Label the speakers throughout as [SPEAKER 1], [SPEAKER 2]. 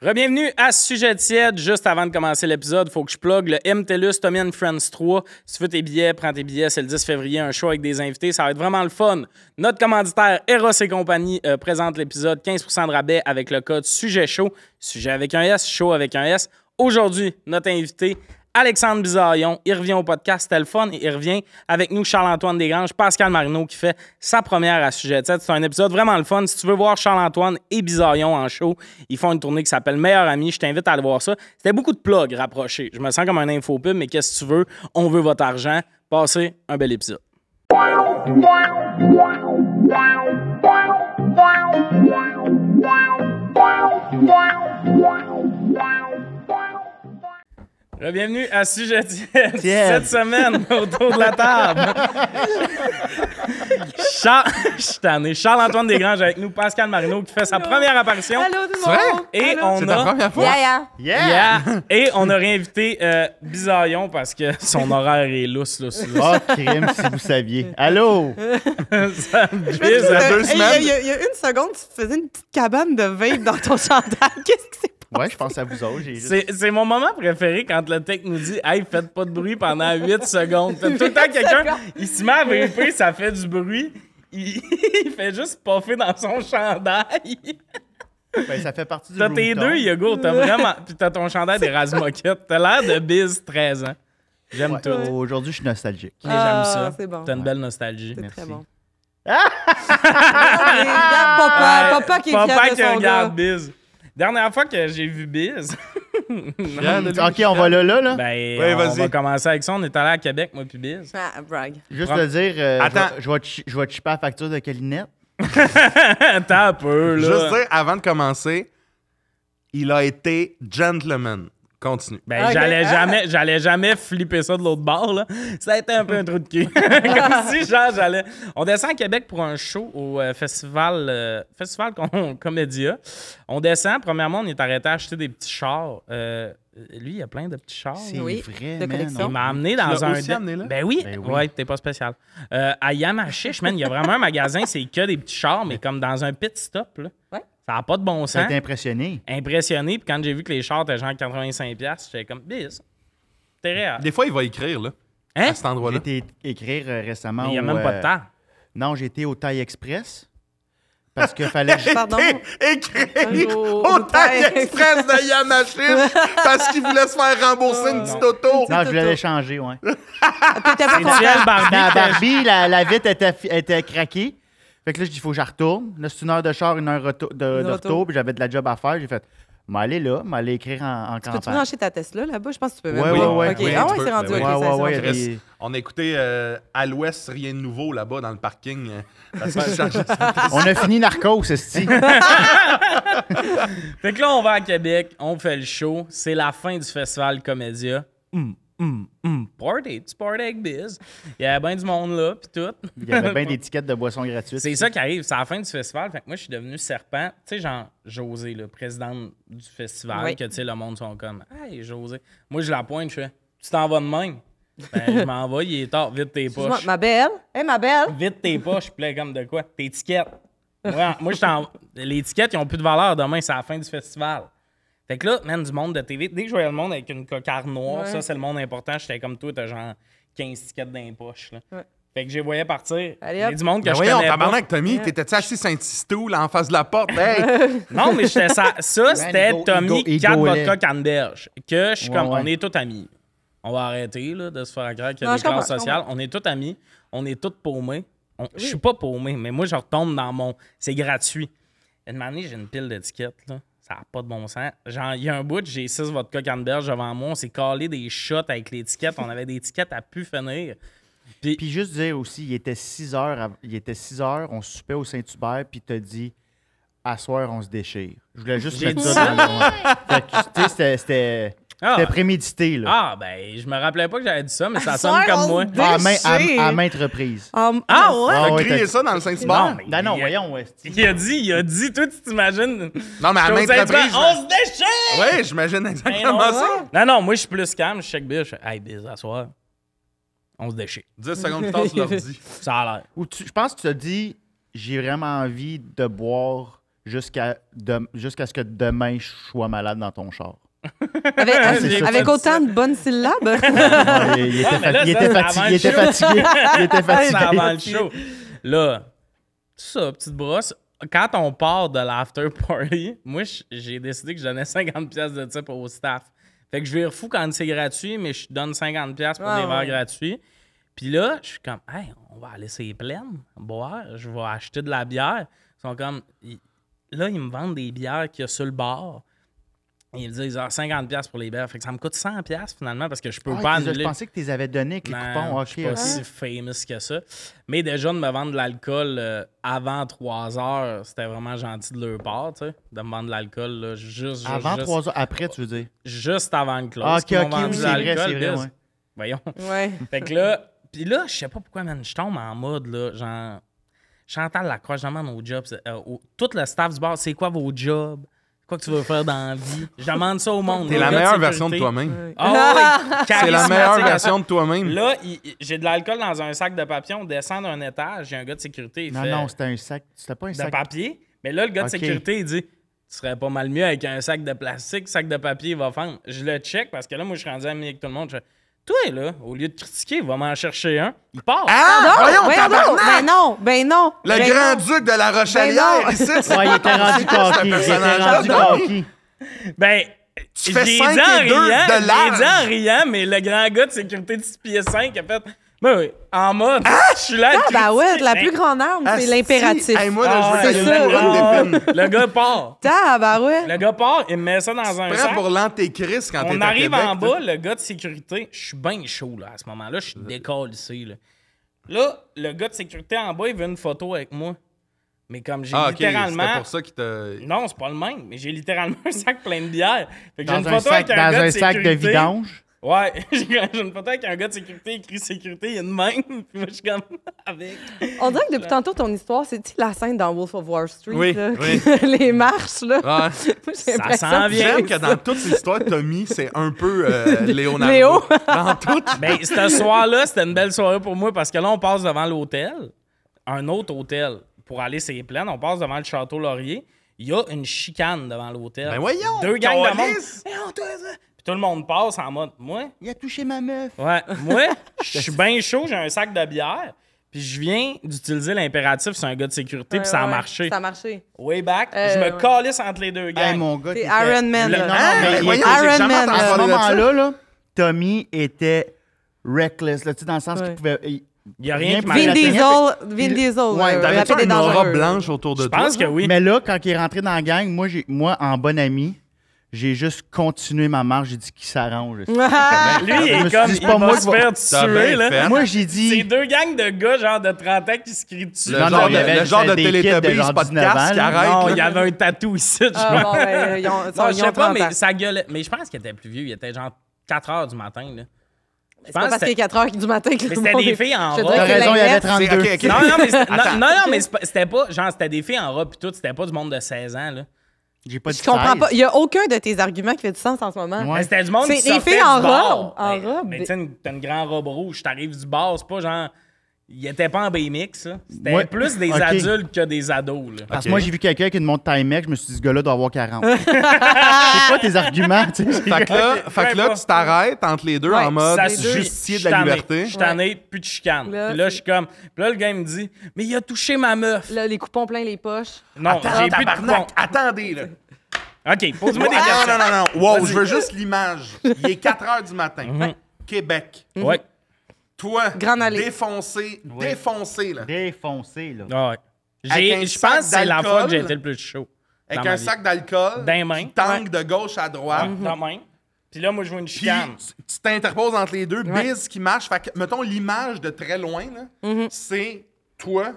[SPEAKER 1] Rebienvenue à Sujet tiède. Juste avant de commencer l'épisode, faut que je plug le MTLUS Tommy and Friends 3. Si tu veux tes billets, prends tes billets. C'est le 10 février, un show avec des invités. Ça va être vraiment le fun. Notre commanditaire, Eros et compagnie, euh, présente l'épisode 15% de rabais avec le code Sujet Chaud. Sujet avec un S, Chaud avec un S. Aujourd'hui, notre invité, Alexandre Bizarion, il revient au podcast, c'était le fun, et il revient avec nous Charles-Antoine Desgranges, Pascal Marino qui fait sa première à Sujet 7. C'est un épisode vraiment le fun. Si tu veux voir Charles-Antoine et Bizarion en show, ils font une tournée qui s'appelle Meilleur Ami, je t'invite à aller voir ça. C'était beaucoup de plugs rapprochés. Je me sens comme un infopub, mais qu'est-ce que tu veux? On veut votre argent. Passez un bel épisode. Bienvenue à Sujet Tiède.
[SPEAKER 2] Tiède.
[SPEAKER 1] Cette semaine, autour de la table, Charles, je suis tanné. Charles-Antoine Desgranges avec nous, Pascal Marino qui fait sa première apparition.
[SPEAKER 3] Allô tout le
[SPEAKER 2] vrai?
[SPEAKER 3] monde!
[SPEAKER 1] Et
[SPEAKER 3] Allô?
[SPEAKER 1] on
[SPEAKER 2] C'est ta
[SPEAKER 1] a.
[SPEAKER 2] première fois?
[SPEAKER 3] Yeah, yeah.
[SPEAKER 2] Yeah!
[SPEAKER 1] Yeah. Et on a réinvité euh, Bizarion parce que son horaire est lousse, lousse, lousse.
[SPEAKER 4] Oh, crime, si vous saviez. Allô?
[SPEAKER 1] Ça me bise.
[SPEAKER 2] la Ah, deux
[SPEAKER 3] euh, Hey,
[SPEAKER 2] semaines.
[SPEAKER 3] Il y, a- il y a une seconde, tu faisais une petite cabane de vape dans ton chandail. Qu'est-ce que c'est?
[SPEAKER 4] Ouais, je pense à vous autres. J'ai juste...
[SPEAKER 1] C'est c'est mon moment préféré quand le tech nous dit Hey, faites pas de bruit pendant 8 secondes. T'as tout le temps quelqu'un,
[SPEAKER 3] secondes.
[SPEAKER 1] il se met à vaper, ça fait du bruit. Il, il fait juste puffer dans son chandail.
[SPEAKER 4] Ben, ça fait partie du
[SPEAKER 1] T'as tes
[SPEAKER 4] room
[SPEAKER 1] deux,
[SPEAKER 4] tone.
[SPEAKER 1] Yogo, t'as vraiment. Puis t'as ton chandail des Razmoquettes. T'as l'air de Biz 13 ans. J'aime
[SPEAKER 4] Ouais.
[SPEAKER 1] tout.
[SPEAKER 4] Oh, Aujourd'hui, je suis nostalgique.
[SPEAKER 1] Mais
[SPEAKER 3] Ah,
[SPEAKER 1] j'aime ça.
[SPEAKER 3] c'est bon.
[SPEAKER 1] T'as une belle nostalgie.
[SPEAKER 3] C'est
[SPEAKER 4] Merci.
[SPEAKER 3] très bon. Regardez, regarde papa,
[SPEAKER 1] Ouais,
[SPEAKER 3] papa qui est
[SPEAKER 1] papa
[SPEAKER 3] fier de
[SPEAKER 1] qui
[SPEAKER 3] son
[SPEAKER 1] regarde
[SPEAKER 3] gars.
[SPEAKER 1] Biz. Dernière fois que j'ai vu Biz,
[SPEAKER 2] Fier de lui.
[SPEAKER 4] OK, on va là, là. là.
[SPEAKER 1] ben,
[SPEAKER 2] Ouais,
[SPEAKER 1] on
[SPEAKER 2] vas-y.
[SPEAKER 1] va commencer avec ça. On est allé à Québec, moi puis Biz.
[SPEAKER 3] Ah, brag.
[SPEAKER 4] juste
[SPEAKER 1] prends-
[SPEAKER 4] te dire, euh, je
[SPEAKER 2] Attends.
[SPEAKER 4] vais- je vais te chi- je vais te chipper la facture de Calinette.
[SPEAKER 1] Attends un peu, là.
[SPEAKER 2] Juste dire, avant de commencer, il a été gentleman. Continue.
[SPEAKER 1] Ben,
[SPEAKER 3] Ok.
[SPEAKER 1] j'allais
[SPEAKER 3] Ah.
[SPEAKER 1] jamais, j'allais jamais flipper ça de l'autre bord, là. Ça a été un peu un trou de cul. Comme si, genre, j'allais. On descend à Québec pour un show au euh, festival, euh, festival Com- Comédia. On descend. Premièrement, on est arrêté à acheter des petits chars. Euh, lui, il y a plein de petits chars.
[SPEAKER 4] C'est
[SPEAKER 3] Oui,
[SPEAKER 4] vrai,
[SPEAKER 3] de
[SPEAKER 4] man,
[SPEAKER 3] collection.
[SPEAKER 4] on-
[SPEAKER 1] Il m'a amené dans
[SPEAKER 2] l'as
[SPEAKER 1] un.
[SPEAKER 2] aussi
[SPEAKER 1] de-
[SPEAKER 2] amené là?
[SPEAKER 1] Ben oui.
[SPEAKER 4] Ben oui.
[SPEAKER 1] Ouais, t'es pas spécial. Euh, à Yamachiche, man, il y a vraiment un magasin, c'est que des petits chars, mais comme dans un pit stop, là.
[SPEAKER 3] Ouais.
[SPEAKER 1] Ça n'a pas de bon
[SPEAKER 4] T'as
[SPEAKER 1] sens.
[SPEAKER 4] été impressionné.
[SPEAKER 1] Impressionné, puis quand j'ai vu que les chars étaient genre 85$, j'étais comme, biz. T'es réel.
[SPEAKER 2] Des fois, il va écrire, là,
[SPEAKER 1] Hein?
[SPEAKER 2] à cet endroit-là.
[SPEAKER 4] J'ai été écrire euh, récemment.
[SPEAKER 1] Il n'y a
[SPEAKER 4] au,
[SPEAKER 1] même pas
[SPEAKER 4] euh,
[SPEAKER 1] de temps.
[SPEAKER 4] Non, j'ai été au Taille Express. Parce que fallait. que je-
[SPEAKER 3] Pardon?
[SPEAKER 2] Écrire
[SPEAKER 3] Allô,
[SPEAKER 2] au
[SPEAKER 3] Taille
[SPEAKER 2] Taille Express de Yamashif parce qu'il voulait se faire rembourser une petite auto.
[SPEAKER 4] Non, je voulais l'échanger, ouais.
[SPEAKER 3] Ah, T'étais pas content.
[SPEAKER 1] Michel Barbier,
[SPEAKER 4] La
[SPEAKER 1] t'es-
[SPEAKER 4] Barbie, la, la vitre était, fi- était craquée. Fait que là, je dis, il faut que je retourne. Là, c'est une heure de char, une heure retour- de, de
[SPEAKER 3] retour.
[SPEAKER 4] retour, puis j'avais de la job à faire. J'ai fait, m'aller là, m'aller écrire en, en
[SPEAKER 3] Peux-tu
[SPEAKER 4] campagne.
[SPEAKER 3] brancher ta Tesla là-bas? Je pense que tu peux
[SPEAKER 4] Ouais,
[SPEAKER 3] même.
[SPEAKER 4] ouais,
[SPEAKER 3] pas.
[SPEAKER 4] ouais,
[SPEAKER 3] Ok.
[SPEAKER 2] ouais,
[SPEAKER 3] ah
[SPEAKER 2] tu
[SPEAKER 3] ouais,
[SPEAKER 2] peux.
[SPEAKER 3] c'est rendu.
[SPEAKER 2] Ben
[SPEAKER 3] ok,
[SPEAKER 2] ouais,
[SPEAKER 3] ça,
[SPEAKER 4] ouais,
[SPEAKER 3] c'est
[SPEAKER 4] ouais,
[SPEAKER 3] rendu.
[SPEAKER 4] Des-
[SPEAKER 2] Reste- On a écouté euh, à l'ouest, rien de nouveau là-bas dans le parking. euh, parce qu'il changeait ça.
[SPEAKER 4] On a fini Narcos, ceci.
[SPEAKER 1] Fait que là, on va à Québec, on fait le show. C'est la fin du festival Comédia. Hum, hum, hum. Party, petit party avec Biz. Il y avait bien du monde là, puis tout.
[SPEAKER 4] Il y avait bien des tickets de boissons gratuites.
[SPEAKER 1] C'est ça qui arrive, c'est la fin du festival. Fait que moi, je suis devenu serpent. Tu sais, genre, José, le président du festival,
[SPEAKER 3] Oui.
[SPEAKER 1] que tu sais, le monde sont comme, hey, José. Moi, je la pointe, je fais, tu t'en vas de même. Ben, je m'en vais, il est tard, vite tes
[SPEAKER 3] Excuse-moi,
[SPEAKER 1] poches.
[SPEAKER 3] ma belle. Hey, ma belle.
[SPEAKER 1] Vite tes poches, plais comme de quoi? Tes tickets. Moi, moi je t'en. Les tickets, ils ont plus de valeur demain, c'est la fin du festival. Fait que là, man, du monde de TV, dès que je voyais le monde avec une cocarde noire,
[SPEAKER 3] Ouais.
[SPEAKER 1] ça, c'est le monde important, j'étais comme toi, t'as genre 15 tickets dans les poches. Là.
[SPEAKER 3] Ouais.
[SPEAKER 1] Fait que j'ai voyais partir. Il
[SPEAKER 3] Allez,
[SPEAKER 1] y a
[SPEAKER 3] hop.
[SPEAKER 1] du monde que
[SPEAKER 2] Ben
[SPEAKER 1] je
[SPEAKER 2] voyons,
[SPEAKER 1] connais pas.
[SPEAKER 2] tabarnak, Tommy, t'étais-tu assis Saint-Istou, là, en face de la porte? Hey!
[SPEAKER 1] Non, mais j'étais ça. Ça, c'était
[SPEAKER 4] il go-
[SPEAKER 1] Tommy
[SPEAKER 4] il go- il
[SPEAKER 1] 4
[SPEAKER 4] gaulait.
[SPEAKER 1] vodka canneberge. Que je suis
[SPEAKER 4] Ouais,
[SPEAKER 1] comme,
[SPEAKER 4] ouais.
[SPEAKER 1] on est tous amis. On va arrêter là, de se faire agréer qu'il y a
[SPEAKER 3] Non,
[SPEAKER 1] des
[SPEAKER 3] je comprends,
[SPEAKER 1] classes
[SPEAKER 3] je
[SPEAKER 1] sociales. On est tous amis. On est tous paumés. On- Je suis pas paumé, mais moi, je retombe dans mon. C'est gratuit. Une année, j'ai une pile d'étiquettes. là. Ça n'a pas de bon sens. Genre, il y a un bout, j'ai 6 vodka canneberge devant moi. On s'est calé des shots avec l'étiquette. On avait des étiquettes à pu finir.
[SPEAKER 4] Puis juste dire aussi, il était 6 heures, av- il était 6 heures on soupait au Saint-Hubert, puis t'as dit, à soir, on se déchire. Je voulais juste
[SPEAKER 1] J'ai
[SPEAKER 4] mettre
[SPEAKER 1] dit
[SPEAKER 4] ça dans le- Fait que, tu sais, c'était- c'était
[SPEAKER 1] Ah.
[SPEAKER 4] c'était prémédité, là.
[SPEAKER 1] Ah, ben, je me rappelais pas que j'avais dit ça, mais ça
[SPEAKER 3] Ah,
[SPEAKER 1] sonne
[SPEAKER 3] soir,
[SPEAKER 1] comme
[SPEAKER 3] on
[SPEAKER 1] moi.
[SPEAKER 3] se
[SPEAKER 4] Ah, à, main- à-
[SPEAKER 3] déchire.
[SPEAKER 4] à maintes reprises.
[SPEAKER 3] Um,
[SPEAKER 1] Ah, ouais?
[SPEAKER 4] Ah,
[SPEAKER 2] T'as
[SPEAKER 4] ouais,
[SPEAKER 2] crié
[SPEAKER 4] t'as- Ben
[SPEAKER 2] ça dans le Saint-Hubert?
[SPEAKER 1] mais-
[SPEAKER 4] Non, non, voyons, esti.
[SPEAKER 1] Il a dit, il a dit, toi, tu t'imagines.
[SPEAKER 2] Non, mais à
[SPEAKER 1] Chose
[SPEAKER 2] maintes
[SPEAKER 1] d'être-
[SPEAKER 2] reprises,
[SPEAKER 1] On se déchire!
[SPEAKER 2] Ouais, j'imagine exactement ça.
[SPEAKER 1] Ben Non, non, moi, je suis plus calme. Je check Bill. Je fais, hey, Bill, à soir, on se déchire.
[SPEAKER 2] 10 secondes plus tard, tu leur dis.
[SPEAKER 1] Ça a l'air.
[SPEAKER 4] Ou tu- je pense que tu as dit, j'ai vraiment envie de boire jusqu'à dem- jusqu'à ce que demain je sois malade dans ton char.
[SPEAKER 3] Avec,
[SPEAKER 2] Ah,
[SPEAKER 4] c'est sûr,
[SPEAKER 3] avec
[SPEAKER 1] tu dis
[SPEAKER 3] autant de bonnes syllabes.
[SPEAKER 4] Ouais, il, il
[SPEAKER 1] Ouais,
[SPEAKER 4] était,
[SPEAKER 1] Ah, mais
[SPEAKER 4] fa-
[SPEAKER 1] là,
[SPEAKER 4] il
[SPEAKER 1] ça,
[SPEAKER 4] était
[SPEAKER 1] c'est
[SPEAKER 4] fatigué,
[SPEAKER 1] avant
[SPEAKER 4] il
[SPEAKER 1] le
[SPEAKER 4] était
[SPEAKER 1] show.
[SPEAKER 4] fatigué. Il était
[SPEAKER 1] Ah, C'est
[SPEAKER 4] fatigué.
[SPEAKER 1] avant le show. Là, ça, petite brosse. Quand on part de l'after party, moi, je- j'ai décidé que je donnais 50 pièces de type au staff. Fait que je vais fou quand c'est gratuit, mais je donne 50 pièces pour
[SPEAKER 3] Ouais,
[SPEAKER 4] Ah,
[SPEAKER 1] des verres
[SPEAKER 3] ouais.
[SPEAKER 1] gratuits. Puis là, je suis comme, hey, on va aller sur les plaines, boire, je vais acheter de la bière. Ils sont comme, ils- là, ils me vendent des bières qu'il y a sur le bar. Ils me disent, ah, 50 pièces pour les bières. Fait que ça me coûte 100 pièces finalement parce que je peux pas
[SPEAKER 4] Ah, je
[SPEAKER 1] annuler.
[SPEAKER 4] pensais que tu les avais donnés avec les
[SPEAKER 1] Non,
[SPEAKER 4] coupons.
[SPEAKER 1] je suis
[SPEAKER 4] Ok, hein.
[SPEAKER 1] pas
[SPEAKER 4] ok.
[SPEAKER 1] si famous que ça. Mais déjà, de me vendre de l'alcool euh, avant 3 heures, c'était vraiment gentil de leur part, tu sais, de me vendre de l'alcool là, juste,
[SPEAKER 4] Avant
[SPEAKER 1] juste,
[SPEAKER 4] trois heures, après, tu veux dire.
[SPEAKER 1] juste avant le close.
[SPEAKER 4] Ah, ok,
[SPEAKER 1] qu'ils m'ont
[SPEAKER 4] ok,
[SPEAKER 1] vendu
[SPEAKER 4] oui,
[SPEAKER 1] de
[SPEAKER 4] c'est vrai,
[SPEAKER 1] l'alcool,
[SPEAKER 4] c'est vrai,
[SPEAKER 1] Biz.
[SPEAKER 4] ouais.
[SPEAKER 1] Voyons.
[SPEAKER 3] ouais.
[SPEAKER 1] Fait que là, puis là, je sais pas pourquoi, man, je tombe en mode, là, genre, Chantal Lacroix, je demande aux jobs, euh, au- tout le staff du bar, c'est quoi vos jobs? Quoi que tu veux faire dans la vie? Je demande ça au monde.
[SPEAKER 2] T'es
[SPEAKER 1] au gars
[SPEAKER 2] la
[SPEAKER 1] de
[SPEAKER 2] meilleure version de
[SPEAKER 1] sécurité.
[SPEAKER 2] toi-même.
[SPEAKER 1] Ah oui,
[SPEAKER 2] C'est la meilleure
[SPEAKER 1] charismatique.
[SPEAKER 2] version de toi-même.
[SPEAKER 1] Là, il- il- j'ai de l'alcool dans un sac de papier. On descend d'un étage. J'ai un gars de sécurité. Il
[SPEAKER 4] Non,
[SPEAKER 1] fait
[SPEAKER 4] non, c'était un sac. C'était pas un
[SPEAKER 1] de
[SPEAKER 4] sac.
[SPEAKER 1] papier. Mais là, le gars de
[SPEAKER 4] Ok.
[SPEAKER 1] sécurité, il dit Tu serais pas mal mieux avec un sac de plastique. Sac de papier, il va fendre. Je le check parce que là, moi, je suis rendu ami avec tout le monde. Je fais Toi, là, au lieu de critiquer, va m'en chercher un. Il part.
[SPEAKER 2] Ah!
[SPEAKER 3] non,
[SPEAKER 2] Voyons,
[SPEAKER 3] voyons donc!
[SPEAKER 2] tabarnak!
[SPEAKER 3] Ben non, ben non!
[SPEAKER 2] Le
[SPEAKER 3] ben non.
[SPEAKER 2] grand-duc de la
[SPEAKER 3] Ben non.
[SPEAKER 2] Rochelière, ici, c'est-
[SPEAKER 4] Ouais, il était rendu coquille. Il était
[SPEAKER 2] personnage-là,
[SPEAKER 4] rendu
[SPEAKER 2] non?
[SPEAKER 4] coquille.
[SPEAKER 1] Ben. je
[SPEAKER 2] Tu fais
[SPEAKER 1] l'ai
[SPEAKER 2] cinq
[SPEAKER 1] dit en
[SPEAKER 2] et deux
[SPEAKER 1] riant,
[SPEAKER 2] de
[SPEAKER 1] je l'ai dit en
[SPEAKER 2] large.
[SPEAKER 1] riant, mais le grand gars de sécurité de 6 pieds 5 a fait Ben oui, en mode, je suis là. à
[SPEAKER 3] Ah, ben ouais,
[SPEAKER 1] critiquer.
[SPEAKER 3] la
[SPEAKER 1] Ben,
[SPEAKER 3] plus grande arme,
[SPEAKER 2] Ah,
[SPEAKER 3] c'est
[SPEAKER 2] si.
[SPEAKER 3] l'impératif.
[SPEAKER 2] Hey, moi, là,
[SPEAKER 1] ah,
[SPEAKER 2] je veux
[SPEAKER 1] c'est
[SPEAKER 2] qu'il y ait
[SPEAKER 1] ça. Ah.
[SPEAKER 2] une couronne d'épines.
[SPEAKER 1] Le gars part.
[SPEAKER 3] Ah, ben ouais.
[SPEAKER 1] Le gars part, il me met ça dans un
[SPEAKER 2] Prends
[SPEAKER 1] sac.
[SPEAKER 2] pour l'antéchrist quand t'es
[SPEAKER 1] On
[SPEAKER 2] à
[SPEAKER 1] arrive
[SPEAKER 2] Québec,
[SPEAKER 1] en
[SPEAKER 2] tu sais.
[SPEAKER 1] bas, le gars de sécurité, je suis bien chaud là, à ce moment-là, je suis
[SPEAKER 2] Euh.
[SPEAKER 1] décalissé. Là. là, le gars de sécurité en bas, il veut une photo avec moi. Mais comme j'ai
[SPEAKER 2] Ah, ok,
[SPEAKER 1] littéralement.
[SPEAKER 2] c'était pour ça qu'il te...
[SPEAKER 1] Non, c'est pas le même, mais j'ai littéralement un sac plein de bière. Fait que j'ai une
[SPEAKER 4] Dans un
[SPEAKER 1] photo avec
[SPEAKER 4] sac,
[SPEAKER 1] un
[SPEAKER 4] dans
[SPEAKER 1] gars
[SPEAKER 4] un
[SPEAKER 1] de
[SPEAKER 4] sac de
[SPEAKER 1] sécurité.
[SPEAKER 4] vidange.
[SPEAKER 1] Ouais, j'ai une photo avec un gars de sécurité écrit sécurité, il y a une même. Puis moi, je suis comme avec.
[SPEAKER 3] On dirait que depuis tantôt, ton histoire, c'est tu sais, la scène dans Wolf of Wall Street,
[SPEAKER 2] Oui,
[SPEAKER 3] là,
[SPEAKER 2] oui.
[SPEAKER 3] les marches, là.
[SPEAKER 2] Ah.
[SPEAKER 3] Moi, j'ai
[SPEAKER 1] Ça
[SPEAKER 3] l'impression
[SPEAKER 1] s'en
[SPEAKER 3] que-
[SPEAKER 1] vient.
[SPEAKER 2] J'aime que dans toutes ces histoires, Tommy, c'est un peu euh, Leonardo.
[SPEAKER 3] Léo.
[SPEAKER 2] Dans toutes.
[SPEAKER 1] Ben, ce soir-là, c'était une belle soirée pour moi parce que là, on passe devant l'hôtel, un autre hôtel, pour aller sur les plaines. On passe devant le château Laurier. Il y a une chicane devant l'hôtel.
[SPEAKER 2] Ben voyons,
[SPEAKER 1] Deux gangs de monde.
[SPEAKER 2] câlisse.
[SPEAKER 1] Voyons, toi, ça. Puis tout le monde passe en mode, moi,
[SPEAKER 4] Il a touché ma meuf.
[SPEAKER 1] ouais, moi, je suis bien chaud, j'ai un sac de bière. Puis je viens d'utiliser l'impératif sur un gars de sécurité,
[SPEAKER 3] Ouais,
[SPEAKER 1] puis ça a
[SPEAKER 3] Ah, ouais,
[SPEAKER 1] marché.
[SPEAKER 3] Ça a marché.
[SPEAKER 1] Way back,
[SPEAKER 3] Euh,
[SPEAKER 1] je me
[SPEAKER 3] ouais.
[SPEAKER 1] calisse entre les deux gangs.
[SPEAKER 4] Hey, mon gars.
[SPEAKER 3] T'es
[SPEAKER 4] t'étais-
[SPEAKER 3] Iron Man,
[SPEAKER 1] Le-
[SPEAKER 4] Non, non,
[SPEAKER 3] là.
[SPEAKER 2] Hein?
[SPEAKER 4] mais
[SPEAKER 2] Ben
[SPEAKER 4] il-
[SPEAKER 2] voyons,
[SPEAKER 3] Ah, Iron
[SPEAKER 2] j'ai jamais
[SPEAKER 3] Man, euh,
[SPEAKER 2] entendu
[SPEAKER 3] là.
[SPEAKER 4] à ce
[SPEAKER 2] parler de ça.
[SPEAKER 4] moment-là, là, Tommy était reckless, là, tu sais, dans le sens
[SPEAKER 3] Ouais.
[SPEAKER 4] qu'il pouvait. il-
[SPEAKER 1] Il y a rien qui
[SPEAKER 2] Ben,
[SPEAKER 4] Vin
[SPEAKER 3] Vin
[SPEAKER 1] m'arrête.
[SPEAKER 3] Diesel, Vin
[SPEAKER 4] Il-
[SPEAKER 3] Diesel,
[SPEAKER 4] Ouais,
[SPEAKER 3] ouais,
[SPEAKER 4] t'avais-tu
[SPEAKER 3] rapide et
[SPEAKER 2] T'avais-tu une aura
[SPEAKER 3] dangereux.
[SPEAKER 2] blanche autour de
[SPEAKER 1] Je
[SPEAKER 2] toi?
[SPEAKER 1] pense que oui.
[SPEAKER 4] Mais là, quand il est rentré dans la gang, moi, j'ai, moi en bon ami, j'ai juste continué ma marche. J'ai dit qu'il s'arrange.
[SPEAKER 3] Ah!
[SPEAKER 1] Lui, il
[SPEAKER 4] Je me
[SPEAKER 1] est
[SPEAKER 4] suis
[SPEAKER 1] comme,
[SPEAKER 4] dit, c'est
[SPEAKER 1] il
[SPEAKER 4] pas moi
[SPEAKER 1] va
[SPEAKER 4] qui
[SPEAKER 1] se
[SPEAKER 4] va-
[SPEAKER 1] faire
[SPEAKER 2] T'as
[SPEAKER 1] tuer,
[SPEAKER 2] bien
[SPEAKER 1] là.
[SPEAKER 2] fait.
[SPEAKER 4] Moi, j'ai
[SPEAKER 1] C'est
[SPEAKER 4] dit.
[SPEAKER 1] deux gangs de gars, genre de 30 ans, qui se crient dessus.
[SPEAKER 2] Le
[SPEAKER 4] Non, non,
[SPEAKER 2] genre
[SPEAKER 4] il
[SPEAKER 2] de,
[SPEAKER 4] y avait-
[SPEAKER 2] le genre de
[SPEAKER 4] des kids de
[SPEAKER 2] Teletubbies
[SPEAKER 4] genre
[SPEAKER 2] podcast
[SPEAKER 4] 19 ans,
[SPEAKER 2] qui
[SPEAKER 4] là.
[SPEAKER 2] arrête.
[SPEAKER 1] Non,
[SPEAKER 2] là.
[SPEAKER 1] il y avait un tatou ici. je
[SPEAKER 3] Ah,
[SPEAKER 1] vois.
[SPEAKER 3] bon, ben, ils ont,
[SPEAKER 1] Non, je
[SPEAKER 3] ils ont
[SPEAKER 1] sais pas,
[SPEAKER 3] 30 ans.
[SPEAKER 1] mais ça gueulait. Mais je pense qu'il était plus vieux. Il était genre 4 heures du matin. Là. Je
[SPEAKER 3] C'est pas parce qu'il est 4 heures du matin que
[SPEAKER 1] Mais
[SPEAKER 3] le
[SPEAKER 1] c'était
[SPEAKER 3] monde
[SPEAKER 1] des
[SPEAKER 3] est-
[SPEAKER 1] filles en
[SPEAKER 3] Je
[SPEAKER 1] robe.
[SPEAKER 4] T'as
[SPEAKER 3] dirais que
[SPEAKER 4] raison, il y avait
[SPEAKER 3] l'inverse-
[SPEAKER 4] 32.
[SPEAKER 2] C'est- ok, ok.
[SPEAKER 1] Non, non, mais c'était- non,
[SPEAKER 2] Attends.
[SPEAKER 1] non, non, mais c'est pas- c'était pas. Genre, c'était des filles en robe pis tout. C'était pas du monde de 16 ans. Là.
[SPEAKER 4] J'ai pas dit
[SPEAKER 3] Je comprends
[SPEAKER 4] 16.
[SPEAKER 3] pas. Il y a aucun de tes arguments qui fait du sens en ce moment.
[SPEAKER 4] Ouais.
[SPEAKER 1] Mais c'était du monde
[SPEAKER 3] C'est
[SPEAKER 1] qui
[SPEAKER 3] des
[SPEAKER 1] sortait
[SPEAKER 3] filles
[SPEAKER 1] du
[SPEAKER 3] en
[SPEAKER 1] bar.
[SPEAKER 3] robe, en
[SPEAKER 1] Mais-
[SPEAKER 3] robe.
[SPEAKER 1] Mais tu sais, une- t'as une grande robe rouge. T'arrives du bar. C'est pas genre. Il était pas en BMX. là. C'était
[SPEAKER 4] Ouais.
[SPEAKER 1] plus des
[SPEAKER 4] Ok.
[SPEAKER 1] adultes que des ados. Là.
[SPEAKER 4] Parce que
[SPEAKER 2] Ok.
[SPEAKER 4] moi, j'ai vu quelqu'un qui une montre Timex, je me suis dit, ce gars-là doit avoir 40. c'est pas tes arguments, tu sais.
[SPEAKER 2] Fait que là, fait que là, tu t'arrêtes entre les deux
[SPEAKER 3] Ouais,
[SPEAKER 2] en mode
[SPEAKER 1] Ça suffit.
[SPEAKER 2] justicier
[SPEAKER 1] Je
[SPEAKER 2] de la
[SPEAKER 1] t'en ai-
[SPEAKER 2] liberté.
[SPEAKER 1] Je t'en ai, plus de chicane.
[SPEAKER 3] Là,
[SPEAKER 1] Puis là,
[SPEAKER 3] c'est-
[SPEAKER 1] je suis comme. Puis là, le gars, il me dit Mais il a touché ma meuf.
[SPEAKER 3] Là, les coupons pleins les poches.
[SPEAKER 1] Non, j'ai plus de coupons.
[SPEAKER 2] Tabarnak, attendez, là.
[SPEAKER 1] OK, pose-moi
[SPEAKER 2] Non,
[SPEAKER 1] des questions.
[SPEAKER 2] Ah, non, non, non. Wow, je veux juste l'image. Il est 4 heures du matin.
[SPEAKER 1] Mhm.
[SPEAKER 2] Québec.
[SPEAKER 1] Ouais.
[SPEAKER 2] Toi,
[SPEAKER 3] Grande allée.
[SPEAKER 2] défoncé, défoncé, là.
[SPEAKER 4] Défoncé, là.
[SPEAKER 1] Ah ouais.
[SPEAKER 2] Avec
[SPEAKER 1] J'ai-
[SPEAKER 2] un
[SPEAKER 1] Je pense que
[SPEAKER 2] sac
[SPEAKER 1] c'est la fois
[SPEAKER 2] d'alcool.
[SPEAKER 1] que j'ai été le plus chaud.
[SPEAKER 2] Avec
[SPEAKER 1] dans ma
[SPEAKER 2] un
[SPEAKER 1] vie.
[SPEAKER 2] sac d'alcool,
[SPEAKER 1] D'un main.
[SPEAKER 2] tu tangues de gauche à droite.
[SPEAKER 1] Dans la main. Puis là, moi, je vois une
[SPEAKER 2] Puis
[SPEAKER 1] chicane.
[SPEAKER 2] tu- tu t'interposes entre les deux, bise qui marche. Fait que, mettons, l'image de très loin, là, c'est toi,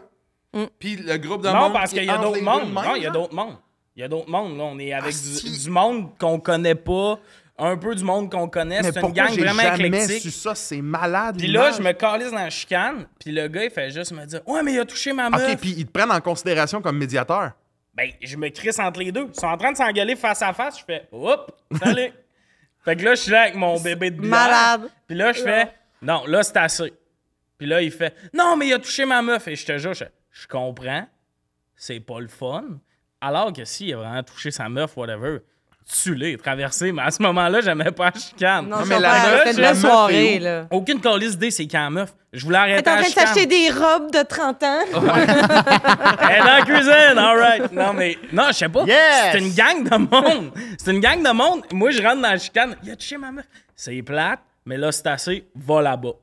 [SPEAKER 2] puis le groupe de monde.
[SPEAKER 1] Mhm. Mm. Non, parce
[SPEAKER 2] qui est
[SPEAKER 1] qu'il y a
[SPEAKER 2] entre
[SPEAKER 1] d'autres
[SPEAKER 2] les deux
[SPEAKER 1] mondes.
[SPEAKER 2] de même,
[SPEAKER 1] Non, il y a
[SPEAKER 2] là.
[SPEAKER 1] d'autres mondes. Il y a d'autres mondes. Là, on est avec du,
[SPEAKER 2] si.
[SPEAKER 1] du monde qu'on connaît pas, un peu du monde qu'on connaît.
[SPEAKER 2] Mais
[SPEAKER 1] C'est une
[SPEAKER 2] pourquoi
[SPEAKER 1] gang
[SPEAKER 2] j'ai
[SPEAKER 1] vraiment
[SPEAKER 2] jamais
[SPEAKER 1] éclectique.
[SPEAKER 2] su ça? C'est malade,
[SPEAKER 1] Puis là,
[SPEAKER 2] l'image.
[SPEAKER 1] je me calise dans la chicane. Puis le gars, il fait juste me dire Ouais, mais il a touché ma meuf.
[SPEAKER 2] OK, puis ils te prennent en considération comme médiateur.
[SPEAKER 1] Ben, je me crisse entre les deux. Ils sont en train de s'engueuler face à face. Je fais Hop, salut. fait que là, je suis là avec mon bébé de bière.
[SPEAKER 3] Malade.
[SPEAKER 1] Puis là, je fais Non, là, c'est assez. Puis là, il fait Non, mais il a touché ma meuf. Et je te jure, je, fais, je comprends. C'est pas le fun. Alors que s'il a vraiment touché sa meuf, whatever, tue-les, traversé. Mais à ce moment-là, j'aimais pas la chicane.
[SPEAKER 3] Non,
[SPEAKER 2] Non,
[SPEAKER 3] je
[SPEAKER 2] mais la
[SPEAKER 3] comprends,
[SPEAKER 2] meuf,
[SPEAKER 3] c'était une
[SPEAKER 2] la
[SPEAKER 3] belle
[SPEAKER 2] meuf est
[SPEAKER 3] soirée,
[SPEAKER 2] où?
[SPEAKER 3] là.
[SPEAKER 1] Aucune calice d'idée, c'est quand la meuf. Je voulais
[SPEAKER 3] Elle
[SPEAKER 1] arrêter
[SPEAKER 3] est en
[SPEAKER 1] la
[SPEAKER 3] train de
[SPEAKER 1] chicane.
[SPEAKER 3] s'acheter des robes de 30 ans.
[SPEAKER 1] Elle est dans la cuisine, all right. Non, mais, non, je sais pas.
[SPEAKER 4] Yes!
[SPEAKER 1] C'est une gang de monde. C'est une gang de monde. Moi, je rentre dans la chicane. Il a touché ma meuf. C'est plate, mais là, c'est assez. Va là-bas.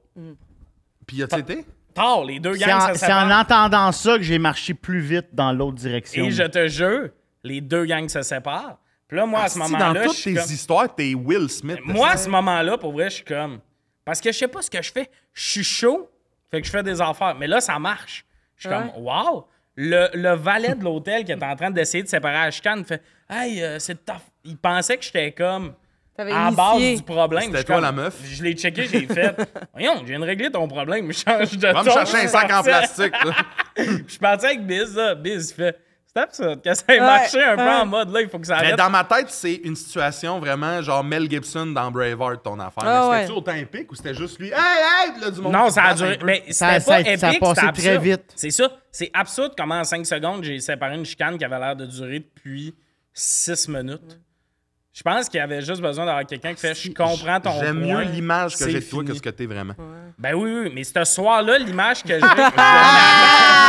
[SPEAKER 2] Puis y a-tu été?
[SPEAKER 1] Tard, les deux
[SPEAKER 4] C'est
[SPEAKER 1] gangs,
[SPEAKER 4] en,
[SPEAKER 1] ça
[SPEAKER 4] c'est en
[SPEAKER 1] séparent.
[SPEAKER 4] entendant ça que j'ai marché plus vite dans l'autre direction.
[SPEAKER 1] Et je te jure, les deux gangs se séparent. Puis là, moi, à ce
[SPEAKER 2] Si,
[SPEAKER 1] moment-là,
[SPEAKER 2] Ah, dans
[SPEAKER 1] je
[SPEAKER 2] toutes
[SPEAKER 1] suis
[SPEAKER 2] tes
[SPEAKER 1] comme-
[SPEAKER 2] histoires, t'es Will Smith.
[SPEAKER 1] Moi, à ce moment-là, pour vrai, je suis comme. Parce que je sais pas ce que je fais. Je suis chaud, fait que je fais des affaires. Mais là, ça marche. Je suis comme, wow! Le, le valet de l'hôtel qui était en train d'essayer de séparer la chicane fait, hey, euh, c'est tough. Il pensait que j'étais comme.
[SPEAKER 3] T'avais
[SPEAKER 1] À la base
[SPEAKER 3] initié.
[SPEAKER 1] du problème.
[SPEAKER 2] C'était
[SPEAKER 1] Je suis
[SPEAKER 2] toi,
[SPEAKER 1] comme-
[SPEAKER 2] la meuf?
[SPEAKER 1] Je l'ai checké, j'ai fait. Voyons, je viens de régler ton problème, je change de
[SPEAKER 2] Va me
[SPEAKER 1] ton.
[SPEAKER 2] chercher un sac en plastique. là.
[SPEAKER 1] Je partais avec Biz, là. Biz, il fait. C'est absurde. Quand ça a marché un peu
[SPEAKER 3] ouais.
[SPEAKER 1] en mode, là, il faut que ça
[SPEAKER 2] Mais
[SPEAKER 1] arrête.
[SPEAKER 2] dans ma tête, c'est une situation vraiment genre Mel Gibson dans Braveheart, ton affaire.
[SPEAKER 3] Ah
[SPEAKER 2] Mais
[SPEAKER 3] ouais.
[SPEAKER 2] C'était-tu autant épique ou c'était juste lui? Hey, hey! Puis là, du monde
[SPEAKER 1] Non,
[SPEAKER 2] qui
[SPEAKER 1] ça a
[SPEAKER 2] se
[SPEAKER 1] duré.
[SPEAKER 2] passe un peu.
[SPEAKER 1] Mais
[SPEAKER 4] Ça-
[SPEAKER 1] c'était
[SPEAKER 4] ben, ça-
[SPEAKER 1] pas
[SPEAKER 4] ça a
[SPEAKER 1] épique,
[SPEAKER 4] passé
[SPEAKER 1] c'était
[SPEAKER 4] très
[SPEAKER 1] absurde.
[SPEAKER 4] vite.
[SPEAKER 1] C'est ça. C'est absurde comment en 5 secondes, j'ai séparé une chicane qui avait l'air de durer depuis 6 minutes. Je pense qu'il y avait juste besoin d'avoir quelqu'un qui fait « Je comprends ton
[SPEAKER 2] J'aime mieux
[SPEAKER 1] point.
[SPEAKER 2] l'image que
[SPEAKER 1] C'est
[SPEAKER 2] j'ai de toi
[SPEAKER 1] fini.
[SPEAKER 2] que ce que t'es vraiment.
[SPEAKER 1] Ben oui, oui, mais ce soir-là, l'image que j'ai...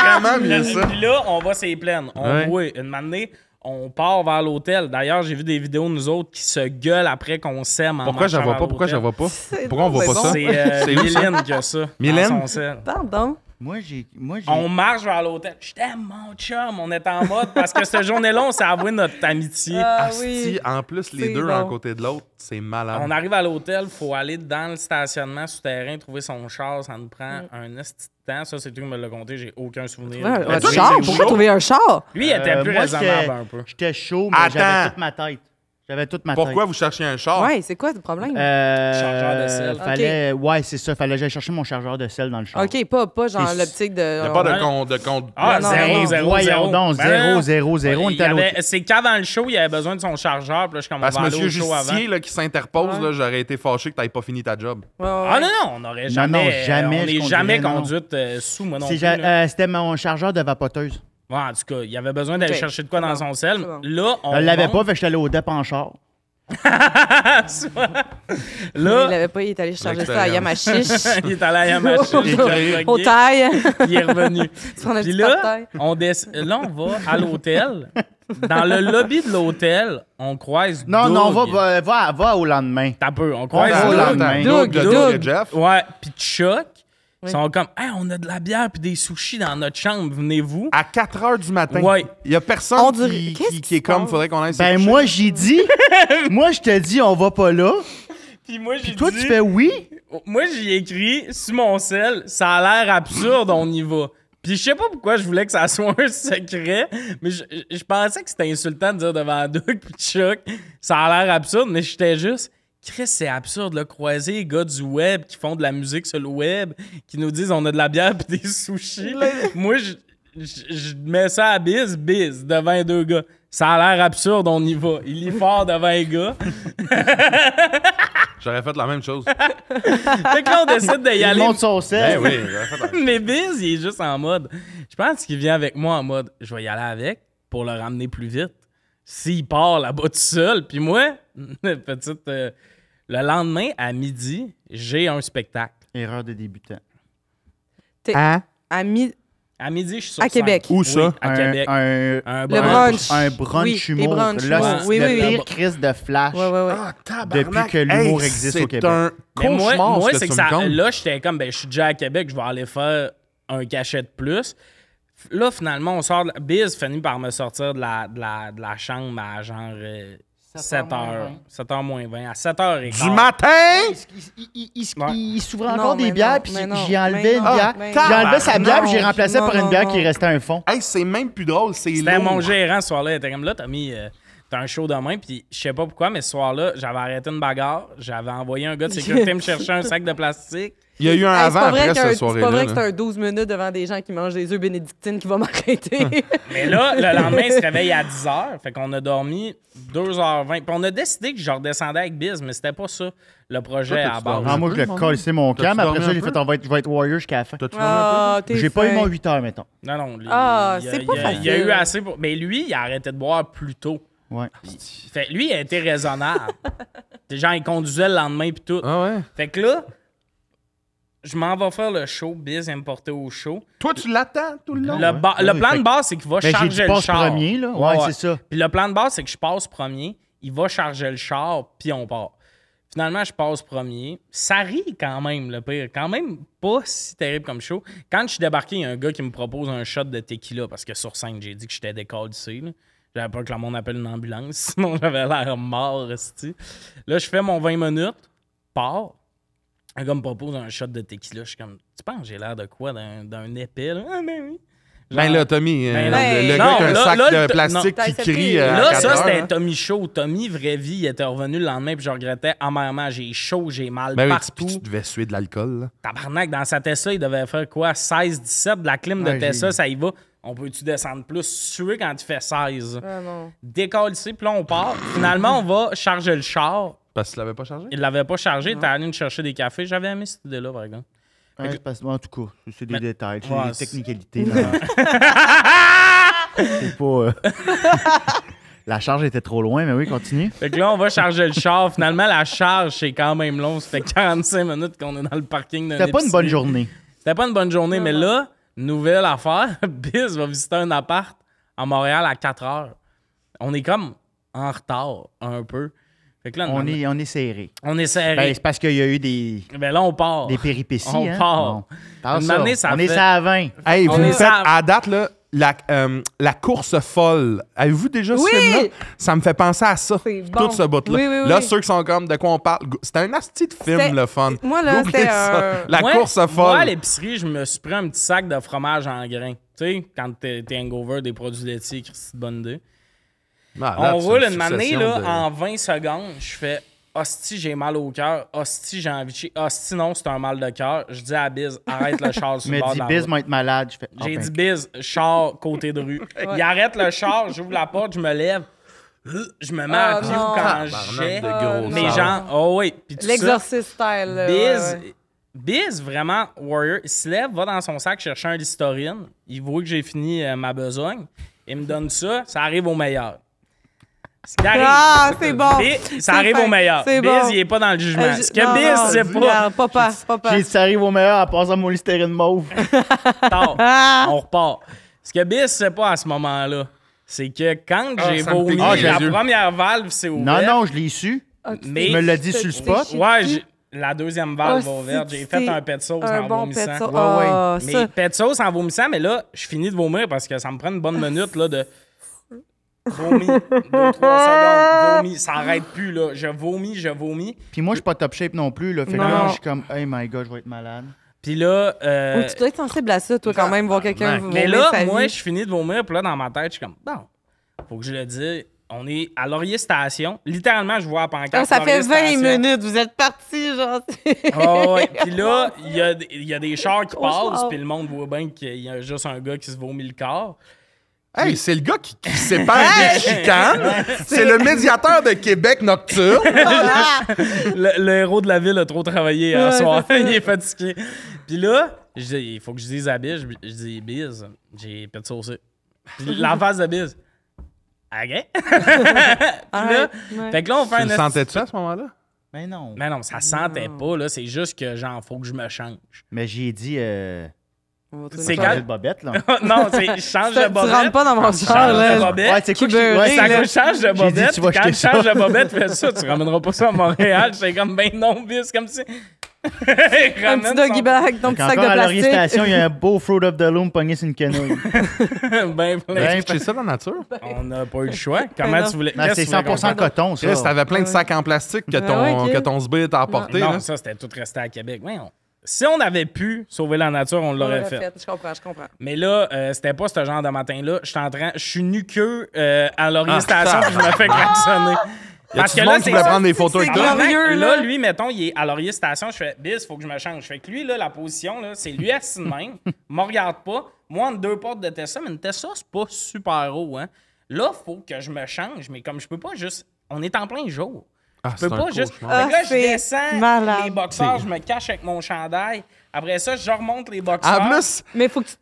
[SPEAKER 2] Vraiment mieux ça.
[SPEAKER 1] Puis là, on va c'est pleine. On
[SPEAKER 4] Ouais.
[SPEAKER 1] oui, une matinée, on part vers l'hôtel. D'ailleurs, j'ai vu des vidéos de nous autres qui se gueulent après qu'on s'aime en
[SPEAKER 2] Pourquoi
[SPEAKER 1] marchant
[SPEAKER 2] j'en vois
[SPEAKER 1] vers
[SPEAKER 2] pas? Pourquoi
[SPEAKER 1] l'hôtel.
[SPEAKER 2] j'en vois pas?
[SPEAKER 3] C'est
[SPEAKER 2] Pourquoi on voit
[SPEAKER 3] drôle,
[SPEAKER 2] pas ça?
[SPEAKER 3] mais
[SPEAKER 1] C'est
[SPEAKER 2] C'est
[SPEAKER 1] euh,
[SPEAKER 2] où, ça?
[SPEAKER 1] Mylène qui a ça. dans
[SPEAKER 2] Mylène?
[SPEAKER 1] son sel.
[SPEAKER 3] Pardon.
[SPEAKER 4] Moi, j'ai. Moi, j'ai.
[SPEAKER 1] On marche vers l'hôtel. Je t'aime, mon chum. On est en mode parce que cette journée-là, on s'est avoué notre amitié.
[SPEAKER 3] Ah
[SPEAKER 2] Asti,
[SPEAKER 3] oui.
[SPEAKER 2] en plus, les
[SPEAKER 3] C'est
[SPEAKER 2] deux
[SPEAKER 3] bon.
[SPEAKER 2] un côté de l'autre, c'est malade.
[SPEAKER 1] On arrive à l'hôtel, faut aller dans le stationnement souterrain, trouver son char. Ça nous prend un esti de temps. Ça, c'est tout qui me l'a compté. J'ai aucun souvenir.
[SPEAKER 3] Mm. Ouais,
[SPEAKER 1] de-
[SPEAKER 3] Un
[SPEAKER 1] Lui,
[SPEAKER 2] toi,
[SPEAKER 3] char?
[SPEAKER 2] t'es
[SPEAKER 3] Pourquoi
[SPEAKER 2] chaud?
[SPEAKER 3] trouver un char?
[SPEAKER 1] Lui, il était
[SPEAKER 4] Euh,
[SPEAKER 1] plus
[SPEAKER 4] moi,
[SPEAKER 1] raisonnable
[SPEAKER 4] j'étais-
[SPEAKER 1] un peu.
[SPEAKER 4] J'étais chaud, mais
[SPEAKER 2] Attends.
[SPEAKER 4] j'avais toute ma tête. J'avais toute ma
[SPEAKER 2] Pourquoi
[SPEAKER 4] tête.
[SPEAKER 2] vous cherchez un char?
[SPEAKER 3] Ouais, c'est quoi le problème?
[SPEAKER 4] Euh,
[SPEAKER 1] Chargeur de sel.
[SPEAKER 4] Fallait, Ouais, c'est ça. Fallait que j'aille chercher mon chargeur de sel dans le char.
[SPEAKER 3] OK, pas, pas genre
[SPEAKER 4] C'est-
[SPEAKER 3] l'optique de...
[SPEAKER 2] Y a pas
[SPEAKER 1] Ouais.
[SPEAKER 2] de con, de con-
[SPEAKER 1] Ah,
[SPEAKER 3] Non,
[SPEAKER 1] zéro,
[SPEAKER 3] non,
[SPEAKER 1] zéro,
[SPEAKER 4] voyons
[SPEAKER 1] zéro.
[SPEAKER 4] donc,
[SPEAKER 1] Ben
[SPEAKER 4] zéro,
[SPEAKER 1] non.
[SPEAKER 4] zéro, zéro, on
[SPEAKER 1] Il
[SPEAKER 4] était à
[SPEAKER 1] avait-
[SPEAKER 4] l'hôtel.
[SPEAKER 1] C'est qu'avant le show, il avait besoin de son chargeur. Puis là, je suis comme, on
[SPEAKER 2] Parce
[SPEAKER 1] va
[SPEAKER 2] que
[SPEAKER 1] aller
[SPEAKER 2] Monsieur
[SPEAKER 1] au show avant.
[SPEAKER 2] Justier là, qui s'interpose, là, j'aurais été fâché que t'aies pas fini ta job.
[SPEAKER 3] Ouais, ouais,
[SPEAKER 1] Ah
[SPEAKER 3] ouais.
[SPEAKER 1] non, non, on n'aurait jamais.
[SPEAKER 4] non, jamais
[SPEAKER 1] On
[SPEAKER 4] je
[SPEAKER 1] n'est jamais
[SPEAKER 4] conduirais, non, non.
[SPEAKER 1] conduite euh, sous, moi non
[SPEAKER 4] C'est
[SPEAKER 1] plus.
[SPEAKER 4] ja-
[SPEAKER 1] là.
[SPEAKER 4] euh, C'était mon chargeur de vapoteuse.
[SPEAKER 1] Ouais, en tout cas, il avait besoin d'aller
[SPEAKER 3] Ok.
[SPEAKER 1] chercher de quoi dans son sel.
[SPEAKER 3] bon.
[SPEAKER 1] Là, on.
[SPEAKER 4] Je l'avais
[SPEAKER 1] monte.
[SPEAKER 4] pas, fait que j'étais allé au DEP en char.
[SPEAKER 1] Là,
[SPEAKER 3] Il avait pas, il est allé charger ça à
[SPEAKER 2] L'expérience.
[SPEAKER 3] Yamachiche.
[SPEAKER 1] il est allé à Yamaha.
[SPEAKER 2] Il est correct.
[SPEAKER 3] Au taille.
[SPEAKER 1] Il est revenu.
[SPEAKER 3] prends un
[SPEAKER 1] Puis
[SPEAKER 3] petit
[SPEAKER 1] là,
[SPEAKER 3] cocktail.
[SPEAKER 1] on dess- là, on va à l'hôtel. Dans le lobby de l'hôtel, on croise.
[SPEAKER 4] Non, non,
[SPEAKER 1] Doug.
[SPEAKER 4] va, va, va, va au lendemain.
[SPEAKER 1] T'as peu, on
[SPEAKER 4] Ouais,
[SPEAKER 1] croise.
[SPEAKER 4] va au
[SPEAKER 1] Doug.
[SPEAKER 4] lendemain.
[SPEAKER 2] Doug,
[SPEAKER 3] Doug,
[SPEAKER 2] Doug
[SPEAKER 3] Doug.
[SPEAKER 2] et Jeff.
[SPEAKER 1] Ouais, puis Chuck. Ils
[SPEAKER 3] Oui.
[SPEAKER 1] sont comme, hey, on a de la bière puis des sushis dans notre chambre, venez-vous.
[SPEAKER 2] À 4 h du matin,
[SPEAKER 1] Ouais.
[SPEAKER 2] il y a personne
[SPEAKER 3] On dirait-
[SPEAKER 2] qui,
[SPEAKER 3] qu'est-ce
[SPEAKER 2] qui-
[SPEAKER 3] qui
[SPEAKER 2] qui est
[SPEAKER 3] se
[SPEAKER 2] comme,
[SPEAKER 3] passe?
[SPEAKER 2] faudrait qu'on aille se
[SPEAKER 4] Ben
[SPEAKER 2] coucher.
[SPEAKER 4] moi j'ai dit, moi je te dis on va pas là.
[SPEAKER 1] Puis moi, j'ai
[SPEAKER 4] Toi tu fais oui.
[SPEAKER 1] Moi, j'ai écrit sur mon sel, ça a l'air absurde, on y va. Puis je sais pas pourquoi je voulais que ça soit un secret, mais je, je- je pensais que c'était insultant de dire devant Doug puis Chuck, ça a l'air absurde, mais j'étais juste. Chris, c'est absurde, là, croiser les gars du web qui font de la musique sur le web, qui nous disent on a de la bière puis des sushis. Moi, je, je- je mets ça à biz, biz, devant les deux gars. Ça a l'air absurde, on y va. Il lit fort devant les gars.
[SPEAKER 2] J'aurais fait la même chose.
[SPEAKER 3] Ben
[SPEAKER 1] Fait que là, on décide d'y
[SPEAKER 4] Il
[SPEAKER 1] aller.
[SPEAKER 4] monte son
[SPEAKER 2] ben
[SPEAKER 4] sel.
[SPEAKER 2] oui, j'aurais fait la même
[SPEAKER 1] Mais Biz, il est juste en mode. Je pense qu'il vient avec moi en mode je vais y aller avec pour le ramener plus vite. S'il part là-bas tout seul. Puis moi, petite. euh, le lendemain, à midi, j'ai un spectacle.
[SPEAKER 4] Erreur de débutant.
[SPEAKER 3] À mi-
[SPEAKER 1] À midi, je suis sur
[SPEAKER 3] À
[SPEAKER 1] scène.
[SPEAKER 3] Québec.
[SPEAKER 2] Où
[SPEAKER 1] Oui,
[SPEAKER 2] ça?
[SPEAKER 1] À
[SPEAKER 4] un,
[SPEAKER 1] Québec.
[SPEAKER 4] Un,
[SPEAKER 1] Un
[SPEAKER 3] Le
[SPEAKER 1] brunch.
[SPEAKER 3] brunch.
[SPEAKER 4] un brunch
[SPEAKER 3] Oui, les
[SPEAKER 4] humour.
[SPEAKER 3] brunch
[SPEAKER 4] Là,
[SPEAKER 3] humour.
[SPEAKER 4] c'est
[SPEAKER 3] Oui,
[SPEAKER 4] le
[SPEAKER 3] oui, oui.
[SPEAKER 4] pire crise de flash.
[SPEAKER 3] Ouais, ouais, ouais.
[SPEAKER 2] Ah, tabarnak.
[SPEAKER 4] Depuis que l'humour
[SPEAKER 2] Hey,
[SPEAKER 4] existe au Québec.
[SPEAKER 2] C'est un
[SPEAKER 1] Mais moi,
[SPEAKER 2] cauchemar,
[SPEAKER 1] moi
[SPEAKER 2] ce
[SPEAKER 1] c'est que
[SPEAKER 2] tu
[SPEAKER 1] ça.
[SPEAKER 2] me comptes.
[SPEAKER 1] Là, j'étais comme, ben, je suis déjà à Québec, je vais aller faire un cachet de plus. F- Là, finalement, on sort. de la- Biz finit par me sortir de la, de la, de la chambre à genre euh, 7h. 7h, 7h moins 20. À 7h et
[SPEAKER 2] Du matin?
[SPEAKER 4] Il, il- il- il-
[SPEAKER 1] Ouais.
[SPEAKER 4] il s'ouvrait
[SPEAKER 3] Non,
[SPEAKER 4] encore
[SPEAKER 3] mais
[SPEAKER 4] des bières,
[SPEAKER 3] non,
[SPEAKER 4] puis
[SPEAKER 3] mais non,
[SPEAKER 4] j'ai enlevé
[SPEAKER 3] mais
[SPEAKER 4] une
[SPEAKER 3] non,
[SPEAKER 4] bière.
[SPEAKER 3] mais
[SPEAKER 4] J'ai enlevé
[SPEAKER 2] non.
[SPEAKER 4] sa bière, puis j'ai
[SPEAKER 3] Non,
[SPEAKER 4] remplacé
[SPEAKER 3] non,
[SPEAKER 4] par une
[SPEAKER 3] non,
[SPEAKER 4] bière
[SPEAKER 3] non.
[SPEAKER 4] qui restait un fond.
[SPEAKER 2] Hey, c'est même plus drôle, c'est
[SPEAKER 1] C'était
[SPEAKER 2] lourd.
[SPEAKER 1] mon gérant ce soir-là. Il était comme là, t'as mis, euh, t'as C'était un show de main, puis je sais pas pourquoi, mais ce soir-là, j'avais arrêté une bagarre, j'avais envoyé un gars de sécurité me chercher un sac de plastique.
[SPEAKER 2] Il y a eu un
[SPEAKER 3] Hey,
[SPEAKER 2] Ah, avant
[SPEAKER 3] c'est pas vrai
[SPEAKER 2] après
[SPEAKER 3] qu'un-
[SPEAKER 2] cette
[SPEAKER 3] C'est pas vrai
[SPEAKER 2] soirée-là.
[SPEAKER 3] que
[SPEAKER 2] là.
[SPEAKER 3] c'est un 12 minutes devant des gens qui mangent des œufs bénédictines qui va m'arrêter.
[SPEAKER 1] Mais là, le lendemain, il se réveille à 10h. Fait qu'on a dormi 2h20. Puis on a décidé que je redescendais avec Biz, mais c'était pas ça le projet
[SPEAKER 2] Toi, t'as-tu
[SPEAKER 1] à base.
[SPEAKER 2] dormi?
[SPEAKER 4] Ah, moi, je l'ai collé mon
[SPEAKER 2] T'as-tu
[SPEAKER 4] cam. Après
[SPEAKER 2] dormi
[SPEAKER 4] ça,
[SPEAKER 2] un
[SPEAKER 4] j'ai
[SPEAKER 2] peu?
[SPEAKER 4] fait, on va être, je vais être Warrior jusqu'à la fin.
[SPEAKER 2] T'as-tu
[SPEAKER 3] Ah, t'es
[SPEAKER 4] J'ai pas eu
[SPEAKER 3] fin.
[SPEAKER 4] mon 8 heures, mettons.
[SPEAKER 1] Non, non. lui,
[SPEAKER 3] Ah,
[SPEAKER 1] il a-
[SPEAKER 3] c'est pas
[SPEAKER 1] il a- Il y a
[SPEAKER 3] facile.
[SPEAKER 1] eu assez pour. Mais lui, il a arrêté de boire plus tôt.
[SPEAKER 4] Ouais.
[SPEAKER 1] Fait, lui, il a été raisonnable. Des gens, il conduisait le lendemain puis tout.
[SPEAKER 2] Ah ouais.
[SPEAKER 1] Fait que là, je m'en vais faire le show. Biz il me porter au show.
[SPEAKER 2] Toi, tu l'attends tout le long?
[SPEAKER 1] Le, ba-
[SPEAKER 4] ouais,
[SPEAKER 1] le
[SPEAKER 4] oui,
[SPEAKER 1] plan
[SPEAKER 4] fait
[SPEAKER 1] de
[SPEAKER 4] que-
[SPEAKER 1] base, c'est qu'il va
[SPEAKER 4] Ben, j'ai dit
[SPEAKER 1] charger le
[SPEAKER 4] passe
[SPEAKER 1] char.
[SPEAKER 4] premier, là. Ouais, c'est ça.
[SPEAKER 1] Puis le plan de base, c'est que je passe premier, il va charger le char, puis on part. Finalement, je passe premier. Ça rit quand même, le pire. Quand même pas si terrible comme show. Quand je suis débarqué, il y a un gars qui me propose un shot de tequila parce que sur scène, j'ai dit que j'étais décalcé. là. J'avais peur que le monde appelle une ambulance, sinon j'avais l'air mort, esti. Là, je fais mon 20 minutes, pars. Un gars me propose un shot de tequila. Je suis comme, tu penses, que j'ai l'air de quoi d'un, d'un épais, là? Ah, ben oui.
[SPEAKER 2] Ben
[SPEAKER 1] Genre-
[SPEAKER 2] là, Tommy, euh,
[SPEAKER 1] Ben
[SPEAKER 2] le-
[SPEAKER 1] non.
[SPEAKER 2] le,
[SPEAKER 1] Non,
[SPEAKER 2] gars qui a un
[SPEAKER 1] là-
[SPEAKER 2] sac
[SPEAKER 1] là, le-
[SPEAKER 2] de plastique
[SPEAKER 3] non.
[SPEAKER 2] qui
[SPEAKER 3] T'as
[SPEAKER 2] crie.
[SPEAKER 3] accepté.
[SPEAKER 2] euh, à
[SPEAKER 1] Là,
[SPEAKER 2] quatre
[SPEAKER 1] ça,
[SPEAKER 2] heures,
[SPEAKER 1] c'était
[SPEAKER 2] hein.
[SPEAKER 1] Tommy Chaud. Tommy, vraie vie, il était revenu le lendemain, puis je regrettais amèrement. J'ai chaud, j'ai mal
[SPEAKER 2] Ben oui, tu-
[SPEAKER 1] partout.
[SPEAKER 2] puis tu devais suer de l'alcool. là.
[SPEAKER 1] Tabarnak, dans sa Tessa, il devait faire quoi? 16, 17, de la clim de
[SPEAKER 4] Ouais,
[SPEAKER 1] Tessa,
[SPEAKER 4] j'ai-
[SPEAKER 1] ça y va. On peut-tu descendre plus? Suer quand il fait 16.
[SPEAKER 3] Ah non.
[SPEAKER 1] Décolle ici, puis là, on part. Finalement, on va charger le char.
[SPEAKER 2] Parce que tu l'avais pas chargé?
[SPEAKER 1] Il l'avait pas chargé, il était allé nous chercher des cafés. J'avais aimé cette idée-là, par exemple.
[SPEAKER 4] Ouais, c'est parce- en tout cas, c'est des détails, c'est
[SPEAKER 1] ouais,
[SPEAKER 4] des
[SPEAKER 1] c'est-
[SPEAKER 4] technicalités. là. c'est pas. euh, La charge était trop loin, mais oui, continue.
[SPEAKER 1] Fait que là, on va charger le char. Finalement, la charge, c'est quand même long. C'était 45 minutes qu'on est dans le parking d'un
[SPEAKER 4] C'était pas une bonne
[SPEAKER 1] épicerie.
[SPEAKER 4] journée.
[SPEAKER 1] C'était pas une bonne journée, mais là, nouvelle affaire. Biz va visiter un appart à Montréal à 4 heures. On est comme en retard, un peu. Fait que là,
[SPEAKER 4] On est, on est serré.
[SPEAKER 1] on est
[SPEAKER 4] Ben,
[SPEAKER 1] serré.
[SPEAKER 4] c'est parce qu'il y a eu des,
[SPEAKER 1] Ben, là, on part.
[SPEAKER 4] des péripéties.
[SPEAKER 1] On
[SPEAKER 4] hein.
[SPEAKER 1] part.
[SPEAKER 4] Bon. Parle
[SPEAKER 1] Une
[SPEAKER 4] ça.
[SPEAKER 1] année, ça
[SPEAKER 4] on est
[SPEAKER 1] fait-
[SPEAKER 4] ça à 20.
[SPEAKER 2] Hey,
[SPEAKER 1] On
[SPEAKER 2] vous
[SPEAKER 1] est
[SPEAKER 2] me faites,
[SPEAKER 1] sable.
[SPEAKER 2] à date, là, la, euh, la course folle. Avez-vous déjà
[SPEAKER 3] Oui!
[SPEAKER 2] ce film-là? Ça me fait penser à ça.
[SPEAKER 3] C'est
[SPEAKER 2] Tout
[SPEAKER 3] bon.
[SPEAKER 2] ce bout-là.
[SPEAKER 3] Oui, oui, oui.
[SPEAKER 2] Là, ceux qui sont comme de quoi on parle. go- C'était un asti de
[SPEAKER 3] C'était-
[SPEAKER 2] film, le fun.
[SPEAKER 3] Moi, là,
[SPEAKER 2] Googlez
[SPEAKER 3] c'était
[SPEAKER 2] ça.
[SPEAKER 3] un-
[SPEAKER 2] La
[SPEAKER 1] Moi-
[SPEAKER 2] course
[SPEAKER 1] Moi, à
[SPEAKER 2] folle.
[SPEAKER 1] l'épicerie, je me suis pris un petit sac de fromage en grains. Tu sais, quand t'es t'es hangover des produits laitiers, Christy de bonne idée.
[SPEAKER 2] Ah, là,
[SPEAKER 1] On
[SPEAKER 2] c'est
[SPEAKER 1] roule
[SPEAKER 2] une
[SPEAKER 1] une manée,
[SPEAKER 2] succession
[SPEAKER 1] là,
[SPEAKER 2] de-
[SPEAKER 1] en 20 secondes, je fais Hostie, j'ai mal au cœur. Hostie, j'ai envie de chier. Hostie, non, c'est un mal de cœur. Je dis à Biz, arrête le char
[SPEAKER 4] Tu
[SPEAKER 1] sur le
[SPEAKER 4] me
[SPEAKER 1] bord
[SPEAKER 4] dis,
[SPEAKER 1] de la
[SPEAKER 4] Biz
[SPEAKER 1] route.
[SPEAKER 4] va être malade. Je fais, ah,
[SPEAKER 1] J'ai
[SPEAKER 4] ben,
[SPEAKER 1] dit biz, char côté de rue. Il arrête le char, j'ouvre la porte, je me lève. Euh, Je me mets à
[SPEAKER 3] Ah,
[SPEAKER 1] pied
[SPEAKER 3] non.
[SPEAKER 1] quand
[SPEAKER 2] Tabarnak
[SPEAKER 1] j'ai.
[SPEAKER 2] de gros
[SPEAKER 1] Les
[SPEAKER 2] sable.
[SPEAKER 1] gens, oh oui. Puis tout ça,
[SPEAKER 3] L'exorciste style. là, ouais, ouais.
[SPEAKER 1] Biz, Biz, vraiment, Warrior, il se lève, va dans son sac chercher un listorine. Il voit que j'ai fini euh, ma besogne. Il me donne ça, ça arrive au meilleur. Ce qui arrive.
[SPEAKER 3] Ah, c'est bon.
[SPEAKER 1] Biz,
[SPEAKER 3] C'est
[SPEAKER 1] ça arrive
[SPEAKER 3] fin.
[SPEAKER 1] au meilleur.
[SPEAKER 3] C'est
[SPEAKER 1] Biz,
[SPEAKER 3] bon.
[SPEAKER 1] il est pas dans le jugement.
[SPEAKER 3] Euh, je-
[SPEAKER 1] Ce que
[SPEAKER 3] non, non,
[SPEAKER 1] Biz, c'est pas.
[SPEAKER 3] regarde, Papa, papa.
[SPEAKER 4] J'ai dit, ça arrive au meilleur en passant mon listerine mauve.
[SPEAKER 1] tard.
[SPEAKER 3] Ah!
[SPEAKER 1] on repart. Ce que Biss sait pas à ce moment-là, c'est que quand
[SPEAKER 2] Ah,
[SPEAKER 1] j'ai
[SPEAKER 2] ça me
[SPEAKER 1] vomi,
[SPEAKER 2] pique
[SPEAKER 4] les
[SPEAKER 1] la
[SPEAKER 2] yeux.
[SPEAKER 1] première valve s'est
[SPEAKER 4] non,
[SPEAKER 1] ouverte.
[SPEAKER 4] non, je l'ai su.
[SPEAKER 3] Ah, tu
[SPEAKER 1] mais-
[SPEAKER 3] t'es-
[SPEAKER 4] Tu me l'as dit
[SPEAKER 3] t'es-
[SPEAKER 4] sur le
[SPEAKER 3] t'es
[SPEAKER 4] spot.
[SPEAKER 3] chié
[SPEAKER 1] Ouais,
[SPEAKER 3] dessus.
[SPEAKER 1] j'ai- la deuxième
[SPEAKER 3] Ah,
[SPEAKER 1] valve va ouverte.
[SPEAKER 3] si,
[SPEAKER 1] J'ai fait
[SPEAKER 3] si.
[SPEAKER 1] un pet de sauce
[SPEAKER 3] Un
[SPEAKER 1] en
[SPEAKER 3] bon
[SPEAKER 1] vomissant.
[SPEAKER 3] pet de sauce.
[SPEAKER 4] Ouais, ouais.
[SPEAKER 3] Ah,
[SPEAKER 1] Mais
[SPEAKER 3] ça.
[SPEAKER 1] pet de sauce en vomissant, mais là, je finis de vomir parce que ça me prend une bonne minute là, de. Vomi, deux, trois secondes, vomi, ça arrête plus là. Je vomis, je vomis.
[SPEAKER 4] Puis moi, je suis pas top shape non plus. Là, fait que
[SPEAKER 3] Non.
[SPEAKER 4] là, je suis comme, hey my god, je vais être malade.
[SPEAKER 1] Puis là, euh,
[SPEAKER 3] Oui, Tu dois être sensible à ça, toi, quand même, voir quelqu'un vous
[SPEAKER 1] Ah, Mais
[SPEAKER 3] vomir
[SPEAKER 1] là,
[SPEAKER 3] sa
[SPEAKER 1] moi,
[SPEAKER 3] vie.
[SPEAKER 1] je finis de vomir, puis là, dans ma tête, je suis comme, bon, faut que je le dise. On est à Laurier Station. Littéralement, je vois la pancarte.
[SPEAKER 3] Ah, Ça fait
[SPEAKER 1] Laurier
[SPEAKER 3] 20
[SPEAKER 1] Station.
[SPEAKER 3] minutes, vous êtes partis, genre.
[SPEAKER 1] Ah ouais. Puis là, il y a, il y a des chars qui
[SPEAKER 3] Gros char.
[SPEAKER 1] passent, puis le monde voit bien qu'il y a juste un gars qui se vomit le corps.
[SPEAKER 2] Hey, c'est le gars qui, qui sépare des chicanes. C'est le médiateur de Québec nocturne.
[SPEAKER 3] Ah,
[SPEAKER 1] Le, le héros de la ville a trop travaillé à
[SPEAKER 3] Ouais,
[SPEAKER 1] soir.
[SPEAKER 3] c'est ça.
[SPEAKER 1] il est fatigué. Puis là, je dis, il faut que je dise à Biz, je, je dis, Biz, j'ai pas de sauce. Puis la face de Biz, OK. là,
[SPEAKER 3] Ouais.
[SPEAKER 1] Fait que là, on fait
[SPEAKER 2] Tu
[SPEAKER 1] un
[SPEAKER 2] le
[SPEAKER 1] esti-
[SPEAKER 2] sentais-tu à ce moment-là?
[SPEAKER 4] Mais non.
[SPEAKER 1] Mais non, ça sentait pas, là. C'est juste que, genre, faut que je me change.
[SPEAKER 4] Mais j'ai dit, euh,
[SPEAKER 3] On va trouver
[SPEAKER 1] C'est
[SPEAKER 3] une
[SPEAKER 1] quand-
[SPEAKER 4] changer de bobette, là.
[SPEAKER 1] non, c'est je change
[SPEAKER 3] Ça,
[SPEAKER 1] de
[SPEAKER 3] tu
[SPEAKER 1] bobette.
[SPEAKER 3] rentres pas dans mon char,
[SPEAKER 1] change de
[SPEAKER 3] Ah, là.
[SPEAKER 1] bobette.
[SPEAKER 4] Ouais, c'est quoi
[SPEAKER 3] qui
[SPEAKER 4] que je-
[SPEAKER 3] beurré,
[SPEAKER 4] ouais,
[SPEAKER 1] C'est à
[SPEAKER 3] là.
[SPEAKER 1] cause que je change de
[SPEAKER 4] J'ai dit,
[SPEAKER 1] bobette.
[SPEAKER 4] tu vas
[SPEAKER 1] puis quand
[SPEAKER 4] acheter
[SPEAKER 1] je change
[SPEAKER 4] ça.
[SPEAKER 1] de bobette, fais ça, tu ramèneras pas ça à Montréal. C'est comme ben non, bis, comme si. un
[SPEAKER 3] Un petit doggy bag, ton
[SPEAKER 4] Fait
[SPEAKER 3] petit sac de
[SPEAKER 4] qu'encore à Laurier
[SPEAKER 3] plastique.
[SPEAKER 4] Station, il y a un beau Fruit of the Loom pogné sur une canoë.
[SPEAKER 1] ben, plein.
[SPEAKER 4] Ben,
[SPEAKER 2] J'ai ça dans la nature.
[SPEAKER 1] On n'a pas eu le choix. Comment
[SPEAKER 3] non.
[SPEAKER 1] tu
[SPEAKER 2] Ben,
[SPEAKER 1] voulais.
[SPEAKER 4] Non,
[SPEAKER 1] qu'est-ce
[SPEAKER 4] c'est
[SPEAKER 1] que tu voulais qu'on
[SPEAKER 4] 100%
[SPEAKER 1] fasse?
[SPEAKER 4] coton, ça.
[SPEAKER 2] Chris, t'avais plein de sacs en plastique que
[SPEAKER 3] Ah ouais,
[SPEAKER 2] ton,
[SPEAKER 3] ok.
[SPEAKER 2] que ton sbire t'a apporté.
[SPEAKER 1] Non,
[SPEAKER 2] là.
[SPEAKER 1] ça, c'était tout resté à Québec. Voyons. Si on avait pu sauver la nature, on
[SPEAKER 3] On
[SPEAKER 1] l'aurait
[SPEAKER 3] l'a
[SPEAKER 1] fait.
[SPEAKER 3] fait. Je comprends, je comprends.
[SPEAKER 1] Mais là, euh, c'était pas ce genre de matin-là. Je suis en train- je suis nu-queue euh, à l'orientation,
[SPEAKER 2] Ah,
[SPEAKER 1] puis je me fais klaxonner.
[SPEAKER 2] Y a
[SPEAKER 1] Parce
[SPEAKER 2] tout
[SPEAKER 1] que
[SPEAKER 2] le
[SPEAKER 1] là,
[SPEAKER 2] monde qui
[SPEAKER 1] c'est
[SPEAKER 2] voulait
[SPEAKER 1] ça.
[SPEAKER 2] prendre des photos avec
[SPEAKER 3] c'est
[SPEAKER 2] toi.
[SPEAKER 3] grave.
[SPEAKER 1] Là,
[SPEAKER 3] Glorieux,
[SPEAKER 1] Ah, ben, là,
[SPEAKER 3] là.
[SPEAKER 1] lui, mettons, il est à Laurier Station. Je fais, Biz, faut que je me change. Je fais que lui, là, la position, là, c'est lui assis de même. me regarde pas. Moi, entre deux portes de Tessa, mais une Tessa, c'est pas super haut. Hein. Là, faut que je me change, mais comme je peux pas juste. On est en plein jour.
[SPEAKER 2] Ah,
[SPEAKER 1] Je peux
[SPEAKER 2] c'est un
[SPEAKER 1] pas juste. euh,
[SPEAKER 2] cauchemar.
[SPEAKER 1] Fait que là,
[SPEAKER 3] Ah,
[SPEAKER 1] je
[SPEAKER 3] c'est
[SPEAKER 1] descends
[SPEAKER 3] malade.
[SPEAKER 1] les boxeurs, je me cache avec mon chandail. Après ça, je remonte les boxeurs.
[SPEAKER 2] Ah, En plus,
[SPEAKER 3] Mais faut que tu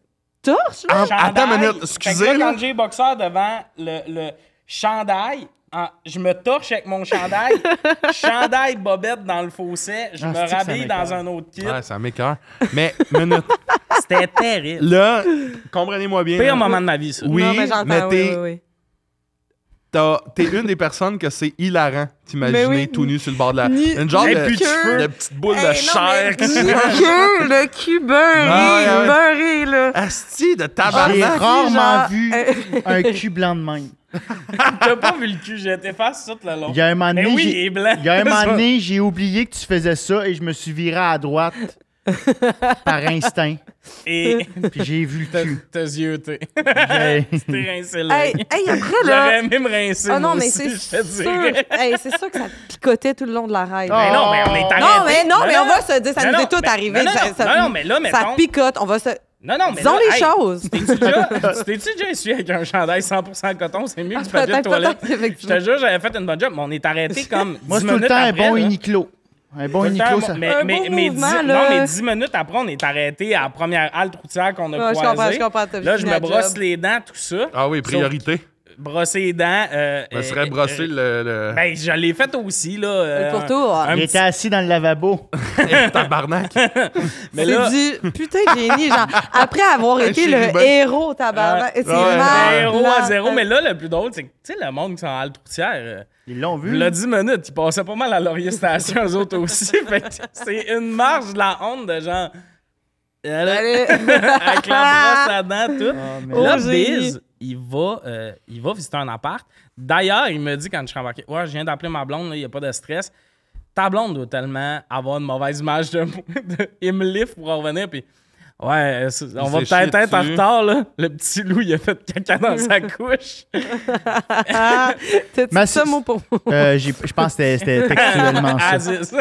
[SPEAKER 3] torches, là.
[SPEAKER 2] en-
[SPEAKER 1] Chandail.
[SPEAKER 2] attends une minute,
[SPEAKER 1] Fait
[SPEAKER 2] excusez
[SPEAKER 1] que là,
[SPEAKER 2] là.
[SPEAKER 1] quand j'ai boxeur devant le, le chandail, en- je me torche avec mon chandail, chandail bobette dans le fossé, je
[SPEAKER 4] Ah,
[SPEAKER 1] me
[SPEAKER 4] c'est-tu que ça
[SPEAKER 1] rhabille dans
[SPEAKER 4] m'écoeure.
[SPEAKER 1] un autre kit.
[SPEAKER 2] Ouais, ça m'écoeure. Mais, minute.
[SPEAKER 1] C'était terrible.
[SPEAKER 2] Là, comprenez-moi bien.
[SPEAKER 1] Pire
[SPEAKER 2] là.
[SPEAKER 1] moment de ma vie, ça.
[SPEAKER 2] Oui,
[SPEAKER 3] non, mais j'entends,
[SPEAKER 2] mais
[SPEAKER 3] oui,
[SPEAKER 2] t'es-
[SPEAKER 3] oui, oui.
[SPEAKER 2] T'as- T'es une des personnes que c'est hilarant t'imaginer
[SPEAKER 3] Mais oui.
[SPEAKER 2] tout nu sur le bord de la.
[SPEAKER 3] Ni-
[SPEAKER 2] Une genre
[SPEAKER 1] Ni
[SPEAKER 2] de,
[SPEAKER 1] plus de cheveux.
[SPEAKER 2] de petite boule
[SPEAKER 3] Hey,
[SPEAKER 2] de
[SPEAKER 3] non,
[SPEAKER 2] chair
[SPEAKER 3] mais
[SPEAKER 2] qui
[SPEAKER 3] Le cul, le cul beurré,
[SPEAKER 2] Ouais,
[SPEAKER 3] beurré,
[SPEAKER 2] ouais.
[SPEAKER 3] là.
[SPEAKER 2] Asti de
[SPEAKER 4] J'ai
[SPEAKER 2] tabarnak!
[SPEAKER 4] rarement
[SPEAKER 3] genre- euh,
[SPEAKER 4] vu un cul blanc de même.
[SPEAKER 1] T'as pas vu le cul, j'étais face tout le long.
[SPEAKER 4] Il y a un moment
[SPEAKER 1] Mais
[SPEAKER 4] donné,
[SPEAKER 1] oui,
[SPEAKER 4] j'ai-
[SPEAKER 1] il est blanc.
[SPEAKER 4] il y a un
[SPEAKER 1] Ça.
[SPEAKER 4] moment donné, j'ai oublié que tu faisais ça et je me suis viré à droite par instinct.
[SPEAKER 1] Et
[SPEAKER 4] Puis j'ai vu le
[SPEAKER 1] t'as
[SPEAKER 4] cul.
[SPEAKER 1] t'as zioté.
[SPEAKER 4] J'ai-
[SPEAKER 1] T'es rincé là.
[SPEAKER 3] Hey, hey, après, là.
[SPEAKER 1] J'aurais même rincé.
[SPEAKER 3] Ah non,
[SPEAKER 1] moi
[SPEAKER 3] mais
[SPEAKER 1] aussi,
[SPEAKER 3] c'est
[SPEAKER 1] je te
[SPEAKER 3] sûr.
[SPEAKER 1] dirais.
[SPEAKER 3] Hey, c'est sûr que ça picotait tout le long de la
[SPEAKER 1] Mais
[SPEAKER 3] raide.
[SPEAKER 4] Ah,
[SPEAKER 1] non, mais on est arrêté.
[SPEAKER 3] Non, mais non, mais
[SPEAKER 1] Non,
[SPEAKER 3] on va se dire, ça
[SPEAKER 1] non,
[SPEAKER 3] nous
[SPEAKER 1] non,
[SPEAKER 3] est tout
[SPEAKER 1] mais-
[SPEAKER 3] arrivé.
[SPEAKER 1] non, non,
[SPEAKER 3] ça, ça-
[SPEAKER 1] non, non, mais là, mettons-
[SPEAKER 3] Ça picote, on va se.
[SPEAKER 1] Non, non, mais.
[SPEAKER 3] Disons
[SPEAKER 1] là,
[SPEAKER 3] les
[SPEAKER 1] hey,
[SPEAKER 3] choses.
[SPEAKER 1] T'es-tu déjà, t'es-tu déjà essuyé avec un chandail 100% coton? C'est mieux que du papier de
[SPEAKER 3] Ah, Peut-être,
[SPEAKER 1] toilette.
[SPEAKER 3] peut-être,
[SPEAKER 1] Je te
[SPEAKER 3] effectivement.
[SPEAKER 1] jure, j'avais fait une bonne job, mais on est arrêté comme.
[SPEAKER 4] Moi,
[SPEAKER 1] 10
[SPEAKER 4] c'est tout le
[SPEAKER 1] minutes
[SPEAKER 4] temps un
[SPEAKER 1] après,
[SPEAKER 4] bon
[SPEAKER 1] là.
[SPEAKER 4] Uniqlo. Un bon
[SPEAKER 1] Tout le temps,
[SPEAKER 4] Uniqlo, ça.
[SPEAKER 1] mais,
[SPEAKER 3] Un
[SPEAKER 1] mais,
[SPEAKER 3] bon
[SPEAKER 1] mais
[SPEAKER 3] mouvement,
[SPEAKER 1] dix-
[SPEAKER 3] là.
[SPEAKER 1] Non, mais 10 minutes après, on est arrêté à la première halte routière qu'on a
[SPEAKER 3] Ouais, Ah, je
[SPEAKER 1] croisée.
[SPEAKER 3] comprends, je comprends, t'as
[SPEAKER 1] Là, je
[SPEAKER 3] fini
[SPEAKER 1] me
[SPEAKER 3] la
[SPEAKER 1] brosse
[SPEAKER 3] job.
[SPEAKER 1] les dents, tout ça.
[SPEAKER 2] Ah oui, priorité.
[SPEAKER 1] Brosser les dents. Euh,
[SPEAKER 2] Je
[SPEAKER 1] euh,
[SPEAKER 2] me serais brossé
[SPEAKER 1] euh,
[SPEAKER 2] le, le-
[SPEAKER 1] Ben, je l'ai fait aussi, là. euh,
[SPEAKER 3] Le pourtour.
[SPEAKER 1] un- un
[SPEAKER 4] J'étais
[SPEAKER 1] petit-
[SPEAKER 4] assis dans le lavabo.
[SPEAKER 2] le
[SPEAKER 1] ben,
[SPEAKER 2] tabarnak.
[SPEAKER 1] mais
[SPEAKER 3] C'est
[SPEAKER 1] là,
[SPEAKER 3] du putain de génie, genre, après avoir été
[SPEAKER 2] chéri,
[SPEAKER 3] le
[SPEAKER 2] ben-
[SPEAKER 3] héros, tabarnak,
[SPEAKER 2] Ouais.
[SPEAKER 3] c'est
[SPEAKER 2] Ouais.
[SPEAKER 3] mal.
[SPEAKER 1] zéro à zéro. Mais là, le plus drôle, c'est que, tu sais, le monde qui sont en halte routière. euh,
[SPEAKER 4] Ils l'ont vu.
[SPEAKER 1] L'a 10 minutes, ils passaient pas mal à Laurier Station, eux autres aussi. Fait que c'est une marge de la honte de genre. Allez,
[SPEAKER 3] Allez.
[SPEAKER 1] avec la brosse à dents, tout.
[SPEAKER 4] mais-
[SPEAKER 1] Ah, là,
[SPEAKER 3] Oh, génie.
[SPEAKER 1] Biz, il va, euh, il va visiter un appart. D'ailleurs, il me dit quand je suis embarqué Ouais, je viens d'appeler ma blonde, là, il n'y a pas de stress. Ta blonde doit tellement avoir une mauvaise image de moi. de- Il me lift pour en revenir, puis. Ouais, c'est- on va
[SPEAKER 2] Il s'est
[SPEAKER 1] peut-être
[SPEAKER 2] chié
[SPEAKER 1] être en
[SPEAKER 2] dessus.
[SPEAKER 1] retard, là. Le petit loup, il a fait caca dans sa couche.
[SPEAKER 3] Ah, T'as dit
[SPEAKER 4] Mais
[SPEAKER 3] ça
[SPEAKER 4] c'est-
[SPEAKER 3] mot pour mot.
[SPEAKER 4] Euh, j'ai- je pense que c'était- c'était textuellement ça.
[SPEAKER 1] Aziz.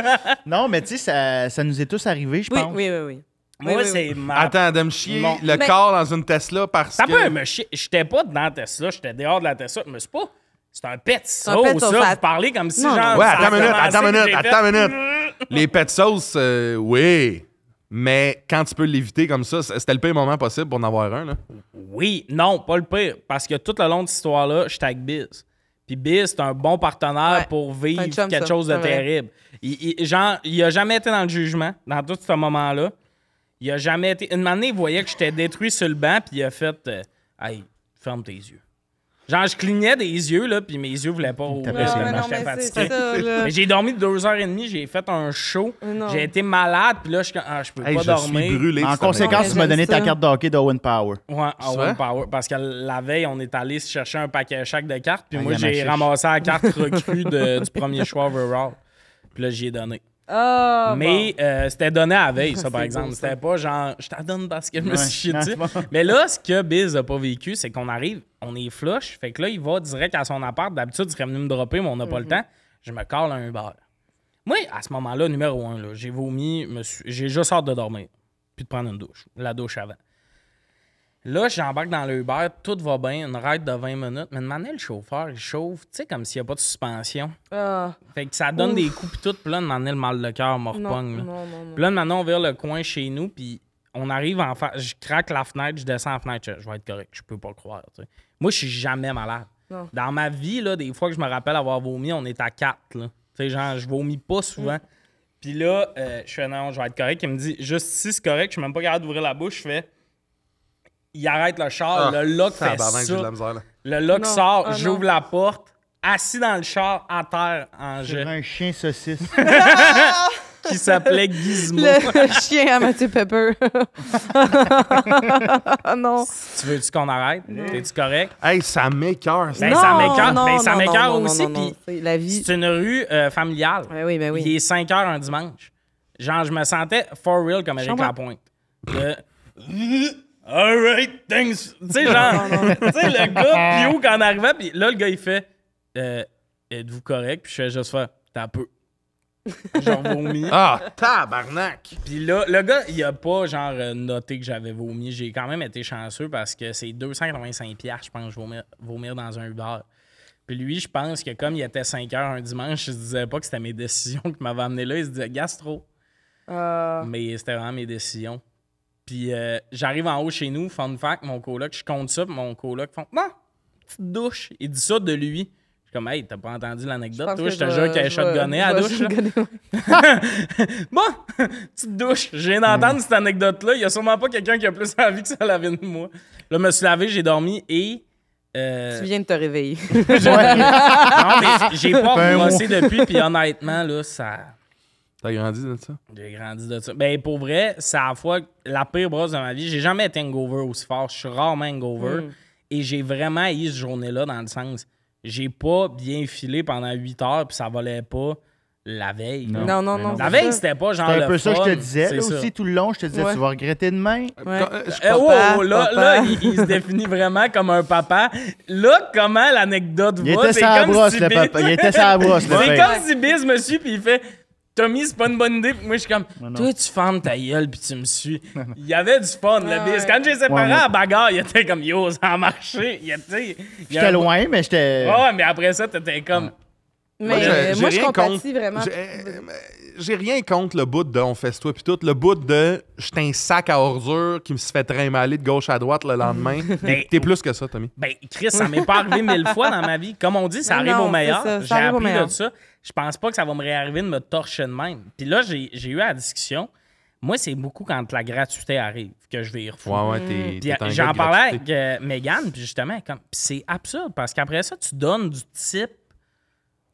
[SPEAKER 4] Non, mais tu sais, ça, ça nous est tous arrivé, je
[SPEAKER 3] Oui,
[SPEAKER 4] pense.
[SPEAKER 3] oui, oui, oui.
[SPEAKER 1] Moi,
[SPEAKER 3] oui, oui.
[SPEAKER 1] c'est ma
[SPEAKER 2] Attends, de me chier
[SPEAKER 1] Non.
[SPEAKER 2] le
[SPEAKER 3] Ah. Mais-
[SPEAKER 2] corps dans une Tesla parce
[SPEAKER 1] Ça
[SPEAKER 2] que.
[SPEAKER 1] peut me chier. J'étais pas dans Tesla, j'étais dehors de la Tesla. Mais c'est pas. C'est un pet
[SPEAKER 3] un
[SPEAKER 1] sauce,
[SPEAKER 3] pet sauce,
[SPEAKER 1] ça.
[SPEAKER 3] ça-
[SPEAKER 1] Vous parlez comme si,
[SPEAKER 3] Non,
[SPEAKER 1] genre.
[SPEAKER 3] non.
[SPEAKER 2] Ouais,
[SPEAKER 1] ça
[SPEAKER 2] attends une minute,
[SPEAKER 1] commençait
[SPEAKER 2] attends
[SPEAKER 1] que
[SPEAKER 2] une minute,
[SPEAKER 1] j'ai
[SPEAKER 2] attends
[SPEAKER 1] fait-
[SPEAKER 2] une minute. Les pets sauces, euh, oui. Mais quand tu peux l'éviter comme ça, c- c'était le pire moment possible pour en avoir un. Là.
[SPEAKER 1] Oui, non, pas le pire. Parce que tout le long de cette histoire-là, j'étais avec Biz. Puis Biz, c'est un bon partenaire
[SPEAKER 3] Ouais,
[SPEAKER 1] pour vivre
[SPEAKER 3] c'est un chum,
[SPEAKER 1] quelque
[SPEAKER 3] ça,
[SPEAKER 1] chose de
[SPEAKER 3] c'est vrai.
[SPEAKER 1] terrible. Il, il- genre, il a jamais été dans le jugement, dans tout ce moment-là. Il a jamais été. Une année, il voyait que j'étais détruit sur le banc, puis il a fait euh, Hey, ferme tes yeux. Genre, je clignais des yeux, là, puis mes yeux voulaient pas
[SPEAKER 2] Eh,
[SPEAKER 1] ouvrir.
[SPEAKER 4] mais
[SPEAKER 1] tellement
[SPEAKER 4] non,
[SPEAKER 1] j'étais fatigué.
[SPEAKER 3] Ah, c'est ça, là.
[SPEAKER 1] Mais j'ai dormi deux heures et demie, j'ai fait un show,
[SPEAKER 3] Non.
[SPEAKER 1] j'ai été malade, puis là, je, suis comme, ah, je peux
[SPEAKER 2] Hey,
[SPEAKER 1] pas
[SPEAKER 2] je
[SPEAKER 1] dormir.
[SPEAKER 2] suis brûlé.
[SPEAKER 4] En
[SPEAKER 2] cette
[SPEAKER 4] conséquence,
[SPEAKER 3] Ouais,
[SPEAKER 4] tu m'as donné
[SPEAKER 3] j'aime
[SPEAKER 4] ta
[SPEAKER 3] ça.
[SPEAKER 4] carte de hockey d'Owen Power.
[SPEAKER 1] Ouais, à
[SPEAKER 2] C'est
[SPEAKER 1] One
[SPEAKER 2] vrai?
[SPEAKER 1] Power. Parce que la veille, on est allé se chercher un paquet chaque de cartes, puis
[SPEAKER 4] Ah,
[SPEAKER 1] moi,
[SPEAKER 4] y en a
[SPEAKER 1] j'ai
[SPEAKER 4] chiche.
[SPEAKER 1] ramassé la carte recrue de- du premier choix overall. Puis là, j'y ai donné.
[SPEAKER 3] Ah,
[SPEAKER 1] Mais euh, c'était donné à la veille, ça, par
[SPEAKER 3] C'est
[SPEAKER 1] exemple.
[SPEAKER 3] beau, ça.
[SPEAKER 1] C'était pas genre, je t'en donne parce que je me
[SPEAKER 4] Ouais,
[SPEAKER 1] suis chié
[SPEAKER 4] non,
[SPEAKER 1] dessus.
[SPEAKER 4] c'est bon.
[SPEAKER 1] Mais là, ce que Biz a pas vécu, c'est qu'on arrive, on est flush. Fait que là, il va direct à son appart. D'habitude, il serait venu me dropper, mais on n'a pas le temps. Je me cale à un bar. Moi, à ce moment-là, numéro un, là, j'ai vomi, me suis- j'ai juste hâte de dormir, puis de prendre une douche, la douche avant. Là, j'embarque dans le Uber, tout va bien, une ride de 20 minutes. Mais demandez le chauffeur, il chauffe, tu sais, comme s'il n'y a pas de suspension.
[SPEAKER 3] bon. Ah,
[SPEAKER 1] Fait que ça donne des coups pis tout, pis là, demander le mal de cœur, me
[SPEAKER 3] non,
[SPEAKER 1] repogne, là.
[SPEAKER 3] non, non, non.
[SPEAKER 1] Puis là, maintenant, on vire le coin chez nous, puis on arrive en face. Je craque la fenêtre, je descends la fenêtre, je je vais être correct, je peux pas croire. tu sais. Moi, je suis jamais malade.
[SPEAKER 3] Non.
[SPEAKER 1] Dans ma vie, là, des fois que je me rappelle avoir vomi, on est à 4. Là. Tu sais, genre, je vomis pas souvent.
[SPEAKER 3] Mm.
[SPEAKER 1] Puis là, euh, je fais non, je vais être correct. Il me dit, juste si c'est correct, je suis même pas capable d'ouvrir la bouche. Je fais, il arrête le char, Ah, le lock fait
[SPEAKER 2] Ah, tabarnak, j'ai de la
[SPEAKER 1] ça.
[SPEAKER 2] misère. Là.
[SPEAKER 1] Le lock
[SPEAKER 3] Non.
[SPEAKER 1] sort,
[SPEAKER 3] Ah, non.
[SPEAKER 1] j'ouvre la porte, assis dans le char, à terre, en
[SPEAKER 4] J'ai
[SPEAKER 1] jet,
[SPEAKER 4] un chien saucisse.
[SPEAKER 1] qui s'appelait Gizmo.
[SPEAKER 3] Le chien à Mathieu Pepper. Ah, non.
[SPEAKER 1] Tu veux-tu qu'on arrête? T'es-tu correct?
[SPEAKER 2] Hey, ça m'écœure. ça.
[SPEAKER 1] Ben, ça m'écoeure, ben, ça m'écoeure aussi, puis
[SPEAKER 3] puis... La vie.
[SPEAKER 1] C'est une rue euh, familiale.
[SPEAKER 3] Ouais, oui, ben oui.
[SPEAKER 1] Il est 5 heures un dimanche. Genre, je me sentais for real comme Eric
[SPEAKER 3] comprends.
[SPEAKER 1] Lapointe. Le... All right, thanks. Tu sais, genre, tu sais, le gars, Pio, quand on arrivait, puis là, le gars, il fait euh, Êtes-vous correct? Puis je fais juste faire T'as peu. Genre, vomi.
[SPEAKER 2] Ah, tabarnak!
[SPEAKER 1] Puis là, le gars, il a pas genre euh, noté que j'avais vomi. J'ai quand même été chanceux parce que c'est 285 piastres, je pense, vomir, vomir dans un Uber. Puis lui, je pense que comme il était 5 heures un dimanche, il se disait pas que c'était mes décisions qui m'avaient amené là. Il se disait gastro.
[SPEAKER 3] Euh,
[SPEAKER 1] Mais c'était vraiment mes décisions. Puis euh, j'arrive en haut chez nous, fun fact, mon coloc, je compte ça, puis mon coloc font Non, petite douche. Il dit ça de lui. Je suis comme, hey, t'as pas entendu l'anecdote, toi, je te jure qu'elle est shotgunnée à la douche. là. Bon, petite douche. J'ai viens d'entendre cette anecdote-là. Il y a sûrement pas quelqu'un qui a plus envie que ça laver de moi. Là, je me suis lavé, j'ai dormi et. euh,
[SPEAKER 3] Tu viens de te réveiller.
[SPEAKER 1] non, mais j'ai pas
[SPEAKER 4] Ben,
[SPEAKER 1] rebossé depuis, puis honnêtement, là, ça.
[SPEAKER 2] T'as grandi de ça?
[SPEAKER 1] J'ai grandi de ça. Ben, pour vrai, c'est à la fois la pire brosse de ma vie. J'ai jamais été hangover aussi fort. Je suis rarement hangover.
[SPEAKER 3] Hmm.
[SPEAKER 1] Et j'ai vraiment eu cette journée-là dans le sens. J'ai pas bien filé pendant 8 heures, puis ça valait pas la veille. là.
[SPEAKER 3] Non, non,
[SPEAKER 4] Mais
[SPEAKER 3] non.
[SPEAKER 4] non.
[SPEAKER 1] La
[SPEAKER 3] c'est
[SPEAKER 1] veille,
[SPEAKER 3] ça.
[SPEAKER 1] c'était pas genre.
[SPEAKER 4] C'est un
[SPEAKER 1] le
[SPEAKER 4] peu ça que je
[SPEAKER 1] fun.
[SPEAKER 4] te disais.
[SPEAKER 1] C'est
[SPEAKER 4] Là
[SPEAKER 1] ça.
[SPEAKER 4] aussi, tout le long, je te disais,
[SPEAKER 3] Ouais.
[SPEAKER 4] tu vas regretter demain.
[SPEAKER 3] Ouais.
[SPEAKER 2] Quand- euh, je
[SPEAKER 1] Eh,
[SPEAKER 2] pense-
[SPEAKER 1] oh,
[SPEAKER 3] Papa,
[SPEAKER 1] oh, là,
[SPEAKER 3] papa.
[SPEAKER 1] là il, il se définit vraiment comme un papa. Là, comment l'anecdote
[SPEAKER 4] Il
[SPEAKER 1] va?
[SPEAKER 4] était
[SPEAKER 1] C'est
[SPEAKER 4] sur la
[SPEAKER 1] comme
[SPEAKER 4] brosse,
[SPEAKER 1] si
[SPEAKER 4] le
[SPEAKER 1] Biz-
[SPEAKER 4] papa. Il était sur la brosse, le
[SPEAKER 1] C'est
[SPEAKER 4] père.
[SPEAKER 1] comme si Biz me suit, puis il fait Tommy, c'est pas une bonne idée. Puis moi, je suis comme
[SPEAKER 4] non.
[SPEAKER 1] Toi, tu fermes ta gueule, puis tu me suis. Il y avait du fun, le Biz. Quand j'ai séparé
[SPEAKER 4] Ouais, moi-
[SPEAKER 1] à bagarre, il était comme Yo, ça a marché. Il était. il y a
[SPEAKER 4] J'étais
[SPEAKER 1] un-
[SPEAKER 4] loin, mais j'étais.
[SPEAKER 1] Ouais, mais après ça, t'étais comme.
[SPEAKER 3] Mais
[SPEAKER 2] j'ai-
[SPEAKER 3] euh,
[SPEAKER 2] j'ai
[SPEAKER 3] moi, je
[SPEAKER 2] rien
[SPEAKER 3] compatis
[SPEAKER 2] contre-
[SPEAKER 3] vraiment.
[SPEAKER 2] j'ai- euh, J'ai rien contre le bout de on fait toi puis tout. Le bout de je un sac à ordures qui me se fait trimballer de gauche à droite le lendemain.
[SPEAKER 1] Ben,
[SPEAKER 2] T'es t'es plus que ça, Tommy.
[SPEAKER 1] Ben, Chris, ça m'est pas arrivé mille fois dans ma vie. Comme on dit, ça
[SPEAKER 3] Non,
[SPEAKER 1] arrive
[SPEAKER 3] non,
[SPEAKER 1] au meilleur.
[SPEAKER 3] c'est ça, ça
[SPEAKER 1] J'ai
[SPEAKER 3] arrive au
[SPEAKER 1] appris
[SPEAKER 3] meilleur.
[SPEAKER 1] de ça. Je pense pas que ça va me réarriver de me torcher de même. Puis là, j'ai j'ai eu la discussion. Moi, c'est beaucoup quand la gratuité arrive que je vais y refouler.
[SPEAKER 2] Ouais, ouais, t'es.
[SPEAKER 1] Puis
[SPEAKER 2] t'es un gars
[SPEAKER 1] j'en
[SPEAKER 2] de
[SPEAKER 1] parlais
[SPEAKER 2] gratuité.
[SPEAKER 1] avec euh, Mégane, puis justement, comme- puis c'est absurde parce qu'après ça, tu donnes du type.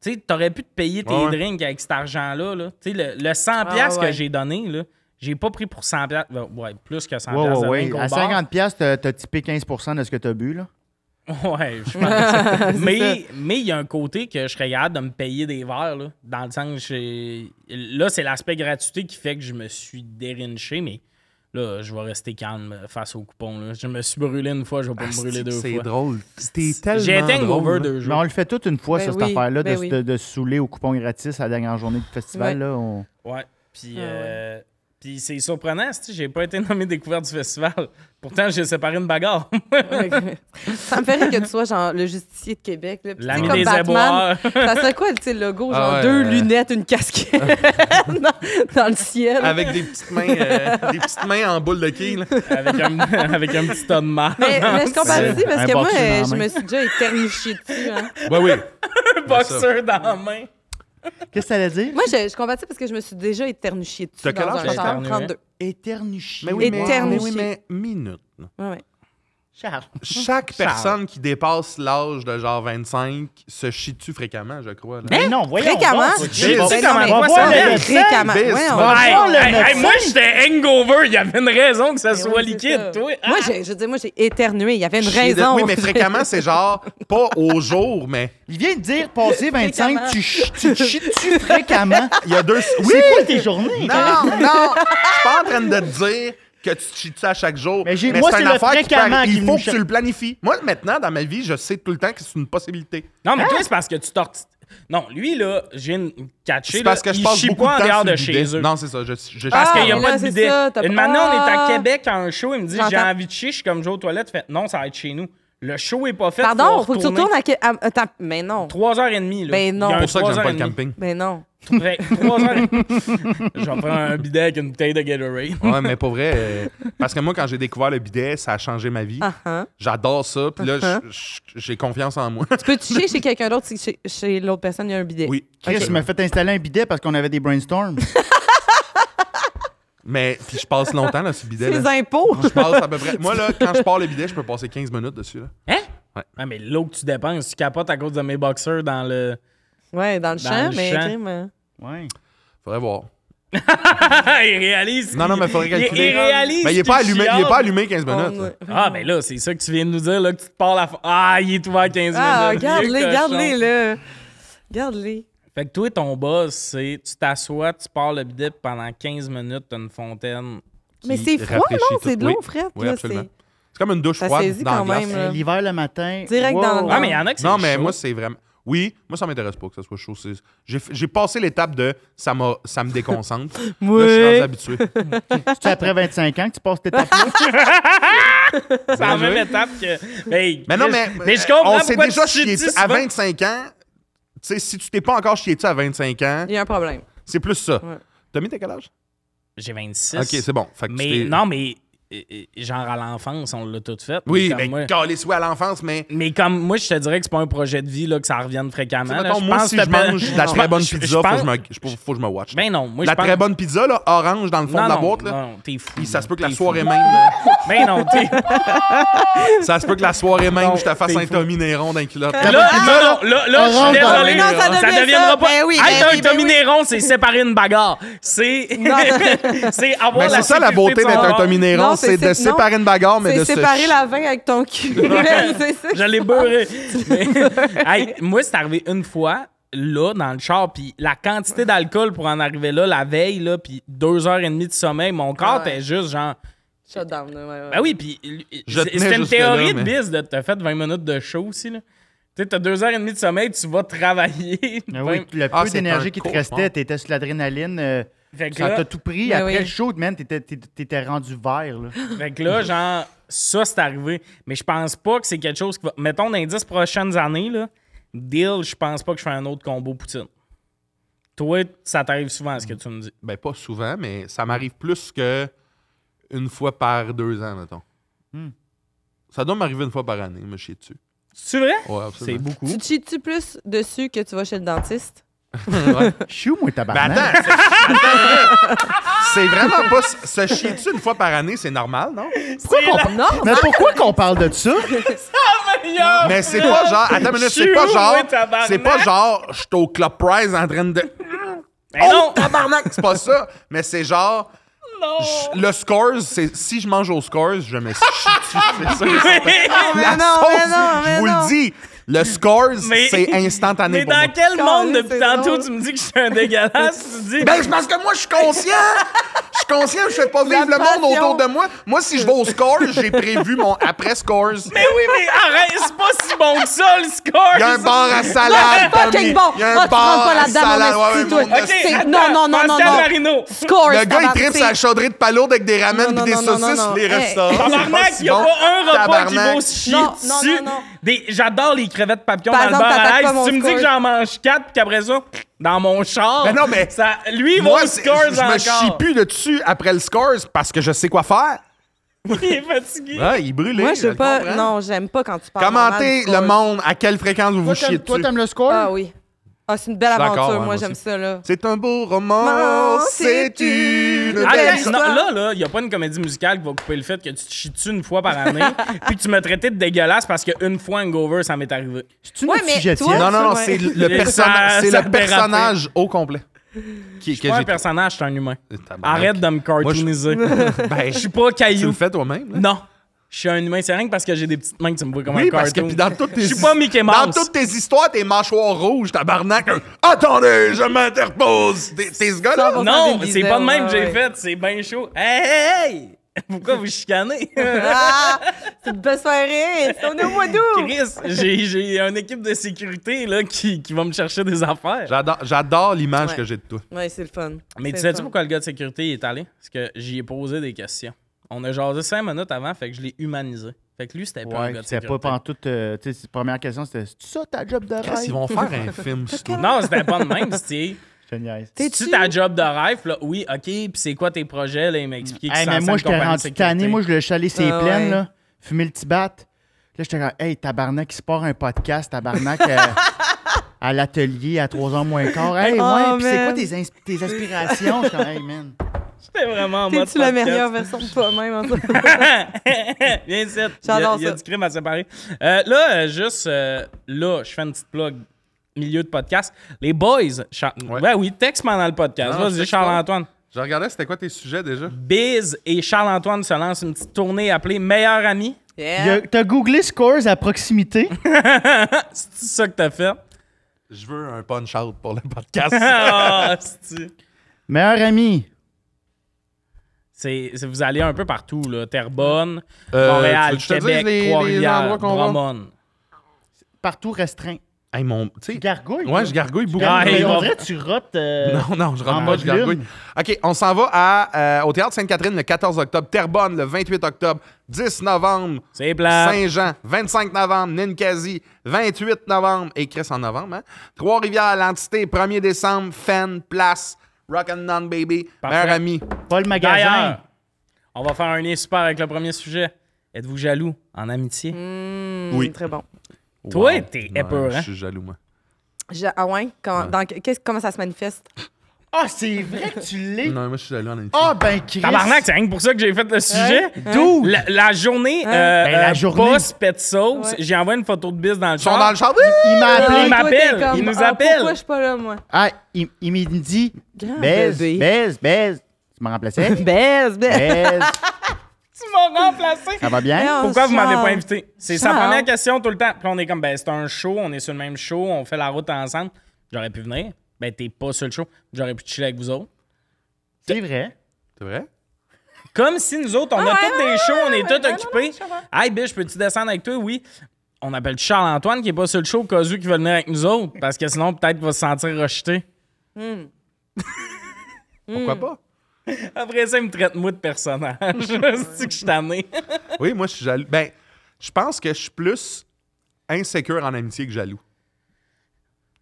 [SPEAKER 1] Tu sais, t'aurais pu te payer tes
[SPEAKER 2] Ouais, ouais.
[SPEAKER 1] drinks avec cet argent-là. Là. Tu sais, le, le 100$
[SPEAKER 3] ouais.
[SPEAKER 1] que j'ai donné, là, j'ai pas pris pour 100$. piastres. Ben, ouais, plus que 100$
[SPEAKER 4] Ouais,
[SPEAKER 1] de
[SPEAKER 4] ouais, ouais.
[SPEAKER 1] drink au
[SPEAKER 4] À
[SPEAKER 1] bar.
[SPEAKER 4] 50$, piastres, t'as t'as typé 15% de ce que t'as bu, là.
[SPEAKER 1] Ouais, je pense. mais mais il y a un côté que je serais capable de me payer des verres, là, dans le sens que j'ai- là, c'est l'aspect gratuité qui fait que je me suis dérinché, mais là, je vais rester calme face au coupon. là. Je me suis brûlé une fois, je vais pas me brûler
[SPEAKER 2] C'est-
[SPEAKER 1] deux
[SPEAKER 2] Ah, C'est
[SPEAKER 1] fois.
[SPEAKER 2] drôle. C'était tellement.
[SPEAKER 1] J'ai été hangover
[SPEAKER 2] drôle, là.
[SPEAKER 1] deux
[SPEAKER 4] Mais on
[SPEAKER 1] jours.
[SPEAKER 4] le fait toute une fois,
[SPEAKER 3] Ben
[SPEAKER 4] ça, cette
[SPEAKER 3] oui,
[SPEAKER 4] affaire-là,
[SPEAKER 3] ben
[SPEAKER 4] de,
[SPEAKER 3] oui.
[SPEAKER 4] se- de se saouler au coupon gratis à la dernière journée du festival.
[SPEAKER 3] Ouais.
[SPEAKER 4] Là, on-
[SPEAKER 1] Ouais. Puis,
[SPEAKER 3] Ah ouais.
[SPEAKER 1] euh, puis c'est surprenant, c'ti, j'ai pas été nommé découverte du festival. Pourtant, j'ai séparé une bagarre.
[SPEAKER 3] ça me fait rire que tu sois genre le justicier de Québec. Là. Puis, tu sais,
[SPEAKER 1] L'ami
[SPEAKER 3] comme
[SPEAKER 1] des
[SPEAKER 3] Batman,
[SPEAKER 1] éboires.
[SPEAKER 3] ça serait quoi tu sais, le logo? Genre
[SPEAKER 2] Ah ouais,
[SPEAKER 3] deux
[SPEAKER 2] euh,
[SPEAKER 3] lunettes, une casquette dans, dans le ciel.
[SPEAKER 2] Avec des petites mains, euh, des petites mains en boule de quille. là.
[SPEAKER 1] avec, un, avec un petit ton de marde.
[SPEAKER 3] Mais, mais je compatis
[SPEAKER 4] C'est
[SPEAKER 3] parce
[SPEAKER 4] un
[SPEAKER 3] que moi,
[SPEAKER 4] boxeur dans la
[SPEAKER 3] euh, je
[SPEAKER 4] main.
[SPEAKER 3] me suis déjà éternifiée dessus. hein.
[SPEAKER 2] Ouais, oui.
[SPEAKER 1] Un boxeur dans la main.
[SPEAKER 4] Qu'est-ce que ça allait dire?
[SPEAKER 3] Moi, je, je compatis parce que je me suis déjà éternifiée dessus
[SPEAKER 2] T'as
[SPEAKER 3] dans
[SPEAKER 2] quel
[SPEAKER 3] un
[SPEAKER 2] âge,
[SPEAKER 1] t'as
[SPEAKER 3] char
[SPEAKER 1] éternué?
[SPEAKER 3] 32.
[SPEAKER 4] Éternuché.
[SPEAKER 2] Mais oui, mais,
[SPEAKER 3] Éternué.
[SPEAKER 2] mais oui, mais minute. là.
[SPEAKER 3] Ouais, ouais.
[SPEAKER 4] Charles.
[SPEAKER 2] Hein? Chaque personne qui dépasse l'âge de genre 25 se chie-tu fréquemment, je crois. là.
[SPEAKER 4] Mais non, voyons.
[SPEAKER 3] Fréquemment.
[SPEAKER 4] donc,
[SPEAKER 1] Je sais
[SPEAKER 2] Ben,
[SPEAKER 4] Bon,
[SPEAKER 1] comment
[SPEAKER 4] on va
[SPEAKER 1] elle voit
[SPEAKER 4] voir
[SPEAKER 1] ça,
[SPEAKER 4] le
[SPEAKER 1] mais
[SPEAKER 4] médecin.
[SPEAKER 3] fréquemment.
[SPEAKER 2] Biz,
[SPEAKER 3] Ouais, on
[SPEAKER 2] bon.
[SPEAKER 3] va-
[SPEAKER 1] Hey,
[SPEAKER 4] voir le
[SPEAKER 1] hey, hey,
[SPEAKER 4] médecin.
[SPEAKER 1] moi, j'étais hangover. Il y avait une raison que ça
[SPEAKER 3] Mais
[SPEAKER 1] soit
[SPEAKER 3] Ben oui, c'est
[SPEAKER 1] liquide,
[SPEAKER 3] ça.
[SPEAKER 1] toi. Ah!
[SPEAKER 3] Moi, j'ai- je veux dire, moi, j'ai éternué. Il y avait une
[SPEAKER 2] Chier de-
[SPEAKER 3] raison.
[SPEAKER 2] Oui, mais fréquemment, c'est genre pas au jour, mais
[SPEAKER 4] Il vient de dire, passer 25,
[SPEAKER 3] Fréquemment.
[SPEAKER 4] tu ch- tu te chies-tu fréquemment?
[SPEAKER 2] il y a deux. Oui!
[SPEAKER 4] C'est quoi tes journées?
[SPEAKER 2] Non, non! Je suis pas en train de te dire que tu te chies-tu à chaque jour.
[SPEAKER 4] Mais j'ai- moi, c'est
[SPEAKER 2] une
[SPEAKER 4] le
[SPEAKER 2] affaire qui
[SPEAKER 4] fréquemment
[SPEAKER 2] paraît-
[SPEAKER 4] qui
[SPEAKER 2] Il faut
[SPEAKER 4] nous
[SPEAKER 2] que
[SPEAKER 4] ch-
[SPEAKER 2] tu le planifies. Moi, maintenant, dans ma vie, je sais tout le temps que c'est une possibilité.
[SPEAKER 1] Non,
[SPEAKER 3] Hein?
[SPEAKER 1] mais toi, c'est parce que tu tortilles. Non, lui, là, j'ai une catchée.
[SPEAKER 2] C'est parce que je passe
[SPEAKER 1] chie
[SPEAKER 2] beaucoup
[SPEAKER 1] pas en
[SPEAKER 2] de temps
[SPEAKER 1] dehors
[SPEAKER 2] sur
[SPEAKER 1] de
[SPEAKER 2] le
[SPEAKER 1] chez
[SPEAKER 2] bidet.
[SPEAKER 1] eux.
[SPEAKER 2] Non, c'est ça. Je, je,
[SPEAKER 1] Parce
[SPEAKER 3] Ah,
[SPEAKER 1] qu'il n'y a
[SPEAKER 3] mais
[SPEAKER 1] pas
[SPEAKER 3] là,
[SPEAKER 1] de
[SPEAKER 3] c'est
[SPEAKER 1] bidet.
[SPEAKER 3] ça, t'as
[SPEAKER 1] Une
[SPEAKER 3] pas-
[SPEAKER 1] matinée, on est à
[SPEAKER 3] Ah!
[SPEAKER 1] Québec à un show. Il me dit, j'ai
[SPEAKER 3] J'entends.
[SPEAKER 1] envie de chier. Je suis comme, je vais aux toilettes. Fait, non, ça va être chez nous. Le show est pas fait.
[SPEAKER 3] Pardon, faut que tu
[SPEAKER 1] retourner.
[SPEAKER 3] retournes à... que- à- Attends, mais non.
[SPEAKER 1] 3h30. Là.
[SPEAKER 3] Ben non.
[SPEAKER 1] Il y a un
[SPEAKER 2] pour ça que j'aime
[SPEAKER 1] 3h30.
[SPEAKER 2] pas le camping.
[SPEAKER 3] Mais non.
[SPEAKER 1] Fait que 3h30. Je vais prendre un bidet avec une bouteille de Gatorade.
[SPEAKER 2] Ouais, mais pour vrai, euh, parce que moi, quand j'ai découvert le bidet, ça a changé ma vie.
[SPEAKER 3] Ah, hein.
[SPEAKER 2] J'adore ça. Puis là,
[SPEAKER 4] Uh-huh.
[SPEAKER 2] je- je- j'ai confiance en moi.
[SPEAKER 3] Tu peux te chier chez quelqu'un d'autre si chez, chez l'autre personne, il y a un bidet.
[SPEAKER 2] Oui.
[SPEAKER 4] Chris
[SPEAKER 2] Ok.
[SPEAKER 4] m'a fait installer un bidet parce qu'on avait des brainstorms.
[SPEAKER 2] Mais puis je passe longtemps là, sur le bidet.
[SPEAKER 3] Les
[SPEAKER 2] là.
[SPEAKER 3] impôts.
[SPEAKER 2] Je passe à peu près. Moi, là, quand je pars le bidet, je peux passer 15 minutes dessus. Là.
[SPEAKER 1] Hein?
[SPEAKER 2] Ouais.
[SPEAKER 1] Ah, mais l'eau que tu dépenses, tu capotes à cause de mes boxeurs dans le.
[SPEAKER 3] Ouais, dans le
[SPEAKER 1] Dans
[SPEAKER 3] champ,
[SPEAKER 1] le
[SPEAKER 3] mais
[SPEAKER 1] champ.
[SPEAKER 3] crime, euh,
[SPEAKER 4] Ouais.
[SPEAKER 2] Faudrait voir.
[SPEAKER 1] Ah, il réalise.
[SPEAKER 2] Non, non, mais faudrait
[SPEAKER 1] il- il
[SPEAKER 2] calculer.
[SPEAKER 1] réalise
[SPEAKER 2] Mais il est
[SPEAKER 1] qu'il
[SPEAKER 2] pas allumé, il est
[SPEAKER 1] chiale.
[SPEAKER 2] pas allumé 15 minutes.
[SPEAKER 3] on-
[SPEAKER 2] là.
[SPEAKER 1] Ah, ben là, c'est ça que tu viens de nous dire, là, que tu te parles à. fond. Ah, il est ouvert à 15
[SPEAKER 3] Ah,
[SPEAKER 1] minutes. vieux
[SPEAKER 3] garde-les,
[SPEAKER 1] cochon.
[SPEAKER 3] garde-les, là. Garde-les.
[SPEAKER 1] Fait que toi, ton buzz, c'est tu t'assois, tu pars le bidet puis pendant 15 minutes, t'as une fontaine.
[SPEAKER 3] Mais c'est froid, non? C'est de l'eau, frette.
[SPEAKER 2] Oui,
[SPEAKER 3] là,
[SPEAKER 2] absolument.
[SPEAKER 3] c'est-
[SPEAKER 2] C'est comme une douche
[SPEAKER 3] Ça
[SPEAKER 2] froide
[SPEAKER 3] saisit
[SPEAKER 2] dans la
[SPEAKER 3] quand
[SPEAKER 2] glace.
[SPEAKER 3] même, là.
[SPEAKER 4] Euh, L'hiver, le matin.
[SPEAKER 3] Direct dans le-
[SPEAKER 1] Ah, mais il y en a qui c'est
[SPEAKER 2] Non, mais
[SPEAKER 1] chaud.
[SPEAKER 2] moi, c'est vraiment. Oui, moi, ça m'intéresse pas que ça soit chaud. C'est- J'ai j'ai passé l'étape de ça, m'a- ça me déconcentre. Là, je suis rendu
[SPEAKER 3] Oui.
[SPEAKER 2] habitué.
[SPEAKER 4] C'est après 25 ans que tu passes tes étape
[SPEAKER 1] C'est la même
[SPEAKER 2] Bien
[SPEAKER 1] étape que. Ben,
[SPEAKER 2] Mais non,
[SPEAKER 1] Chris,
[SPEAKER 2] mais,
[SPEAKER 1] Mais je comprends
[SPEAKER 2] on s'est
[SPEAKER 1] pourquoi
[SPEAKER 2] déjà
[SPEAKER 1] tu
[SPEAKER 2] chié
[SPEAKER 1] dis
[SPEAKER 2] dessus. à
[SPEAKER 1] souvent.
[SPEAKER 2] 25 ans. Tu sais, si tu t'es pas encore chié dessus à 25 ans,
[SPEAKER 3] Il y a un problème.
[SPEAKER 2] c'est plus ça.
[SPEAKER 3] Ouais.
[SPEAKER 2] T'as mis tes quel âge?
[SPEAKER 1] J'ai 26.
[SPEAKER 2] Ok, c'est bon. Fait que tu
[SPEAKER 1] Mais
[SPEAKER 2] t'es-
[SPEAKER 1] non, mais euh, euh, genre à l'enfance, on l'a tout fait.
[SPEAKER 2] Oui,
[SPEAKER 1] mais.
[SPEAKER 2] mais
[SPEAKER 1] comme moi-
[SPEAKER 2] calé sous à l'enfance, mais
[SPEAKER 1] Mais comme moi, je te dirais que c'est pas un projet de vie là, que ça revienne fréquemment. là.
[SPEAKER 2] mettons,
[SPEAKER 1] je
[SPEAKER 2] moi,
[SPEAKER 1] pense
[SPEAKER 2] si
[SPEAKER 1] que
[SPEAKER 2] je mange de la
[SPEAKER 1] je
[SPEAKER 2] très
[SPEAKER 1] pense-
[SPEAKER 2] bonne
[SPEAKER 1] je- je
[SPEAKER 2] pizza, faut que
[SPEAKER 1] pense-
[SPEAKER 2] je me- je- faut que je me watch.
[SPEAKER 1] Ben non, moi je
[SPEAKER 2] La
[SPEAKER 1] pense-
[SPEAKER 2] très bonne pizza, là, orange dans le fond
[SPEAKER 1] non,
[SPEAKER 2] de la
[SPEAKER 1] non,
[SPEAKER 2] boîte, là.
[SPEAKER 1] Non, t'es fou.
[SPEAKER 2] Puis ça
[SPEAKER 1] là,
[SPEAKER 2] se peut que la
[SPEAKER 1] t'es
[SPEAKER 2] soirée
[SPEAKER 1] fou.
[SPEAKER 2] même. là,
[SPEAKER 1] Ben non, t'es.
[SPEAKER 2] ça se peut que la soirée même,
[SPEAKER 1] Non,
[SPEAKER 2] je te fasse
[SPEAKER 1] t'es
[SPEAKER 2] un
[SPEAKER 1] fou.
[SPEAKER 2] Tommy Néron d'un culotte.
[SPEAKER 1] Là, non, non, là, là, je suis
[SPEAKER 4] Orange dans
[SPEAKER 1] désolé.
[SPEAKER 4] le
[SPEAKER 3] Non, ça devient
[SPEAKER 1] deviendra
[SPEAKER 3] ça.
[SPEAKER 1] pas.
[SPEAKER 3] Ben oui,
[SPEAKER 1] Être
[SPEAKER 3] ben
[SPEAKER 1] un
[SPEAKER 3] oui, ben
[SPEAKER 1] Tommy
[SPEAKER 3] oui.
[SPEAKER 1] Néron, c'est séparer une bagarre. C'est. c'est avoir
[SPEAKER 2] Mais
[SPEAKER 1] la
[SPEAKER 2] Ben, c'est ça la
[SPEAKER 1] sécurité
[SPEAKER 2] beauté
[SPEAKER 1] de son
[SPEAKER 2] d'être un
[SPEAKER 1] corps.
[SPEAKER 2] Tommy Néron,
[SPEAKER 3] Non,
[SPEAKER 2] c'est
[SPEAKER 3] c'est-
[SPEAKER 2] de
[SPEAKER 3] c'est-
[SPEAKER 2] séparer une bagarre, mais de
[SPEAKER 3] C'est
[SPEAKER 2] se
[SPEAKER 3] séparer
[SPEAKER 2] chi-
[SPEAKER 3] la vin avec ton cul. C'est ça.
[SPEAKER 1] J'allais beurrer. Mais- Hey, moi, c'est arrivé une fois, là, dans le char, puis la quantité d'alcool pour en arriver là, la veille, là, puis deux heures et demie de sommeil, mon corps
[SPEAKER 3] Ah ouais.
[SPEAKER 1] était juste genre.
[SPEAKER 3] Shut down. là, ouais, ouais.
[SPEAKER 1] Ben oui, puis
[SPEAKER 2] Je
[SPEAKER 1] c'est-
[SPEAKER 2] tenais
[SPEAKER 1] c'était une
[SPEAKER 2] jusque-là,
[SPEAKER 1] théorie
[SPEAKER 2] mais-
[SPEAKER 1] de bis de t'as fait 20 minutes de show aussi, là. Tu sais, t'as deux heures et demie de sommeil, tu vas travailler.
[SPEAKER 4] Ah oui, le peu
[SPEAKER 2] Ah, c'est un
[SPEAKER 4] d'énergie qui te
[SPEAKER 2] cours,
[SPEAKER 4] restait,
[SPEAKER 2] ouais.
[SPEAKER 4] t'étais sur l'adrénaline. euh,
[SPEAKER 1] Fait que
[SPEAKER 4] ça
[SPEAKER 1] là-
[SPEAKER 4] t'a tout pris.
[SPEAKER 3] Mais
[SPEAKER 4] Après
[SPEAKER 3] oui.
[SPEAKER 4] le show, man, t'étais, t'étais- t'étais rendu vert. Là.
[SPEAKER 1] Fait que là, genre, ça, c'est arrivé. Mais je pense pas que c'est quelque chose qui va. Mettons, dans les 10 prochaines années, là, deal, je pense pas que je fais un autre combo Poutine. Toi, ça t'arrive souvent, ce que tu me dis.
[SPEAKER 2] Ben, pas souvent, mais ça m'arrive plus que une fois par deux ans, mettons.
[SPEAKER 4] Hmm.
[SPEAKER 2] Ça doit m'arriver une fois par année, me chier dessus.
[SPEAKER 1] C'est vrai?
[SPEAKER 2] Ouais,
[SPEAKER 1] C'est
[SPEAKER 2] absolument.
[SPEAKER 1] beaucoup.
[SPEAKER 3] Tu te chies-tu plus dessus que tu vas chez le dentiste?
[SPEAKER 2] Ouais.
[SPEAKER 4] Chou, moi,
[SPEAKER 2] Ben
[SPEAKER 4] tabarnak.
[SPEAKER 2] attends, c'est- c'est vraiment pas. Se chier dessus une fois par année, c'est normal, non?
[SPEAKER 4] pourquoi qu'on par-
[SPEAKER 3] Non!
[SPEAKER 4] Mais pourquoi qu'on parle de ça?
[SPEAKER 3] Ah,
[SPEAKER 2] Mais c'est pas genre. Attends une minute,
[SPEAKER 1] Je suis
[SPEAKER 2] c'est pas
[SPEAKER 1] où,
[SPEAKER 2] genre.
[SPEAKER 1] moi, tabarnak?
[SPEAKER 2] C'est pas genre, je suis au Club Prize en train de. Oh,
[SPEAKER 1] Ben non!
[SPEAKER 2] Tabarnak, c'est pas ça. Mais c'est genre. je- Le scores, c'est si je mange au scores, je me chie dessus. C'est ça. La
[SPEAKER 3] mais non,
[SPEAKER 2] sauce,
[SPEAKER 3] mais non, mais
[SPEAKER 2] je vous le
[SPEAKER 3] non.
[SPEAKER 2] dis, le scores,
[SPEAKER 1] Mais-
[SPEAKER 2] c'est instantané
[SPEAKER 1] Mais
[SPEAKER 2] pour moi.
[SPEAKER 1] dans quel monde,
[SPEAKER 3] Calais,
[SPEAKER 1] depuis
[SPEAKER 3] c'est
[SPEAKER 1] tantôt,
[SPEAKER 3] drôle.
[SPEAKER 1] tu me dis que je suis un dégueulasse? Tu dis.
[SPEAKER 2] Ben, je pense que moi, je suis conscient. Je suis conscient, je fais pas vivre le monde
[SPEAKER 3] passion.
[SPEAKER 2] autour de moi. Moi, si je vais au scores, j'ai prévu mon après-scores.
[SPEAKER 1] Mais Ben oui, mais arrête, c'est pas si bon que ça, le score!
[SPEAKER 2] Il y a un bar à
[SPEAKER 3] Ah,
[SPEAKER 2] salade, Tommy.
[SPEAKER 3] fucking bon!
[SPEAKER 2] Il y a un
[SPEAKER 3] Ah, tu rentres
[SPEAKER 2] bar
[SPEAKER 3] pas
[SPEAKER 2] à
[SPEAKER 3] là-dedans,
[SPEAKER 2] salade.
[SPEAKER 3] mon
[SPEAKER 2] Ouais,
[SPEAKER 3] esti,
[SPEAKER 2] ouais,
[SPEAKER 3] toi.
[SPEAKER 2] mon esti.
[SPEAKER 1] Ok,
[SPEAKER 3] C'est-
[SPEAKER 1] attends,
[SPEAKER 3] non, non, non, non,
[SPEAKER 1] Pascal
[SPEAKER 3] non.
[SPEAKER 1] Marino!
[SPEAKER 3] Score!
[SPEAKER 2] Le gars, il
[SPEAKER 3] tabarnak,
[SPEAKER 2] tripe
[SPEAKER 3] c'est-
[SPEAKER 2] sa chauderie de palo avec des ramen
[SPEAKER 3] Non,
[SPEAKER 2] puis des
[SPEAKER 3] non, non, non,
[SPEAKER 2] saucisses,
[SPEAKER 3] non.
[SPEAKER 2] les
[SPEAKER 3] Hey.
[SPEAKER 2] restaurants. c'est
[SPEAKER 1] Tabarnak, il
[SPEAKER 2] si
[SPEAKER 1] n'y a
[SPEAKER 2] bon.
[SPEAKER 1] pas un repas qui
[SPEAKER 2] Tabarnak.
[SPEAKER 1] va se chier
[SPEAKER 3] Non, non,
[SPEAKER 1] dessus.
[SPEAKER 3] non, non.
[SPEAKER 1] Des- J'adore les crevettes papillons
[SPEAKER 3] Par
[SPEAKER 1] dans
[SPEAKER 3] exemple,
[SPEAKER 1] le bar à
[SPEAKER 3] t'attaques
[SPEAKER 1] l'aise.
[SPEAKER 3] pas mon
[SPEAKER 1] Si tu me dis que
[SPEAKER 3] score.
[SPEAKER 1] j'en mange quatre, puis après ça, dans mon char,
[SPEAKER 2] Mais Ben non, mais
[SPEAKER 1] ça, lui, il va
[SPEAKER 2] Moi,
[SPEAKER 1] au
[SPEAKER 2] c'est-
[SPEAKER 1] scores
[SPEAKER 2] je je
[SPEAKER 1] encore.
[SPEAKER 2] me chie plus de dessus après le scores parce que je sais quoi faire.
[SPEAKER 1] il est fatigué.
[SPEAKER 2] Ouais, il brûle.
[SPEAKER 3] Moi, je sais pas. Non, j'aime pas quand tu parles.
[SPEAKER 2] Commentez
[SPEAKER 3] mal
[SPEAKER 2] hein. le
[SPEAKER 3] du score.
[SPEAKER 2] monde à quelle fréquence vous vous
[SPEAKER 4] Toi,
[SPEAKER 2] chiez
[SPEAKER 4] t'aimes, toi,
[SPEAKER 2] dessus.
[SPEAKER 4] t'aimes le score?
[SPEAKER 3] Ah oui. Ah, c'est une belle
[SPEAKER 2] D'accord, ouais,
[SPEAKER 1] hein,
[SPEAKER 3] aventure.
[SPEAKER 2] moi
[SPEAKER 3] Moi, j'aime
[SPEAKER 2] aussi.
[SPEAKER 3] ça, là.
[SPEAKER 2] C'est un beau roman,
[SPEAKER 3] Non,
[SPEAKER 2] c'est
[SPEAKER 3] c'est
[SPEAKER 2] une
[SPEAKER 3] une
[SPEAKER 1] Attends,
[SPEAKER 3] belle
[SPEAKER 2] belle
[SPEAKER 1] Ah, non,
[SPEAKER 3] histoire.
[SPEAKER 1] là, là, il n'y a pas une comédie musicale qui va couper le fait que tu te chies dessus une fois par année, puis que tu me traitais de dégueulasse parce qu'une fois hangover, ça m'est arrivé.
[SPEAKER 4] C'est une
[SPEAKER 3] Ouais,
[SPEAKER 4] petite
[SPEAKER 3] mais
[SPEAKER 4] jetière.
[SPEAKER 3] toi-
[SPEAKER 2] Non, non, non,
[SPEAKER 3] Ouais.
[SPEAKER 2] c'est le,
[SPEAKER 1] Ça-
[SPEAKER 2] personnage- c'est
[SPEAKER 1] ça
[SPEAKER 2] le
[SPEAKER 1] a dérapé.
[SPEAKER 2] personnage au complet. Qui,
[SPEAKER 1] Je suis pas un personnage, je suis un humain.
[SPEAKER 2] Euh, Tabarnak.
[SPEAKER 1] Arrête de me cartooniser.
[SPEAKER 2] Ben,
[SPEAKER 1] Je suis pas
[SPEAKER 2] tu le
[SPEAKER 1] caillou.
[SPEAKER 2] fais toi-même. là?
[SPEAKER 1] Non. Je suis un humain, c'est rien que parce que j'ai des petites mains que tu me vois comme
[SPEAKER 2] Oui,
[SPEAKER 1] un
[SPEAKER 2] parce que
[SPEAKER 1] cartoon.
[SPEAKER 2] puis dans toutes tes
[SPEAKER 1] Je suis pas Mickey Mouse.
[SPEAKER 2] Dans toutes tes histoires, tes mâchoires rouges, tabarnak. euh, Attendez, je m'interpose. T'es t'es ce gars-là.
[SPEAKER 3] Ça va.
[SPEAKER 1] Non,
[SPEAKER 3] Des
[SPEAKER 1] c'est pas de
[SPEAKER 3] bisous,
[SPEAKER 1] même que
[SPEAKER 3] ouais,
[SPEAKER 1] j'ai
[SPEAKER 3] ouais.
[SPEAKER 1] fait. C'est bien chaud. Hey, hey, hey! Pourquoi vous chicanez?
[SPEAKER 3] Ah! C'est une belle soirée! C'est- On est au mois d'août!
[SPEAKER 1] Chris, j'ai, j'ai une équipe de sécurité là, qui, qui va me chercher des affaires.
[SPEAKER 2] J'adore- J'adore l'image
[SPEAKER 3] Ouais.
[SPEAKER 2] que j'ai de toi.
[SPEAKER 3] Ouais, c'est le fun.
[SPEAKER 1] Mais tu
[SPEAKER 3] C'est
[SPEAKER 1] sais-tu
[SPEAKER 3] le fun.
[SPEAKER 1] pourquoi le gars de sécurité est allé? Parce que j'y ai posé des questions. On a jasé cinq minutes avant, fait que je l'ai humanisé. Fait que lui, c'était pas un gars
[SPEAKER 4] Ouais,
[SPEAKER 1] de
[SPEAKER 4] c'est
[SPEAKER 1] sécurité.
[SPEAKER 4] pas pantoute. euh, tu sais, c'est- première question, c'était C'est ça ta job de
[SPEAKER 2] Qu'est-ce
[SPEAKER 4] rêve?
[SPEAKER 2] qu'ils vont faire un film sur toi?
[SPEAKER 1] Non, c'était pas de même, c'est...
[SPEAKER 4] Je te niaise.
[SPEAKER 1] Tu ta job de rêve, là, oui, OK, puis c'est quoi tes projets, là, il m'a expliqué
[SPEAKER 4] Hey, mais moi, j'étais rendu tanné. Moi, je le chalais ses
[SPEAKER 3] Ah,
[SPEAKER 4] plaines,
[SPEAKER 3] ouais.
[SPEAKER 4] là, fumer le petit bat. Là, j'étais comme, hey, tabarnak, il se part un podcast, tabarnak, euh, à l'atelier à 3h moins quart. Hey,
[SPEAKER 3] Oh,
[SPEAKER 4] ouais, pis c'est quoi
[SPEAKER 3] man.
[SPEAKER 4] tes, ins- tes aspirations? Je suis comme, hey, man.
[SPEAKER 1] J'étais vraiment en mode
[SPEAKER 3] T'es-tu la
[SPEAKER 1] podcast.
[SPEAKER 3] meilleure version de toi-même? en fait?
[SPEAKER 1] Viens ici. Il y a,
[SPEAKER 3] J'adore
[SPEAKER 1] il y a
[SPEAKER 3] ça.
[SPEAKER 1] du crime à séparer. Euh, là, euh, juste, euh, là, je fais une petite plug milieu de podcast. Les boys, Cha-
[SPEAKER 2] Ouais.
[SPEAKER 1] ouais, oui, texte pendant le podcast.
[SPEAKER 2] Non, je
[SPEAKER 1] Vas-y,
[SPEAKER 2] texte pas.
[SPEAKER 1] Charles-Antoine.
[SPEAKER 2] Je regardais, c'était quoi tes sujets déjà?
[SPEAKER 1] Biz et Charles-Antoine se lancent une petite tournée appelée Meilleur ami.
[SPEAKER 4] Il y a-
[SPEAKER 3] Yeah.
[SPEAKER 4] T'as googlé scores à proximité?
[SPEAKER 1] C'est ça que t'as fait?
[SPEAKER 2] Je veux un punch-out pour le podcast.
[SPEAKER 1] Ah, c'est-tu.
[SPEAKER 4] Meilleur ami.
[SPEAKER 1] C'est- c'est- vous allez un peu partout, là. Terrebonne,
[SPEAKER 2] Euh,
[SPEAKER 1] Montréal,
[SPEAKER 2] tu veux que je te dise les-
[SPEAKER 1] Québec,
[SPEAKER 2] les
[SPEAKER 1] Trois-Rivières,
[SPEAKER 2] endroits qu'on va?
[SPEAKER 1] Drummond.
[SPEAKER 4] Partout restreint.
[SPEAKER 2] hey, mon. Tu sais.
[SPEAKER 4] Gargouille.
[SPEAKER 2] Ouais, je gargouille beaucoup.
[SPEAKER 1] Ah,
[SPEAKER 4] Mais
[SPEAKER 1] hey,
[SPEAKER 4] on
[SPEAKER 1] on-
[SPEAKER 4] dirait que tu rotes. euh,
[SPEAKER 2] Non, non, je
[SPEAKER 4] en
[SPEAKER 2] rentre pas,
[SPEAKER 4] mode
[SPEAKER 2] je gargouille.
[SPEAKER 4] lune.
[SPEAKER 2] OK, on s'en va à, euh, au Théâtre Sainte-Catherine le 14 octobre, Terrebonne le 28 octobre, 10 novembre,
[SPEAKER 1] C'est plat.
[SPEAKER 2] Saint-Jean, 25 novembre, Ninkasi, 28 novembre, et Chris en novembre, hein? Trois-Rivières, l'entité, 1er décembre, Fan, Place, Rock and Non Baby,
[SPEAKER 1] Parfait.
[SPEAKER 2] meilleur ami.
[SPEAKER 4] Pas le magasin.
[SPEAKER 1] D'ailleurs, on va faire un lien super avec le premier sujet. Êtes-vous jaloux en amitié?
[SPEAKER 3] Mm.
[SPEAKER 2] Oui.
[SPEAKER 3] Hmm, Très bon.
[SPEAKER 1] Toi, t'es épeurant.
[SPEAKER 2] Je suis jaloux, moi.
[SPEAKER 3] Je- ah ouais? Quand, dans- qu'est-ce- comment ça se manifeste?
[SPEAKER 4] Ah, c'est vrai que tu l'es.
[SPEAKER 2] Non, moi, je suis jaloux en amitié.
[SPEAKER 4] Ah, ben, Chris. Hein?
[SPEAKER 1] Tabarnak, c'est rien que pour ça que j'ai fait le sujet.
[SPEAKER 4] D'où?
[SPEAKER 1] La, la journée, euh,
[SPEAKER 4] Ben, la
[SPEAKER 1] euh,
[SPEAKER 4] journée.
[SPEAKER 1] boss pet sauce,
[SPEAKER 3] Ouais.
[SPEAKER 1] j'ai envoyé une photo de bis dans le
[SPEAKER 2] Ils sont dans
[SPEAKER 1] chat.
[SPEAKER 2] le char. Oui!
[SPEAKER 4] Il m'a
[SPEAKER 1] Ah,
[SPEAKER 4] appelé.
[SPEAKER 1] il m'appelle,
[SPEAKER 3] Toi, t'es
[SPEAKER 1] il nous
[SPEAKER 3] ah,
[SPEAKER 1] appelle.
[SPEAKER 3] Pourquoi je suis pas là, moi?
[SPEAKER 4] Ah, il, il me dit
[SPEAKER 3] Grand
[SPEAKER 4] baise,
[SPEAKER 3] bébé.
[SPEAKER 4] baise, baise. Tu me remplaçais?
[SPEAKER 3] Baise, baise.
[SPEAKER 4] baise.
[SPEAKER 1] Tu m'as remplacé.
[SPEAKER 4] Ça va bien?
[SPEAKER 3] Non.
[SPEAKER 1] Pourquoi vous m'avez pas
[SPEAKER 3] Charles.
[SPEAKER 1] invité? C'est sa
[SPEAKER 3] Charles.
[SPEAKER 1] première question tout le temps. Puis là, on est comme, ben, c'est un show, on est sur le même show, on fait la route ensemble. J'aurais pu venir. Ben, t'es pas sur le show. J'aurais pu chiller avec vous autres.
[SPEAKER 4] C'est vrai.
[SPEAKER 2] C'est vrai?
[SPEAKER 1] Comme si nous autres, on a
[SPEAKER 3] Ah ouais,
[SPEAKER 1] tous
[SPEAKER 3] ouais,
[SPEAKER 1] des shows, on est
[SPEAKER 3] ouais, ouais,
[SPEAKER 1] tous
[SPEAKER 3] non,
[SPEAKER 1] occupés.
[SPEAKER 3] non, je comprends.
[SPEAKER 1] Hey, bitch, peux-tu descendre avec toi? Oui. On appelle Charles-Antoine qui est pas sur le show, au cas où qui va venir avec nous autres, parce que sinon, peut-être, il va se sentir rejeté.
[SPEAKER 2] Pourquoi pas?
[SPEAKER 1] Après ça, il me traite moi de personnage. C'est que je suis tanné.
[SPEAKER 2] Oui, moi, je suis jaloux. Ben, je pense que je suis plus insécure en amitié que jaloux.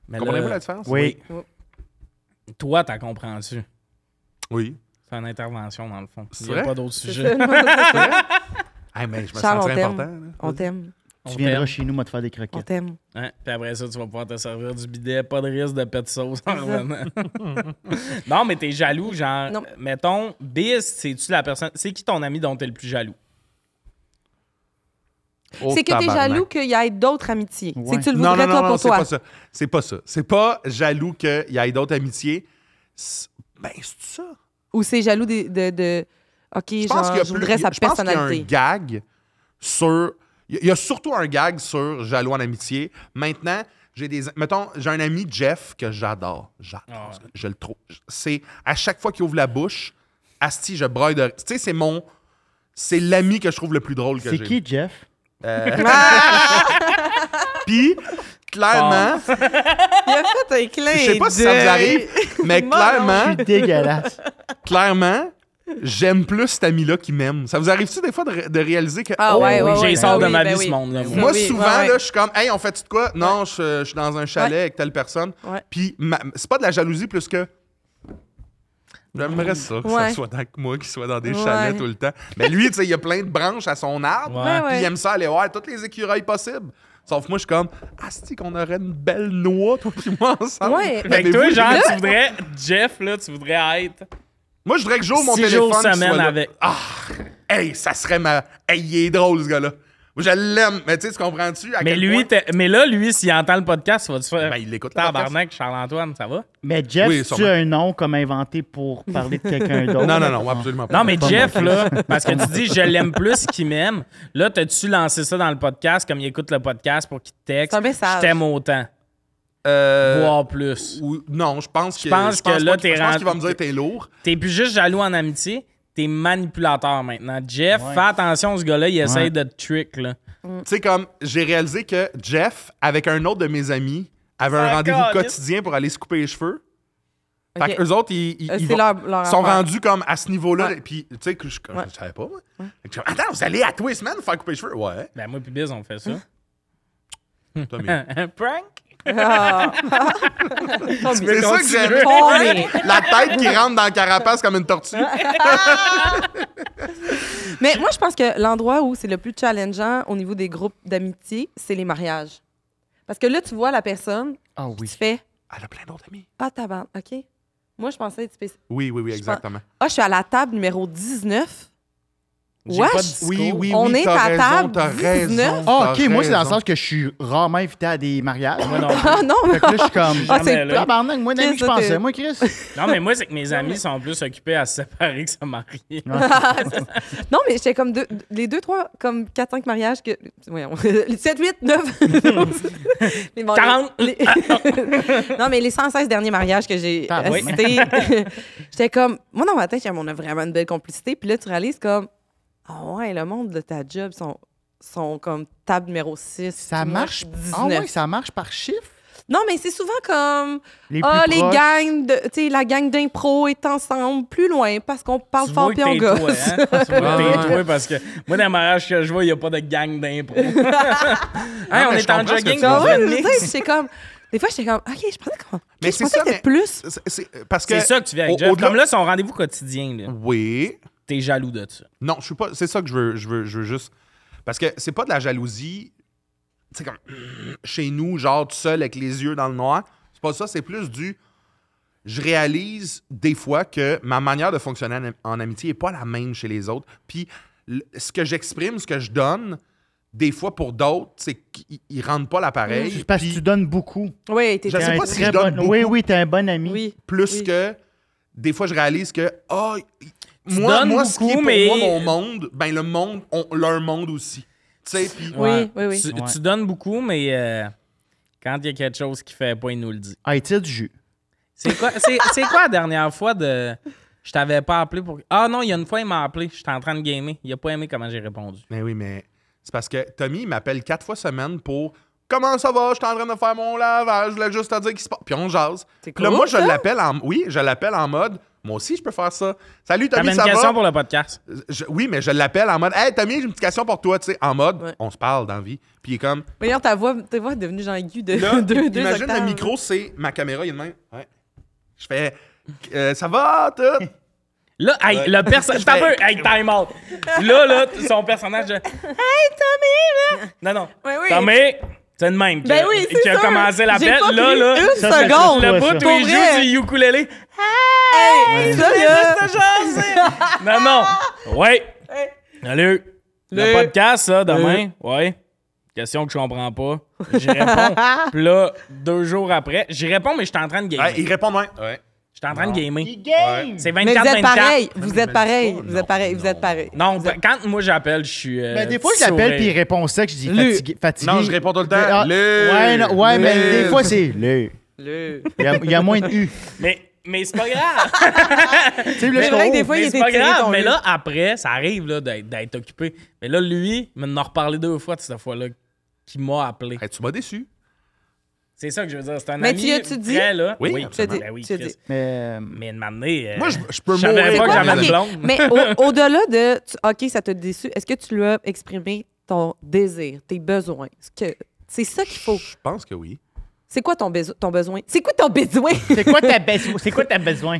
[SPEAKER 1] Mais
[SPEAKER 2] Comprenez-vous
[SPEAKER 1] là,
[SPEAKER 2] la différence?
[SPEAKER 4] Oui.
[SPEAKER 1] Toi, t'as compris-tu?
[SPEAKER 2] Oui.
[SPEAKER 1] C'est une intervention, dans le fond.
[SPEAKER 2] C'est
[SPEAKER 1] Il n'y a
[SPEAKER 2] vrai?
[SPEAKER 1] pas d'autre sujet.
[SPEAKER 2] Ah, mais je me
[SPEAKER 3] Charles, on
[SPEAKER 2] sentirais
[SPEAKER 3] t'aime.
[SPEAKER 2] important. là.
[SPEAKER 3] On t'aime.
[SPEAKER 1] On
[SPEAKER 4] Tu viendras
[SPEAKER 1] t'aime.
[SPEAKER 4] chez nous, moi, te faire des croquettes.
[SPEAKER 3] On t'aime.
[SPEAKER 1] Hein? Puis après ça, tu vas pouvoir te servir du bidet. Pas de risque de pet sauce en revenant. non, mais t'es jaloux, genre.
[SPEAKER 3] Non.
[SPEAKER 1] Mettons, Biz, c'est-tu la personne. C'est qui ton ami dont t'es le plus jaloux?
[SPEAKER 2] Oh,
[SPEAKER 3] c'est que t'es
[SPEAKER 2] tabarnak.
[SPEAKER 3] jaloux qu'il y ait d'autres amitiés. C'est
[SPEAKER 4] Ouais.
[SPEAKER 3] que tu le
[SPEAKER 2] Non,
[SPEAKER 3] voudrais,
[SPEAKER 2] non, non,
[SPEAKER 3] toi,
[SPEAKER 2] non,
[SPEAKER 3] pour
[SPEAKER 2] c'est
[SPEAKER 3] toi.
[SPEAKER 2] pas ça. C'est pas ça. C'est pas jaloux qu'il y ait d'autres amitiés. C'est- Ben, c'est ça.
[SPEAKER 3] Ou c'est jaloux de... de, de- OK,
[SPEAKER 2] Je pense qu'il y
[SPEAKER 3] genre,
[SPEAKER 2] a
[SPEAKER 3] je
[SPEAKER 2] plus-
[SPEAKER 3] voudrais sa
[SPEAKER 2] je pense qu'il y a un
[SPEAKER 3] personnalité.
[SPEAKER 2] gag sur. Il y a- il y a surtout un gag sur jaloux en amitié. Maintenant, j'ai des. Mettons, j'ai un ami, Jeff, que j'adore.
[SPEAKER 4] Ah
[SPEAKER 2] J'adore. ce gars. Je le trouve. C'est à chaque fois qu'il ouvre la bouche, Asti, je broille de. Tu sais, c'est mon. C'est l'ami que je trouve le plus drôle que j'ai.
[SPEAKER 4] C'est qui, Jeff?
[SPEAKER 2] Puis,
[SPEAKER 4] Ah.
[SPEAKER 2] clairement,
[SPEAKER 3] Il a fait un clin
[SPEAKER 2] je sais pas si ça
[SPEAKER 3] d'œil.
[SPEAKER 2] vous arrive,
[SPEAKER 3] Moi, non,
[SPEAKER 2] mais
[SPEAKER 4] Je
[SPEAKER 2] clairement,
[SPEAKER 4] suis dégueulasse.
[SPEAKER 2] clairement, j'aime plus cet ami-là qui m'aime. Ça vous arrive-tu des fois de, ré- de réaliser que.
[SPEAKER 3] Ah
[SPEAKER 2] oh,
[SPEAKER 3] ouais, ouais,
[SPEAKER 1] j'ai
[SPEAKER 3] ouais.
[SPEAKER 1] les sorts
[SPEAKER 3] Ben
[SPEAKER 1] de ma
[SPEAKER 3] oui,
[SPEAKER 1] vie,
[SPEAKER 3] ben
[SPEAKER 1] ce
[SPEAKER 3] oui.
[SPEAKER 1] monde-là, moi.
[SPEAKER 2] Moi,
[SPEAKER 3] Oui, oui,
[SPEAKER 2] souvent,
[SPEAKER 3] ouais,
[SPEAKER 2] là,
[SPEAKER 3] ouais.
[SPEAKER 2] je suis comme, hey, on fait-tu de quoi? Non, je, je suis dans un chalet avec telle personne.
[SPEAKER 3] Ouais.
[SPEAKER 2] Puis, ma- c'est pas de la jalousie plus que. J'aimerais ça, que
[SPEAKER 3] Ouais.
[SPEAKER 2] ça soit dans moi, qu'il soit dans des
[SPEAKER 3] Ouais.
[SPEAKER 2] chalets tout le temps. Mais lui, tu sais, il y a plein de branches à son arbre.
[SPEAKER 1] Ouais,
[SPEAKER 2] Puis
[SPEAKER 3] ouais.
[SPEAKER 2] il aime ça aller voir toutes les écureuils possibles. Sauf que moi, je suis comme, ah, c'est qu'on aurait une belle noix, toi puis moi, ensemble.
[SPEAKER 3] Ouais.
[SPEAKER 2] Mais
[SPEAKER 1] Fait que toi,
[SPEAKER 2] vous,
[SPEAKER 1] genre,
[SPEAKER 2] j'ai-
[SPEAKER 1] tu voudrais. Jeff, là, tu voudrais être.
[SPEAKER 2] Moi, je voudrais que j'ouvre mon
[SPEAKER 1] Six
[SPEAKER 2] téléphone.
[SPEAKER 1] jours
[SPEAKER 2] qu'il
[SPEAKER 1] semaine
[SPEAKER 2] soit là.
[SPEAKER 1] avec.
[SPEAKER 2] Ah, hey, ça serait ma. Hey, il est drôle, ce gars-là. Moi, Je l'aime, mais tu sais, tu comprends-tu? à
[SPEAKER 1] Mais
[SPEAKER 2] quel
[SPEAKER 1] lui,
[SPEAKER 2] point-
[SPEAKER 1] t'es- mais là, lui, s'il entend le podcast, il va te faire.
[SPEAKER 2] Ben, il l'écoute, le
[SPEAKER 1] Tabarnak, Charles-Antoine, ça va?
[SPEAKER 4] Mais Jeff,
[SPEAKER 2] Oui,
[SPEAKER 4] tu
[SPEAKER 2] sûrement.
[SPEAKER 4] as un nom comme inventé pour parler de quelqu'un d'autre.
[SPEAKER 2] Non, non, non, absolument pas.
[SPEAKER 1] Non, mais
[SPEAKER 4] Pas
[SPEAKER 1] Jeff,
[SPEAKER 4] mon
[SPEAKER 1] là, parce que tu dis je l'aime plus qu'il m'aime. Là, t'as-tu lancé ça dans le podcast, comme il écoute le podcast pour qu'il te texte?
[SPEAKER 3] C'est un message.
[SPEAKER 1] Je t'aime autant,
[SPEAKER 2] Euh,
[SPEAKER 1] voire plus.
[SPEAKER 2] ou- non, je pense que.
[SPEAKER 1] pense que
[SPEAKER 2] pas
[SPEAKER 1] là,
[SPEAKER 2] qu'il-
[SPEAKER 1] t'es
[SPEAKER 2] Je pense
[SPEAKER 1] rendu-
[SPEAKER 2] qu'il va me dire t'es lourd.
[SPEAKER 1] T'es plus juste jaloux en amitié, t'es manipulateur maintenant. Jeff, fais attention, ce gars-là, il essaye de te trick, là.
[SPEAKER 2] Tu sais, comme, j'ai réalisé que Jeff, avec un autre de mes amis, avait un
[SPEAKER 1] Ah,
[SPEAKER 2] rendez-vous
[SPEAKER 1] câlisse.
[SPEAKER 2] quotidien pour aller se couper les cheveux.
[SPEAKER 3] OK.
[SPEAKER 2] Fait qu'eux autres, ils, ils-
[SPEAKER 3] Euh,
[SPEAKER 2] ils
[SPEAKER 3] c'est
[SPEAKER 2] vont-
[SPEAKER 3] leur- leur
[SPEAKER 2] sont
[SPEAKER 3] affaire.
[SPEAKER 2] rendus comme à ce niveau-là.
[SPEAKER 3] Ouais.
[SPEAKER 2] Puis, tu sais, que je, que je
[SPEAKER 3] Ouais.
[SPEAKER 2] savais pas, moi. Fait que je- Attends, vous allez à Twistman faire couper les cheveux? Ouais.
[SPEAKER 1] Ben, moi, puis Biz, on fait ça. Mm.
[SPEAKER 2] Tommy.
[SPEAKER 1] Un prank?
[SPEAKER 3] Ah.
[SPEAKER 2] Mais C'est ça que
[SPEAKER 1] continuer.
[SPEAKER 2] j'aime.
[SPEAKER 3] Tombé.
[SPEAKER 2] La tête qui rentre dans la carapace comme une tortue.
[SPEAKER 3] Mais moi, je pense que l'endroit où c'est le plus challengeant au niveau des groupes d'amitié, c'est les mariages. Parce que là, tu vois la personne,
[SPEAKER 4] Ah
[SPEAKER 3] tu
[SPEAKER 4] oui.
[SPEAKER 3] fais
[SPEAKER 2] Elle a plein d'autres amis.
[SPEAKER 3] Ah, ta bande, OK. Moi, je pensais être spécial.
[SPEAKER 2] Oui, oui, oui,
[SPEAKER 3] Je
[SPEAKER 2] exactement.
[SPEAKER 3] Ah, je suis à la table numéro 19.
[SPEAKER 1] J'ai
[SPEAKER 3] Wesh!
[SPEAKER 1] pas de discours.
[SPEAKER 2] Oui, oui,
[SPEAKER 3] On
[SPEAKER 2] oui,
[SPEAKER 3] est
[SPEAKER 2] t'as
[SPEAKER 3] à
[SPEAKER 2] raison,
[SPEAKER 3] table
[SPEAKER 2] t'as
[SPEAKER 3] 19.
[SPEAKER 2] raison.
[SPEAKER 4] Ah,
[SPEAKER 2] t'as
[SPEAKER 4] OK, moi, c'est dans le
[SPEAKER 2] raison.
[SPEAKER 4] sens que je suis rarement invité à des mariages.
[SPEAKER 1] Moi non.
[SPEAKER 3] Ah non, mais
[SPEAKER 4] Fait que là, je suis comme.
[SPEAKER 3] Ah, c'est
[SPEAKER 1] Jamais, là.
[SPEAKER 4] Ah, barnac, moi, d'amis,
[SPEAKER 3] Chris,
[SPEAKER 4] je
[SPEAKER 3] ça,
[SPEAKER 4] pensais.
[SPEAKER 3] t'es-
[SPEAKER 4] Moi, Chris.
[SPEAKER 1] Non, mais moi, c'est que mes amis sont plus occupés à se séparer que se marier.
[SPEAKER 3] non, mais j'étais comme deux, les deux, trois, comme 4, 5 mariages que. Voyons. Les 7, 8, 9. les mariages-
[SPEAKER 1] 40.
[SPEAKER 3] les- non, mais les 116 derniers mariages que j'ai
[SPEAKER 4] Ah, oui.
[SPEAKER 3] assistés, j'étais comme. Moi, dans ma tête, j'étais comme, on a vraiment une belle complicité. Puis là, tu réalises comme. Ah ouais, le monde de ta job sont, sont comme table numéro 6.
[SPEAKER 4] Ça marche. Ah, ouais, ça marche par chiffre.
[SPEAKER 3] Non, mais c'est souvent comme.
[SPEAKER 4] Les plus
[SPEAKER 3] Ah, les
[SPEAKER 4] proches.
[SPEAKER 3] gangs, de- tu sais, la gang d'impro est ensemble plus loin parce qu'on parle
[SPEAKER 1] Tu
[SPEAKER 3] fort
[SPEAKER 1] vois que
[SPEAKER 3] puis on
[SPEAKER 1] t'es toi,
[SPEAKER 3] gosse.
[SPEAKER 1] hein? Tu vois que
[SPEAKER 2] Ouais.
[SPEAKER 1] t'es toi, parce que moi, dans le mariage que je vois, il n'y a pas de gang d'impro. Hein,
[SPEAKER 2] Non,
[SPEAKER 1] on
[SPEAKER 2] mais je
[SPEAKER 1] est en
[SPEAKER 2] comprends ce que
[SPEAKER 1] jogging
[SPEAKER 2] tu veux
[SPEAKER 1] dans
[SPEAKER 3] Ah
[SPEAKER 1] un
[SPEAKER 3] ouais, tu
[SPEAKER 1] mix.
[SPEAKER 3] sais, j'étais comme. Des fois, j'étais comme, OK, je pensais qu'on.
[SPEAKER 2] Mais
[SPEAKER 3] Mais
[SPEAKER 2] c'est
[SPEAKER 3] je pensais
[SPEAKER 2] ça,
[SPEAKER 3] que
[SPEAKER 2] mais-
[SPEAKER 3] c'était plus.
[SPEAKER 2] C'est- c'est- Parce que.
[SPEAKER 1] C'est ça que tu viens avec
[SPEAKER 2] au-
[SPEAKER 1] Jeff.
[SPEAKER 2] au-delà-
[SPEAKER 1] Comme là, son rendez-vous quotidien, là.
[SPEAKER 2] Oui.
[SPEAKER 1] T'es jaloux de ça.
[SPEAKER 2] Non, je suis pas. C'est ça que je veux, je veux, je veux juste. Parce que c'est pas de la jalousie. C'est comme chez nous, genre tout seul avec les yeux dans le noir. C'est pas ça. C'est plus du. Je réalise des fois que ma manière de fonctionner en, am- en amitié n'est pas la même chez les autres. Puis le- ce que j'exprime, ce que je donne, des fois pour d'autres, c'est qu'ils ils rendent pas l'appareil.
[SPEAKER 4] C'est parce que
[SPEAKER 2] Puis
[SPEAKER 4] tu donnes beaucoup.
[SPEAKER 3] Oui, t'es
[SPEAKER 2] Je sais
[SPEAKER 4] T'es
[SPEAKER 2] pas
[SPEAKER 4] un
[SPEAKER 2] si
[SPEAKER 4] très
[SPEAKER 2] je donne
[SPEAKER 4] bon-
[SPEAKER 2] beaucoup.
[SPEAKER 4] Oui, oui, t'es un bon ami.
[SPEAKER 3] Oui.
[SPEAKER 2] plus
[SPEAKER 3] oui.
[SPEAKER 2] que des fois je réalise que ah
[SPEAKER 1] Tu
[SPEAKER 2] moi
[SPEAKER 1] donnes
[SPEAKER 2] moi ce qui est
[SPEAKER 1] beaucoup,
[SPEAKER 2] pour
[SPEAKER 1] mais-
[SPEAKER 2] moi mon monde ben le monde ont leur monde aussi tu sais puis
[SPEAKER 3] Oui,
[SPEAKER 1] Ouais.
[SPEAKER 3] oui, oui.
[SPEAKER 1] Tu,
[SPEAKER 4] Ouais.
[SPEAKER 1] tu donnes beaucoup, mais euh, quand il y a quelque chose qui fait pas, il nous le dit.
[SPEAKER 4] Ah, il tire du jus.
[SPEAKER 1] C'est quoi, c'est, c'est quoi la dernière fois de. Je t'avais pas appelé pour. Ah non, il y a une fois, il m'a appelé. J'étais en train de gamer. Il a pas aimé comment j'ai répondu.
[SPEAKER 2] mais oui mais c'est parce que Tommy il m'appelle quatre fois semaine pour comment ça va je suis en train de faire mon lavage je voulais juste te dire qu'il se passe puis on jase
[SPEAKER 3] C'est
[SPEAKER 2] Puis là
[SPEAKER 3] cool,
[SPEAKER 2] moi je
[SPEAKER 3] ça.
[SPEAKER 2] l'appelle en oui je l'appelle en mode moi aussi je peux faire ça salut
[SPEAKER 1] T'avais
[SPEAKER 2] Tommy
[SPEAKER 1] une
[SPEAKER 2] ça
[SPEAKER 1] question
[SPEAKER 2] va
[SPEAKER 1] pour le podcast.
[SPEAKER 2] Je- oui mais je l'appelle en mode hey Tommy j'ai une petite question pour toi tu sais en mode
[SPEAKER 3] Ouais.
[SPEAKER 2] on se parle dans la vie puis il est comme
[SPEAKER 3] Mais D'ailleurs, ta voix, ta voix est devenue Jean-Guy de
[SPEAKER 2] Là,
[SPEAKER 3] deux, deux
[SPEAKER 2] imagine
[SPEAKER 3] octaves.
[SPEAKER 2] le micro, c'est ma caméra, il est de même. Ouais. Je fais euh, ça va, tout.
[SPEAKER 1] Là, hey,
[SPEAKER 2] Ouais.
[SPEAKER 1] le personnage.
[SPEAKER 2] Je vais-
[SPEAKER 4] Ben,
[SPEAKER 1] hey, time out. Là, là, t- son personnage. de- Hey, Tommy, là. Non, non.
[SPEAKER 3] Oui, oui.
[SPEAKER 1] Tommy, c'est le même. Qui,
[SPEAKER 3] Ben oui, c'est
[SPEAKER 1] qui a
[SPEAKER 3] sûr.
[SPEAKER 1] commencé
[SPEAKER 3] J'ai
[SPEAKER 1] l'appel.
[SPEAKER 3] pas
[SPEAKER 1] Là,
[SPEAKER 3] tenu
[SPEAKER 1] là.
[SPEAKER 3] Une
[SPEAKER 4] Ça, c'est
[SPEAKER 3] seconde.
[SPEAKER 4] ça,
[SPEAKER 1] Le
[SPEAKER 4] Ouais,
[SPEAKER 1] bout où
[SPEAKER 3] Pour
[SPEAKER 1] il
[SPEAKER 3] vrai.
[SPEAKER 1] joue du ukulélé.
[SPEAKER 3] Hey, ça, là.
[SPEAKER 1] Non, non. Ouais. Salut. Le
[SPEAKER 3] Le-
[SPEAKER 1] podcast, ça, demain. Ouais. Question que je comprends pas. J'y réponds. Puis là, deux jours après, j'y réponds, mais j'étais en train de gamer.
[SPEAKER 2] Ouais, il
[SPEAKER 1] J'étais
[SPEAKER 2] répond de même. Ouais.
[SPEAKER 1] en train de gamer.
[SPEAKER 4] game!
[SPEAKER 1] C'est
[SPEAKER 3] Mais vous êtes
[SPEAKER 1] 24-24.
[SPEAKER 3] pareil. Vous êtes pareil.
[SPEAKER 2] Non,
[SPEAKER 3] Vous êtes pareil. Vous êtes pareil.
[SPEAKER 1] Non, ben, quand moi j'appelle, je suis. euh,
[SPEAKER 4] Mais Ben, des fois, je
[SPEAKER 1] sourire.
[SPEAKER 4] l'appelle puis il répond sec, je dis
[SPEAKER 3] Lui.
[SPEAKER 4] fatigué. fatigué.
[SPEAKER 2] Non, je réponds tout le
[SPEAKER 4] Mais,
[SPEAKER 2] temps, lui.
[SPEAKER 4] Ah, Ouais, non, ouais
[SPEAKER 2] Lui.
[SPEAKER 4] mais des fois, c'est le.
[SPEAKER 3] Le-
[SPEAKER 4] Il y, a, il y a moins de U.
[SPEAKER 1] Mais, mais c'est pas grave.
[SPEAKER 4] Tu sais, là,
[SPEAKER 3] C'est
[SPEAKER 4] je
[SPEAKER 3] vrai que des
[SPEAKER 4] trouve-
[SPEAKER 3] fois, il
[SPEAKER 1] mais
[SPEAKER 3] était
[SPEAKER 1] c'est pas
[SPEAKER 3] tiré,
[SPEAKER 1] grave.
[SPEAKER 3] ton
[SPEAKER 1] Mais
[SPEAKER 3] lui.
[SPEAKER 1] là, après, ça arrive là, d'être, d'être occupé. Mais là, lui, il m'en a reparlé deux fois de cette fois-là qui m'a appelé.
[SPEAKER 2] Hey, tu m'as déçu.
[SPEAKER 1] C'est ça que je veux dire. C'est un
[SPEAKER 3] Mais
[SPEAKER 1] ami
[SPEAKER 3] tu l'as-tu dit?
[SPEAKER 1] vrai, là.
[SPEAKER 2] Oui,
[SPEAKER 1] oui,
[SPEAKER 2] tu l'as dit,
[SPEAKER 1] Ben oui,
[SPEAKER 3] tu l'as
[SPEAKER 1] Chris.
[SPEAKER 3] dit.
[SPEAKER 4] Mais, euh,
[SPEAKER 1] Mais de m'amener. euh,
[SPEAKER 2] Moi, je, je peux
[SPEAKER 1] Je savais
[SPEAKER 2] mourir.
[SPEAKER 1] pas que
[SPEAKER 2] pour
[SPEAKER 1] j'avais
[SPEAKER 2] mes
[SPEAKER 1] une
[SPEAKER 2] amis.
[SPEAKER 1] blonde.
[SPEAKER 3] Mais au- au-delà de tu- OK, ça t'a déçu, est-ce que tu lui as exprimé ton désir, tes besoins? Est-ce que- C'est ça qu'il faut.
[SPEAKER 2] Je pense que oui.
[SPEAKER 3] C'est quoi ton, beso- ton besoin? C'est quoi ton besoin?
[SPEAKER 4] c'est quoi ta besoin? C'est quoi ta besoin?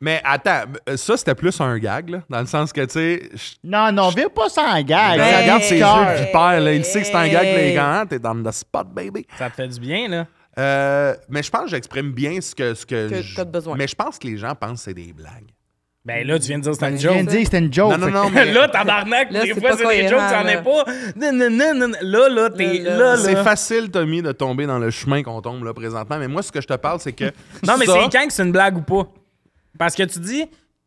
[SPEAKER 2] Mais attends, euh, ça, c'était plus un gag, là, dans le sens que, tu sais, je-
[SPEAKER 4] Non, non, viens pas ça en gag.
[SPEAKER 2] quand il
[SPEAKER 3] Ben,
[SPEAKER 2] regarde ses
[SPEAKER 4] cœur.
[SPEAKER 2] yeux de vipère, là, il sait que c'est un gag, là, il est
[SPEAKER 3] Hey.
[SPEAKER 2] comme, Ah, t'es dans le spot, baby.
[SPEAKER 1] Ça te fait du bien, là.
[SPEAKER 2] Euh, mais je pense que j'exprime bien ce que. Ce que
[SPEAKER 3] Que
[SPEAKER 2] je-
[SPEAKER 3] t'as de besoin.
[SPEAKER 2] Mais je pense que les gens pensent que c'est des blagues.
[SPEAKER 1] Ben là, tu viens de dire que c'est
[SPEAKER 4] Je
[SPEAKER 1] une
[SPEAKER 4] viens
[SPEAKER 1] joke.
[SPEAKER 4] de dire, c'était une joke.
[SPEAKER 2] Non, non,
[SPEAKER 4] Oh, fait que-
[SPEAKER 2] non, mais.
[SPEAKER 1] Là, tabarnak,
[SPEAKER 3] Là,
[SPEAKER 1] des
[SPEAKER 3] c'est
[SPEAKER 1] fois,
[SPEAKER 3] pas
[SPEAKER 1] c'est des jokes,
[SPEAKER 3] cohérent,
[SPEAKER 1] t'en es
[SPEAKER 3] là.
[SPEAKER 1] pas. Non, non, non, non, non. Là, là, t'es
[SPEAKER 3] Là,
[SPEAKER 1] là,
[SPEAKER 3] là.
[SPEAKER 1] là.
[SPEAKER 2] C'est facile, Tommy, de tomber dans le chemin qu'on tombe là présentement, mais moi, ce que je te parle, c'est que.
[SPEAKER 1] Non, mais
[SPEAKER 2] ça-
[SPEAKER 1] c'est quand que c'est une blague ou pas? Parce que tu dis,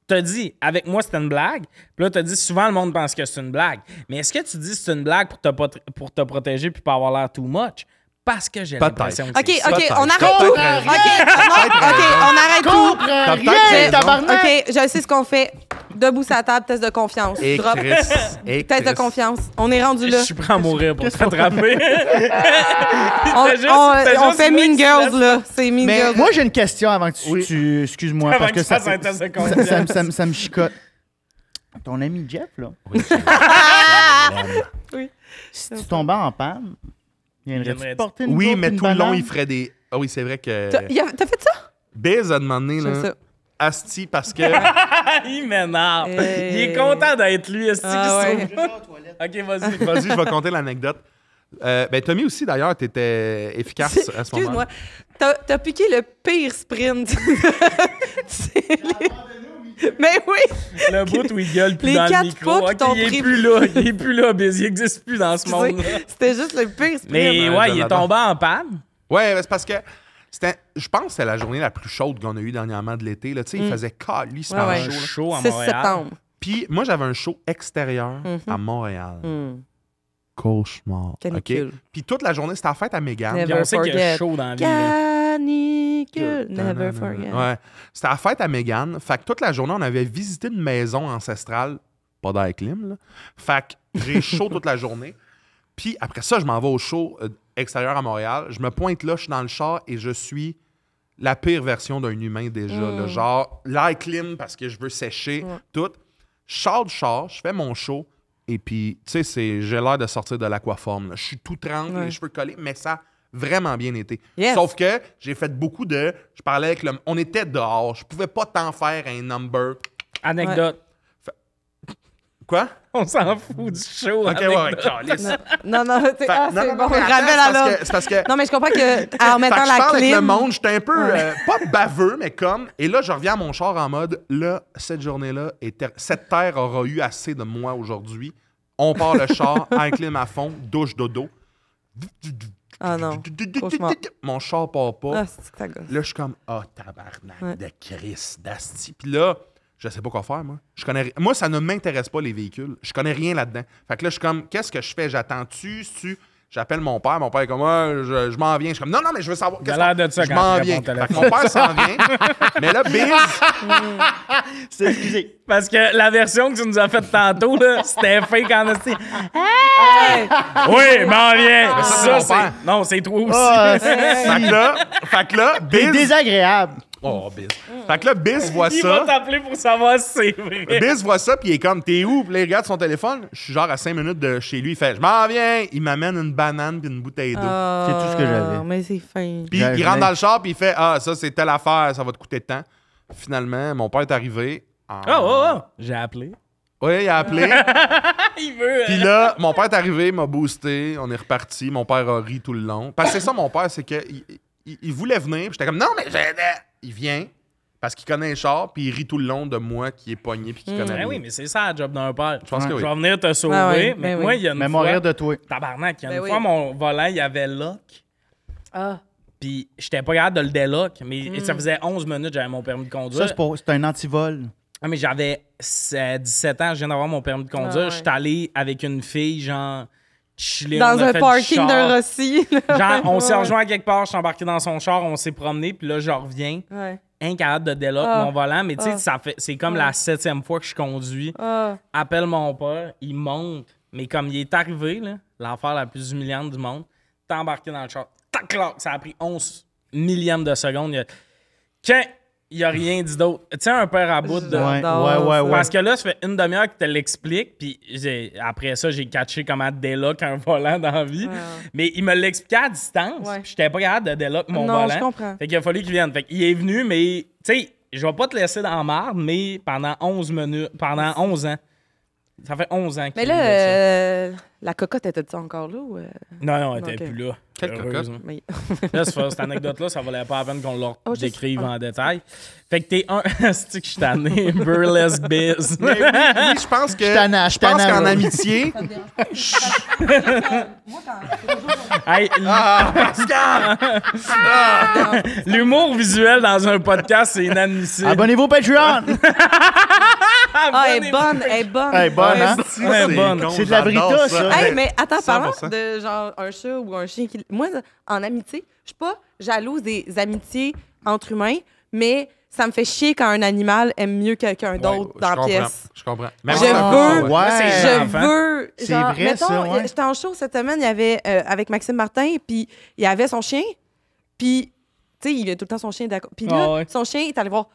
[SPEAKER 1] t'as dit, avec moi, c'était une blague. Puis là, t'as dit, souvent, le monde pense que c'est une blague. Mais est-ce que tu dis c'est une blague pour te, pot- pour te protéger puis pas avoir l'air too much? Parce que j'ai
[SPEAKER 2] Peut-être.
[SPEAKER 1] l'impression que
[SPEAKER 3] OK,
[SPEAKER 1] c'est ça.
[SPEAKER 3] OK,
[SPEAKER 2] Peut-être.
[SPEAKER 3] on arrête
[SPEAKER 2] Peut-être
[SPEAKER 3] tout. OK,
[SPEAKER 2] raison.
[SPEAKER 3] non, OK, on arrête tout.
[SPEAKER 4] Comprends
[SPEAKER 2] peut-être
[SPEAKER 4] rien,
[SPEAKER 2] raison.
[SPEAKER 4] tabarnak!
[SPEAKER 3] OK, je sais ce qu'on fait. Debout sur la table, test de confiance.
[SPEAKER 2] Et
[SPEAKER 3] Drop.
[SPEAKER 2] Chris. Et
[SPEAKER 3] Test de
[SPEAKER 2] Chris.
[SPEAKER 3] confiance. On est rendu ah, là.
[SPEAKER 1] Je suis prêt à mourir pour te rattraper.
[SPEAKER 3] On,
[SPEAKER 1] T'as juste-
[SPEAKER 3] on-
[SPEAKER 1] t'as
[SPEAKER 3] on
[SPEAKER 1] juste
[SPEAKER 3] fait
[SPEAKER 1] moi qui
[SPEAKER 3] Mean Girls,
[SPEAKER 1] laisse-
[SPEAKER 3] là. C'est Mean
[SPEAKER 4] Mais euh,
[SPEAKER 3] Girls.
[SPEAKER 4] moi, j'ai une question avant que tu.
[SPEAKER 2] Oui.
[SPEAKER 4] tu- Excuse-moi,
[SPEAKER 1] euh, Avant
[SPEAKER 4] parce
[SPEAKER 1] que
[SPEAKER 4] que,
[SPEAKER 1] tu
[SPEAKER 4] ça,
[SPEAKER 1] fasses un test de
[SPEAKER 4] ça-
[SPEAKER 1] confiance.
[SPEAKER 4] ça me- ça me- ça me chicote. Ton ami Jeff, là.
[SPEAKER 3] Oui.
[SPEAKER 4] Si tu tombais en panne, viendrais-tu
[SPEAKER 1] Viendrais-tu-
[SPEAKER 4] porter une
[SPEAKER 2] Oui,
[SPEAKER 4] coupe,
[SPEAKER 2] mais
[SPEAKER 4] une
[SPEAKER 2] tout le long,
[SPEAKER 4] banane?
[SPEAKER 2] il ferait des. Ah oui, c'est vrai que.
[SPEAKER 3] T'as y a- t'as fait ça?
[SPEAKER 2] Biz a demandé,
[SPEAKER 3] J'aime
[SPEAKER 2] là.
[SPEAKER 3] ça.
[SPEAKER 2] Asti, parce que.
[SPEAKER 1] Il m'énerve.
[SPEAKER 3] Hey.
[SPEAKER 1] Il est content d'être lui. Est-ce
[SPEAKER 3] Ah
[SPEAKER 1] qu'il se
[SPEAKER 3] ouais.
[SPEAKER 1] trouve- OK, vas-y.
[SPEAKER 2] Vas-y, je vais compter l'anecdote. Euh, ben, Tommy aussi, d'ailleurs, t'étais efficace à ce
[SPEAKER 3] Excuse-moi.
[SPEAKER 2] moment-là.
[SPEAKER 3] T'as t'as piqué le pire sprint. C'est les- Mais oui!
[SPEAKER 1] Le bout où il gueule plus
[SPEAKER 3] Les
[SPEAKER 1] dans
[SPEAKER 3] quatre
[SPEAKER 1] le micro.
[SPEAKER 3] pas qui
[SPEAKER 1] Ok,
[SPEAKER 3] t'ont
[SPEAKER 1] il est
[SPEAKER 3] pris-
[SPEAKER 1] plus là, il est plus là, Biz. Il n'existe plus dans ce monde
[SPEAKER 3] Excusez, C'était juste le pire esprit.
[SPEAKER 1] Mais
[SPEAKER 2] Ben,
[SPEAKER 1] ouais,
[SPEAKER 2] je
[SPEAKER 1] il est
[SPEAKER 2] l'adore.
[SPEAKER 1] tombé en panne.
[SPEAKER 2] Ouais, ben, c'est parce que c'était, je pense que c'était la journée la plus chaude qu'on a eue dernièrement de l'été. Là. Tu sais, Il faisait calice
[SPEAKER 3] Mm. Ouais,
[SPEAKER 2] par
[SPEAKER 3] ouais.
[SPEAKER 2] chaud. là.
[SPEAKER 1] Chaud à
[SPEAKER 3] 6
[SPEAKER 1] Montréal.
[SPEAKER 3] septembre.
[SPEAKER 2] Puis moi, j'avais un show extérieur
[SPEAKER 3] Mm-hmm.
[SPEAKER 2] à Montréal.
[SPEAKER 3] Hmm.
[SPEAKER 2] Cauchemar.
[SPEAKER 3] Canicule.
[SPEAKER 2] OK? Puis toute la journée, c'était en fête à Mégane.
[SPEAKER 1] Puis on sait qu'il y a
[SPEAKER 3] Never
[SPEAKER 1] chaud dans la ville. là.
[SPEAKER 3] Canicule, never
[SPEAKER 2] Tanana.
[SPEAKER 3] forget.
[SPEAKER 2] Ouais. C'était la fête à Mégane. Fait que toute la journée, on avait visité une maison ancestrale, pas d'air clim, là. Fait que j'ai chaud toute la journée. Puis après ça, je m'en vais au show euh, extérieur à Montréal. Je me pointe là, je suis dans le char et je suis la pire version d'un humain déjà.
[SPEAKER 3] Mm.
[SPEAKER 2] là. genre, l'air clim parce que je veux sécher, tout. Je sors du char, je fais mon show. Et puis, tu sais, c'est- j'ai l'air de sortir de l'aquaforme. là. Je suis tout tremble,
[SPEAKER 3] Ouais.
[SPEAKER 2] les cheveux collés, mais ça a vraiment bien été.
[SPEAKER 3] Yes.
[SPEAKER 2] Sauf que j'ai fait beaucoup de. Je parlais avec le. On était dehors. Je pouvais pas tant faire un number.
[SPEAKER 1] Anecdote.
[SPEAKER 2] Quoi?
[SPEAKER 1] On s'en fout du show.
[SPEAKER 2] Ok, ouais,
[SPEAKER 1] anecdote.
[SPEAKER 2] ouais, calisse.
[SPEAKER 3] Non, non, t'es-
[SPEAKER 2] Fait-
[SPEAKER 3] ah,
[SPEAKER 2] non,
[SPEAKER 3] c'est
[SPEAKER 2] non,
[SPEAKER 3] bon,
[SPEAKER 2] non, mais attends,
[SPEAKER 3] ramène
[SPEAKER 2] c'est
[SPEAKER 3] à
[SPEAKER 2] parce que-
[SPEAKER 3] l'ordre.
[SPEAKER 2] c'est parce que-
[SPEAKER 3] Non, mais je comprends que en
[SPEAKER 2] Fait
[SPEAKER 3] mettant
[SPEAKER 2] que je parle
[SPEAKER 3] la
[SPEAKER 2] avec le
[SPEAKER 3] clim,
[SPEAKER 2] monde, j'étais un peu euh, pas baveux, mais comme. Et là, je reviens à mon char en mode là, cette journée-là, est ter- cette terre aura eu assez de moi aujourd'hui. On part le char, un clim à fond, douche dodo.
[SPEAKER 3] Ah non, cauchemar.
[SPEAKER 2] Mon char part pas.
[SPEAKER 3] Ah, c'est que ça gosse.
[SPEAKER 2] Là, je suis comme, ah, tabarnak de Chris, d'Asti. Puis là, je sais pas quoi faire, moi. Je connais... ri- Moi, ça ne m'intéresse pas, les véhicules. Je connais rien là-dedans. Fait que là, je suis comme, qu'est-ce que je fais? J'attends-tu? tu J'appelle mon père. Mon père est comme, Ah, je, je m'en viens. Je suis comme, non, non, mais je veux savoir. qu'est-ce
[SPEAKER 1] l'air
[SPEAKER 2] qu'on-
[SPEAKER 1] de ça
[SPEAKER 2] Je
[SPEAKER 1] quand
[SPEAKER 2] m'en
[SPEAKER 1] tu
[SPEAKER 2] viens.
[SPEAKER 1] réponds au
[SPEAKER 2] Fait que mon père s'en vient. mais là, Biz,
[SPEAKER 4] C'est- Excusez.
[SPEAKER 1] Parce que la version que tu nous as faite tantôt, là, c'était fake en esti.
[SPEAKER 3] Hey!
[SPEAKER 1] Oui, m'en viens.
[SPEAKER 2] ça, c'est
[SPEAKER 1] Ça,
[SPEAKER 2] mon
[SPEAKER 1] c'est.
[SPEAKER 2] père.
[SPEAKER 1] Non, c'est toi aussi.
[SPEAKER 4] Ah,
[SPEAKER 2] fait que là, fait que là,
[SPEAKER 4] c'est
[SPEAKER 2] Biz.
[SPEAKER 4] désagréable.
[SPEAKER 2] Oh, Biz. Fait que là, Biz voit
[SPEAKER 1] Il
[SPEAKER 2] ça.
[SPEAKER 1] va t'appeler pour savoir si c'est vrai.
[SPEAKER 2] Biz voit ça, puis il est comme, t'es où? Puis là, il regarde son téléphone. Je suis genre à 5 minutes de chez lui. Il fait, je m'en viens. Il m'amène une banane puis une bouteille d'eau.
[SPEAKER 4] C'est tout ce que j'avais.
[SPEAKER 3] Ah, Mais c'est fin.
[SPEAKER 2] Puis
[SPEAKER 4] J'avais-
[SPEAKER 2] il rentre dans le char, puis il fait Ah, ça, c'est telle affaire, ça va te coûter tant. Finalement, mon père est arrivé. Ah.
[SPEAKER 1] Oh, oh, oh. J'ai appelé.
[SPEAKER 2] Oui, il a appelé.
[SPEAKER 1] Il veut.
[SPEAKER 2] puis là, mon père est arrivé, m'a boosté, on est reparti. Mon père a ri tout le long. Parce que c'est ça, mon père, c'est que il, il- il voulait venir, puis j'étais comme Non, mais j'ai- Il vient, parce qu'il connaît le char, puis il rit tout le long de moi qui est pogné, puis qui connaît
[SPEAKER 1] Ben
[SPEAKER 2] rien.
[SPEAKER 1] oui, mais c'est ça, la job d'un père. Je
[SPEAKER 2] Ah pense que oui.
[SPEAKER 1] Je vais venir te sauver,
[SPEAKER 3] Ah ouais,
[SPEAKER 1] mais
[SPEAKER 3] ben
[SPEAKER 1] moi,
[SPEAKER 3] oui.
[SPEAKER 1] il y a une
[SPEAKER 4] Mais
[SPEAKER 1] fois...
[SPEAKER 4] mourir de toi.
[SPEAKER 1] Tabarnak, il y a une
[SPEAKER 3] Ben oui.
[SPEAKER 1] fois, mon volant, il y avait lock,
[SPEAKER 3] Ah.
[SPEAKER 1] puis j'étais pas capable de le délock, mais ça faisait 11 minutes j'avais mon permis de conduire.
[SPEAKER 4] Ça, c'est pour- c'est un antivol.
[SPEAKER 1] Ah, mais j'avais euh, 17 ans, je viens d'avoir mon permis de conduire.
[SPEAKER 3] ouais.
[SPEAKER 1] Je suis allé avec une fille, genre, chiller. on a
[SPEAKER 3] Dans
[SPEAKER 1] fait
[SPEAKER 3] un
[SPEAKER 1] du
[SPEAKER 3] parking
[SPEAKER 1] char.
[SPEAKER 3] d'un Rossi. là.
[SPEAKER 1] Genre, on s'est
[SPEAKER 3] Ouais.
[SPEAKER 1] rejoint à quelque part, je suis embarqué dans son char, on s'est promené, puis là, je reviens,
[SPEAKER 3] Ouais.
[SPEAKER 1] incapable de délock
[SPEAKER 3] Ah.
[SPEAKER 1] mon volant. Mais tu sais,
[SPEAKER 3] Ah.
[SPEAKER 1] ça fait- c'est comme la septième fois que je conduis.
[SPEAKER 3] Ah.
[SPEAKER 1] Appelle mon père, il monte. Mais comme il est arrivé, là, l'affaire la plus humiliante du monde, t'es embarqué dans le char. Tac, clac, ça a pris 11 millièmes de seconde. Il a... Quand il a rien dit d'autre. Tu sais, un père à bout de.
[SPEAKER 4] Ouais, ouais,
[SPEAKER 3] J'adore
[SPEAKER 4] ouais,
[SPEAKER 3] ça.
[SPEAKER 4] ouais.
[SPEAKER 1] Parce que là, ça fait une demi-heure que tu l'expliques, puis j'ai- après ça, j'ai catché comment déloque un volant dans la vie. Mais il me l'expliquait à distance,
[SPEAKER 3] Ouais.
[SPEAKER 1] puis j'étais pas capable de déloque mon
[SPEAKER 3] Non,
[SPEAKER 1] volant.
[SPEAKER 3] je comprends.
[SPEAKER 1] Fait qu'il a fallu qu'il vienne. Fait qu'il est venu, mais tu sais, je vais pas te laisser dans la marde, mais pendant 11 minutes, pendant 11 ans. Ça fait 11 ans qu'il
[SPEAKER 3] Mais
[SPEAKER 1] est là.
[SPEAKER 3] là, euh, la cocotte était-tu encore là? Ou euh,
[SPEAKER 1] Non, non, elle était
[SPEAKER 3] ok.
[SPEAKER 1] plus là.
[SPEAKER 2] Quelle cocotte?
[SPEAKER 1] heureusement.
[SPEAKER 3] mais-
[SPEAKER 1] Là, c'est fort, cette anecdote-là, ça valait pas la peine qu'on leur
[SPEAKER 3] Oh, je sais.
[SPEAKER 1] décrive
[SPEAKER 3] Ah.
[SPEAKER 1] en détail. Fait que t'es un. C'est que je suis tanné. Burlesque biz.
[SPEAKER 2] Mais oui, oui, je pense que.
[SPEAKER 4] Je t'en ai- je
[SPEAKER 2] Je
[SPEAKER 4] t'en
[SPEAKER 2] pense
[SPEAKER 4] ai-
[SPEAKER 2] qu'en amitié.
[SPEAKER 1] Hey,
[SPEAKER 2] Ah, Pascal!
[SPEAKER 1] L'humour visuel dans un podcast, c'est inadmissible.
[SPEAKER 4] Abonnez-vous au Patreon!
[SPEAKER 3] Ah, elle est bonne, elle est bonne.
[SPEAKER 4] Elle est bonne, hein?
[SPEAKER 2] Si,
[SPEAKER 1] Ouais,
[SPEAKER 2] c'est
[SPEAKER 1] bonne.
[SPEAKER 2] con,
[SPEAKER 4] C'est de la
[SPEAKER 2] j'adore
[SPEAKER 4] Brita, ça.
[SPEAKER 2] Ben,
[SPEAKER 3] Hey, mais attends, parlant
[SPEAKER 2] 100%.
[SPEAKER 3] de genre un chat ou un chien qui. Moi, en amitié, je suis pas jalouse des amitiés entre humains, mais ça me fait chier quand un animal aime mieux quelqu'un d'autre
[SPEAKER 2] Ouais,
[SPEAKER 3] dans la
[SPEAKER 2] je comprends,
[SPEAKER 3] pièce.
[SPEAKER 2] Je comprends.
[SPEAKER 3] Je
[SPEAKER 2] si c'est un peu ça,
[SPEAKER 3] veux-
[SPEAKER 2] ouais.
[SPEAKER 4] Ouais.
[SPEAKER 1] c'est
[SPEAKER 3] Je
[SPEAKER 1] Enfant.
[SPEAKER 3] veux.
[SPEAKER 4] Euh, C'est
[SPEAKER 3] genre,
[SPEAKER 4] vrai,
[SPEAKER 3] mettons,
[SPEAKER 4] ça, ouais.
[SPEAKER 3] J'étais en show cette semaine, il y avait, euh, avec Maxime Martin, puis il y avait son chien, puis, tu sais, il a tout le temps son chien d'accord. Puis là,
[SPEAKER 1] Ah ouais.
[SPEAKER 3] son chien est allé voir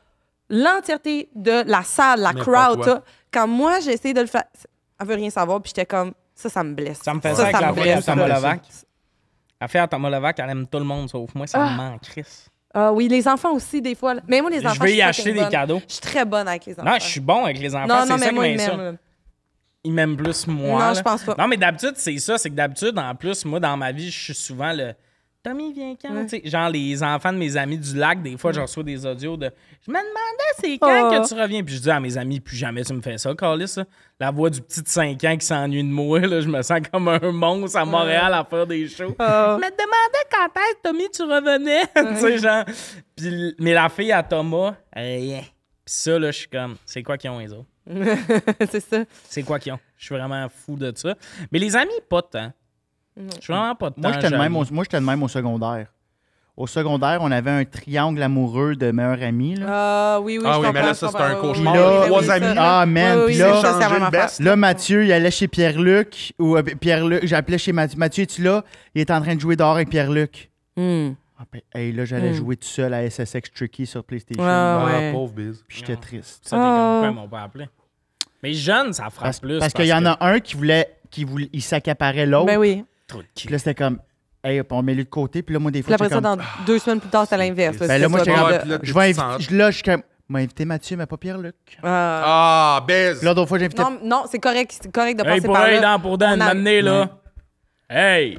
[SPEAKER 3] l'entièreté de la salle, la
[SPEAKER 2] N'importe
[SPEAKER 3] crowd,
[SPEAKER 2] quoi.
[SPEAKER 3] ça. Quand moi, j'ai essayé de le faire, elle veut rien savoir, puis j'étais comme, ça, ça me blesse.
[SPEAKER 1] Ça me fait ça,
[SPEAKER 4] ça
[SPEAKER 1] avec
[SPEAKER 4] me
[SPEAKER 1] la fille à
[SPEAKER 4] blesse, ça me blesse.
[SPEAKER 1] Tamolovac. La fille à Tamolovac, elle aime tout le monde sauf moi, ça me manque, Chris.
[SPEAKER 3] Ah oui, les enfants aussi, des fois. là. Mais moi, les enfants,
[SPEAKER 1] Je vais y
[SPEAKER 3] suis
[SPEAKER 1] acheter
[SPEAKER 3] fucking
[SPEAKER 1] des
[SPEAKER 3] bonne.
[SPEAKER 1] cadeaux.
[SPEAKER 3] Je suis très bonne avec les enfants.
[SPEAKER 1] Non, je suis bon avec les enfants,
[SPEAKER 3] Non,
[SPEAKER 1] c'est
[SPEAKER 3] non,
[SPEAKER 1] ça
[SPEAKER 3] mais
[SPEAKER 1] qui
[SPEAKER 3] moi, ils
[SPEAKER 1] m'insulte.
[SPEAKER 3] m'aiment.
[SPEAKER 1] Ils m'aiment plus moi.
[SPEAKER 3] Non,
[SPEAKER 1] là.
[SPEAKER 3] je pense pas.
[SPEAKER 1] Non, mais d'habitude, c'est ça, c'est que d'habitude, en plus, moi, dans ma vie, je suis souvent le Tommy, viens quand?
[SPEAKER 3] Ouais.
[SPEAKER 1] Tu sais, Genre, les enfants de mes amis du lac, des fois, je reçois des audios de Je me demandais, c'est quand
[SPEAKER 3] Oh.
[SPEAKER 1] que tu reviens? Puis je dis à mes amis, plus jamais tu me fais ça, Carlis. là. La voix du petit de 5 ans qui s'ennuie de moi, là, je me sens comme un monstre à Montréal à faire des shows.
[SPEAKER 3] Ah.
[SPEAKER 1] Je me demandais quand est-ce, Tommy, tu revenais. tu sais, genre. Puis l- mais la fille à Thomas, rien. Puis ça, là, je suis comme, c'est quoi qu'ils ont, les autres?
[SPEAKER 3] c'est ça.
[SPEAKER 1] C'est quoi qu'ils ont? Je suis vraiment fou de ça. Mais les amis, pas de temps. Je suis vraiment pas de temps.
[SPEAKER 4] Moi, j'étais de même
[SPEAKER 1] j'avoue.
[SPEAKER 4] au- moi, j'étais de même au secondaire. Au secondaire, on avait un triangle amoureux de meilleurs amis. Là.
[SPEAKER 3] Ah oui, oui,
[SPEAKER 2] Ah
[SPEAKER 3] je
[SPEAKER 2] oui, mais là,
[SPEAKER 3] comprends,
[SPEAKER 2] ça,
[SPEAKER 3] je
[SPEAKER 2] c'est un
[SPEAKER 3] comprends.
[SPEAKER 2] cauchemar.
[SPEAKER 3] Oui, oui,
[SPEAKER 4] Là,
[SPEAKER 3] oui,
[SPEAKER 4] trois
[SPEAKER 3] oui,
[SPEAKER 2] amis.
[SPEAKER 3] ça.
[SPEAKER 4] Ah, man,
[SPEAKER 3] Oui, oui,
[SPEAKER 4] puis
[SPEAKER 3] ça,
[SPEAKER 4] là,
[SPEAKER 3] ça, c'est la
[SPEAKER 2] changer
[SPEAKER 3] même
[SPEAKER 2] le
[SPEAKER 3] affaire.
[SPEAKER 2] best.
[SPEAKER 4] Là, Mathieu, il allait chez Pierre-Luc. Ou euh, Pierre-Luc, j'appelais chez Mathieu. Mathieu, es-tu là? Il est en train de jouer dehors avec Pierre-Luc.
[SPEAKER 3] Hmm.
[SPEAKER 4] Ah, ben, hey, là, j'allais
[SPEAKER 3] Mm.
[SPEAKER 4] jouer tout seul à SSX Tricky sur PlayStation.
[SPEAKER 3] Ah,
[SPEAKER 2] Ah,
[SPEAKER 3] ouais.
[SPEAKER 2] pauvre bise.
[SPEAKER 4] Puis j'étais
[SPEAKER 1] Non.
[SPEAKER 4] triste.
[SPEAKER 1] Ça, t'es comme,
[SPEAKER 3] Ah.
[SPEAKER 1] pourquoi ils m'ont pas appelé? Mais jeune, ça frappe
[SPEAKER 4] Parce,
[SPEAKER 1] plus.
[SPEAKER 4] parce qu'il y en a un qui voulait, qui voulait, il s'accaparait l'autre.
[SPEAKER 3] Ben oui.
[SPEAKER 1] Trop de qui.
[SPEAKER 4] Puis là, c'était comme, hey, hop, on met lui de côté. Puis là, moi, des
[SPEAKER 3] Puis
[SPEAKER 4] fois,
[SPEAKER 3] après
[SPEAKER 4] j'étais
[SPEAKER 3] ça,
[SPEAKER 4] comme,
[SPEAKER 2] Ah.
[SPEAKER 3] dans deux semaines plus tard, c'est à l'inverse.
[SPEAKER 2] Ben
[SPEAKER 4] ben
[SPEAKER 3] c'est
[SPEAKER 4] là, moi,
[SPEAKER 3] ça,
[SPEAKER 4] j'étais
[SPEAKER 2] ouais,
[SPEAKER 3] bon,
[SPEAKER 4] comme,
[SPEAKER 2] grave.
[SPEAKER 3] là.
[SPEAKER 2] puis là,
[SPEAKER 4] je
[SPEAKER 2] tu te
[SPEAKER 4] vais inviter,
[SPEAKER 2] sens-
[SPEAKER 4] je- là, je suis comme, je vais inviter Mathieu, mais pas Pierre-Luc.
[SPEAKER 3] Ah.
[SPEAKER 2] Ah, baise.
[SPEAKER 4] Puis L'autre fois, j'invitais.
[SPEAKER 3] Non, non c'est correct, c'est correct de passer
[SPEAKER 1] Hey, pour
[SPEAKER 3] par
[SPEAKER 1] hey,
[SPEAKER 3] là.
[SPEAKER 1] dent pour dent,
[SPEAKER 3] On
[SPEAKER 1] une
[SPEAKER 3] a-
[SPEAKER 1] matinée, là. Hey!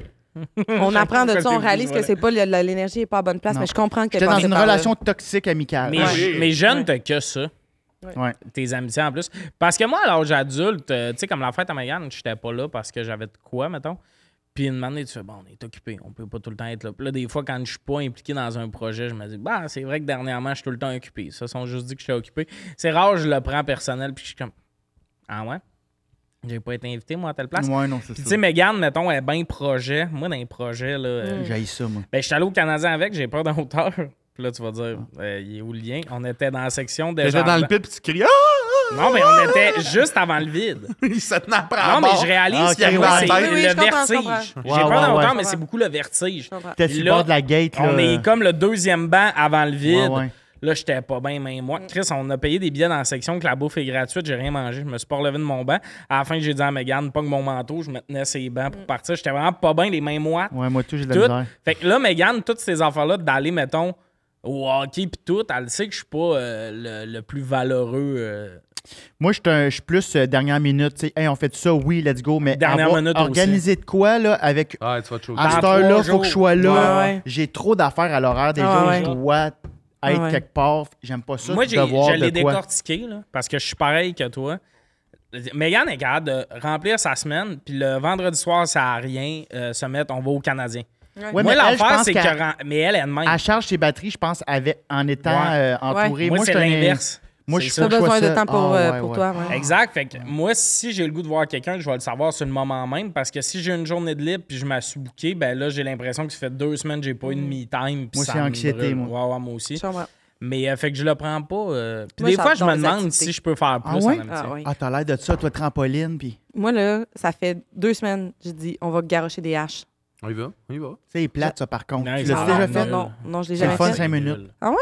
[SPEAKER 3] On apprend de ça, on
[SPEAKER 1] Chacun
[SPEAKER 3] réalise
[SPEAKER 1] ses
[SPEAKER 3] que c'est pas le- le- l'énergie est pas à bonne place,
[SPEAKER 4] Non.
[SPEAKER 3] mais je comprends que t'es
[SPEAKER 4] J'étais dans
[SPEAKER 3] passé
[SPEAKER 4] une
[SPEAKER 3] par là.
[SPEAKER 4] relation toxique amicale.
[SPEAKER 1] Mais,
[SPEAKER 4] Ouais.
[SPEAKER 2] oui.
[SPEAKER 1] mais jeune, t'as que ça.
[SPEAKER 4] Ouais.
[SPEAKER 1] Tes amitiés en plus. Parce que moi, à l'âge adulte, euh, tu sais, comme la fête à Megan, j'étais pas là parce que j'avais de quoi, mettons. Puis une matinée, tu fais, bon, on est occupé, on peut pas tout le temps être là. Puis là, des fois, quand je suis pas impliqué dans un projet, je me dis, bah, c'est vrai que dernièrement, je suis tout le temps occupé. Ça, ils sont juste dit que j'étais occupé. C'est rare, je le prends personnel, puis je suis comme, ah ouais? J'ai pas été invité, moi, à telle place.
[SPEAKER 4] Ouais, non, c'est
[SPEAKER 1] Puis tu
[SPEAKER 4] ça.
[SPEAKER 1] sais, Mégane, mettons, elle est bien projet. Moi, dans les projets, là, euh,
[SPEAKER 4] J'haïs ça, moi.
[SPEAKER 1] ben, je suis allé au Canadien avec, j'ai peur d'en hauteur. Puis là, tu vas dire, euh, il est où le lien? On était dans la section des
[SPEAKER 2] J'étais dans le pit, puis tu criais. Ah!
[SPEAKER 1] Non, mais on était juste avant le vide.
[SPEAKER 2] Il se tenait après
[SPEAKER 1] Non,
[SPEAKER 2] la
[SPEAKER 1] mais
[SPEAKER 2] barre.
[SPEAKER 1] je réalise
[SPEAKER 2] Ah,
[SPEAKER 1] que
[SPEAKER 2] qui arrive
[SPEAKER 1] moi,
[SPEAKER 2] dans la
[SPEAKER 1] c'est
[SPEAKER 2] tête.
[SPEAKER 3] Oui, oui,
[SPEAKER 1] le
[SPEAKER 3] je comprends, je comprends.
[SPEAKER 1] vertige. J'ai
[SPEAKER 4] Ouais,
[SPEAKER 1] peur d'en
[SPEAKER 4] ouais,
[SPEAKER 1] hauteur,
[SPEAKER 4] ouais.
[SPEAKER 1] mais c'est beaucoup le vertige.
[SPEAKER 3] Je comprends.
[SPEAKER 4] T'es sur le
[SPEAKER 1] là,
[SPEAKER 4] bord de la gate, là.
[SPEAKER 1] On est comme le deuxième banc avant le vide.
[SPEAKER 4] Ouais, ouais.
[SPEAKER 1] Là, j'étais pas bien, mais moi,
[SPEAKER 3] Mm.
[SPEAKER 1] Chris, on a payé des billets dans la section que la bouffe est gratuite, j'ai rien mangé, je me suis pas relevé de mon banc. À la fin, j'ai dit à Mégane, pogne mon manteau, je me tenais ses bancs
[SPEAKER 3] Mm.
[SPEAKER 1] pour partir. J'étais vraiment pas bien, les mains moites.
[SPEAKER 4] Ouais, moi, tout, j'ai de la
[SPEAKER 1] Tout.
[SPEAKER 4] misère.
[SPEAKER 1] Fait que là, Megan, toutes ces affaires-là, d'aller, mettons, au hockey pis tout, elle sait que je suis pas euh, le, le plus valeureux. euh.
[SPEAKER 4] Moi, je suis un- je suis plus euh, dernière minute. tu sais, Hey, on fait ça, oui, let's go. Mais
[SPEAKER 1] Dernière
[SPEAKER 4] avoir-
[SPEAKER 1] minute aussi.
[SPEAKER 4] organiser de quoi, là, avec.
[SPEAKER 2] Ah, tu vas te chauffer.
[SPEAKER 4] À
[SPEAKER 1] Dans
[SPEAKER 4] cette
[SPEAKER 1] trois
[SPEAKER 4] heure-là, faut
[SPEAKER 1] jours.
[SPEAKER 4] que je sois là.
[SPEAKER 3] Ouais, ouais.
[SPEAKER 4] J'ai trop d'affaires à l'horaire des
[SPEAKER 3] Ah,
[SPEAKER 4] gens.
[SPEAKER 3] ouais.
[SPEAKER 4] Je dois être
[SPEAKER 3] ouais.
[SPEAKER 4] quelque part. J'aime pas ça.
[SPEAKER 1] Ah, Moi,
[SPEAKER 4] de
[SPEAKER 1] j'ai-
[SPEAKER 4] devoir
[SPEAKER 1] je
[SPEAKER 4] de
[SPEAKER 1] l'ai
[SPEAKER 4] quoi.
[SPEAKER 1] décortiqué, là, parce que je suis pareil que toi. Megan est capable de remplir sa semaine, puis le vendredi soir, ça a rien, euh, se mettre, on va au Canadien.
[SPEAKER 4] Ouais,
[SPEAKER 1] Moi,
[SPEAKER 4] mais elle, je
[SPEAKER 1] l'affaire,
[SPEAKER 4] pense
[SPEAKER 1] c'est que.
[SPEAKER 4] qu'elle-
[SPEAKER 1] ren- Mais elle, elle-même.
[SPEAKER 4] Elle charge ses batteries, je pense, avec, en étant
[SPEAKER 1] Ouais.
[SPEAKER 4] euh, entourée.
[SPEAKER 1] Moi,
[SPEAKER 4] je
[SPEAKER 1] c'est
[SPEAKER 4] suis un-
[SPEAKER 1] l'inverse.
[SPEAKER 4] Moi,
[SPEAKER 1] C'est
[SPEAKER 4] je
[SPEAKER 1] ça.
[SPEAKER 4] suis faut
[SPEAKER 3] T'as
[SPEAKER 4] que je
[SPEAKER 3] besoin
[SPEAKER 4] sois
[SPEAKER 3] de
[SPEAKER 4] ça.
[SPEAKER 3] temps pour,
[SPEAKER 4] Ah,
[SPEAKER 3] euh,
[SPEAKER 4] ouais,
[SPEAKER 3] pour
[SPEAKER 4] ouais.
[SPEAKER 3] toi. ouais.
[SPEAKER 1] Exact. Fait que moi, si j'ai le goût de voir quelqu'un, je vais le savoir sur le moment même. Parce que si j'ai une journée de libre puis je m'assuis bouqué, ben là, j'ai l'impression que ça fait deux semaines que j'ai pas eu de
[SPEAKER 3] Mm.
[SPEAKER 1] me-time. puis
[SPEAKER 4] Moi,
[SPEAKER 1] ça
[SPEAKER 4] c'est
[SPEAKER 1] me
[SPEAKER 4] anxiété,
[SPEAKER 1] brûle.
[SPEAKER 4] moi.
[SPEAKER 1] Ouais, ouais, moi aussi.
[SPEAKER 3] Je comprends.
[SPEAKER 1] Mais euh, fait que je le prends pas. euh. Puis
[SPEAKER 3] Moi,
[SPEAKER 1] des fois, je me
[SPEAKER 3] j'adore les
[SPEAKER 1] demande
[SPEAKER 3] activités.
[SPEAKER 1] si je peux faire plus
[SPEAKER 4] Ah ouais?
[SPEAKER 1] en amitié.
[SPEAKER 3] Ah oui.
[SPEAKER 4] Ah, t'as l'air de ça, toi, trampoline. Puis,
[SPEAKER 3] Moi, là, ça fait deux semaines, j'ai dit, on va garrocher des haches. Ah,
[SPEAKER 2] On y va, on y va.
[SPEAKER 4] tu sais, il est plate, ça, par contre.
[SPEAKER 1] Ah, Non,
[SPEAKER 4] Tu
[SPEAKER 1] il
[SPEAKER 4] l'as
[SPEAKER 1] s'en
[SPEAKER 4] déjà
[SPEAKER 1] va.
[SPEAKER 4] fait?
[SPEAKER 3] non, non, non, je l'ai
[SPEAKER 4] C'est le
[SPEAKER 3] jamais
[SPEAKER 4] fun,
[SPEAKER 3] fait.
[SPEAKER 4] ça. cinq minutes.
[SPEAKER 3] Ah ouais?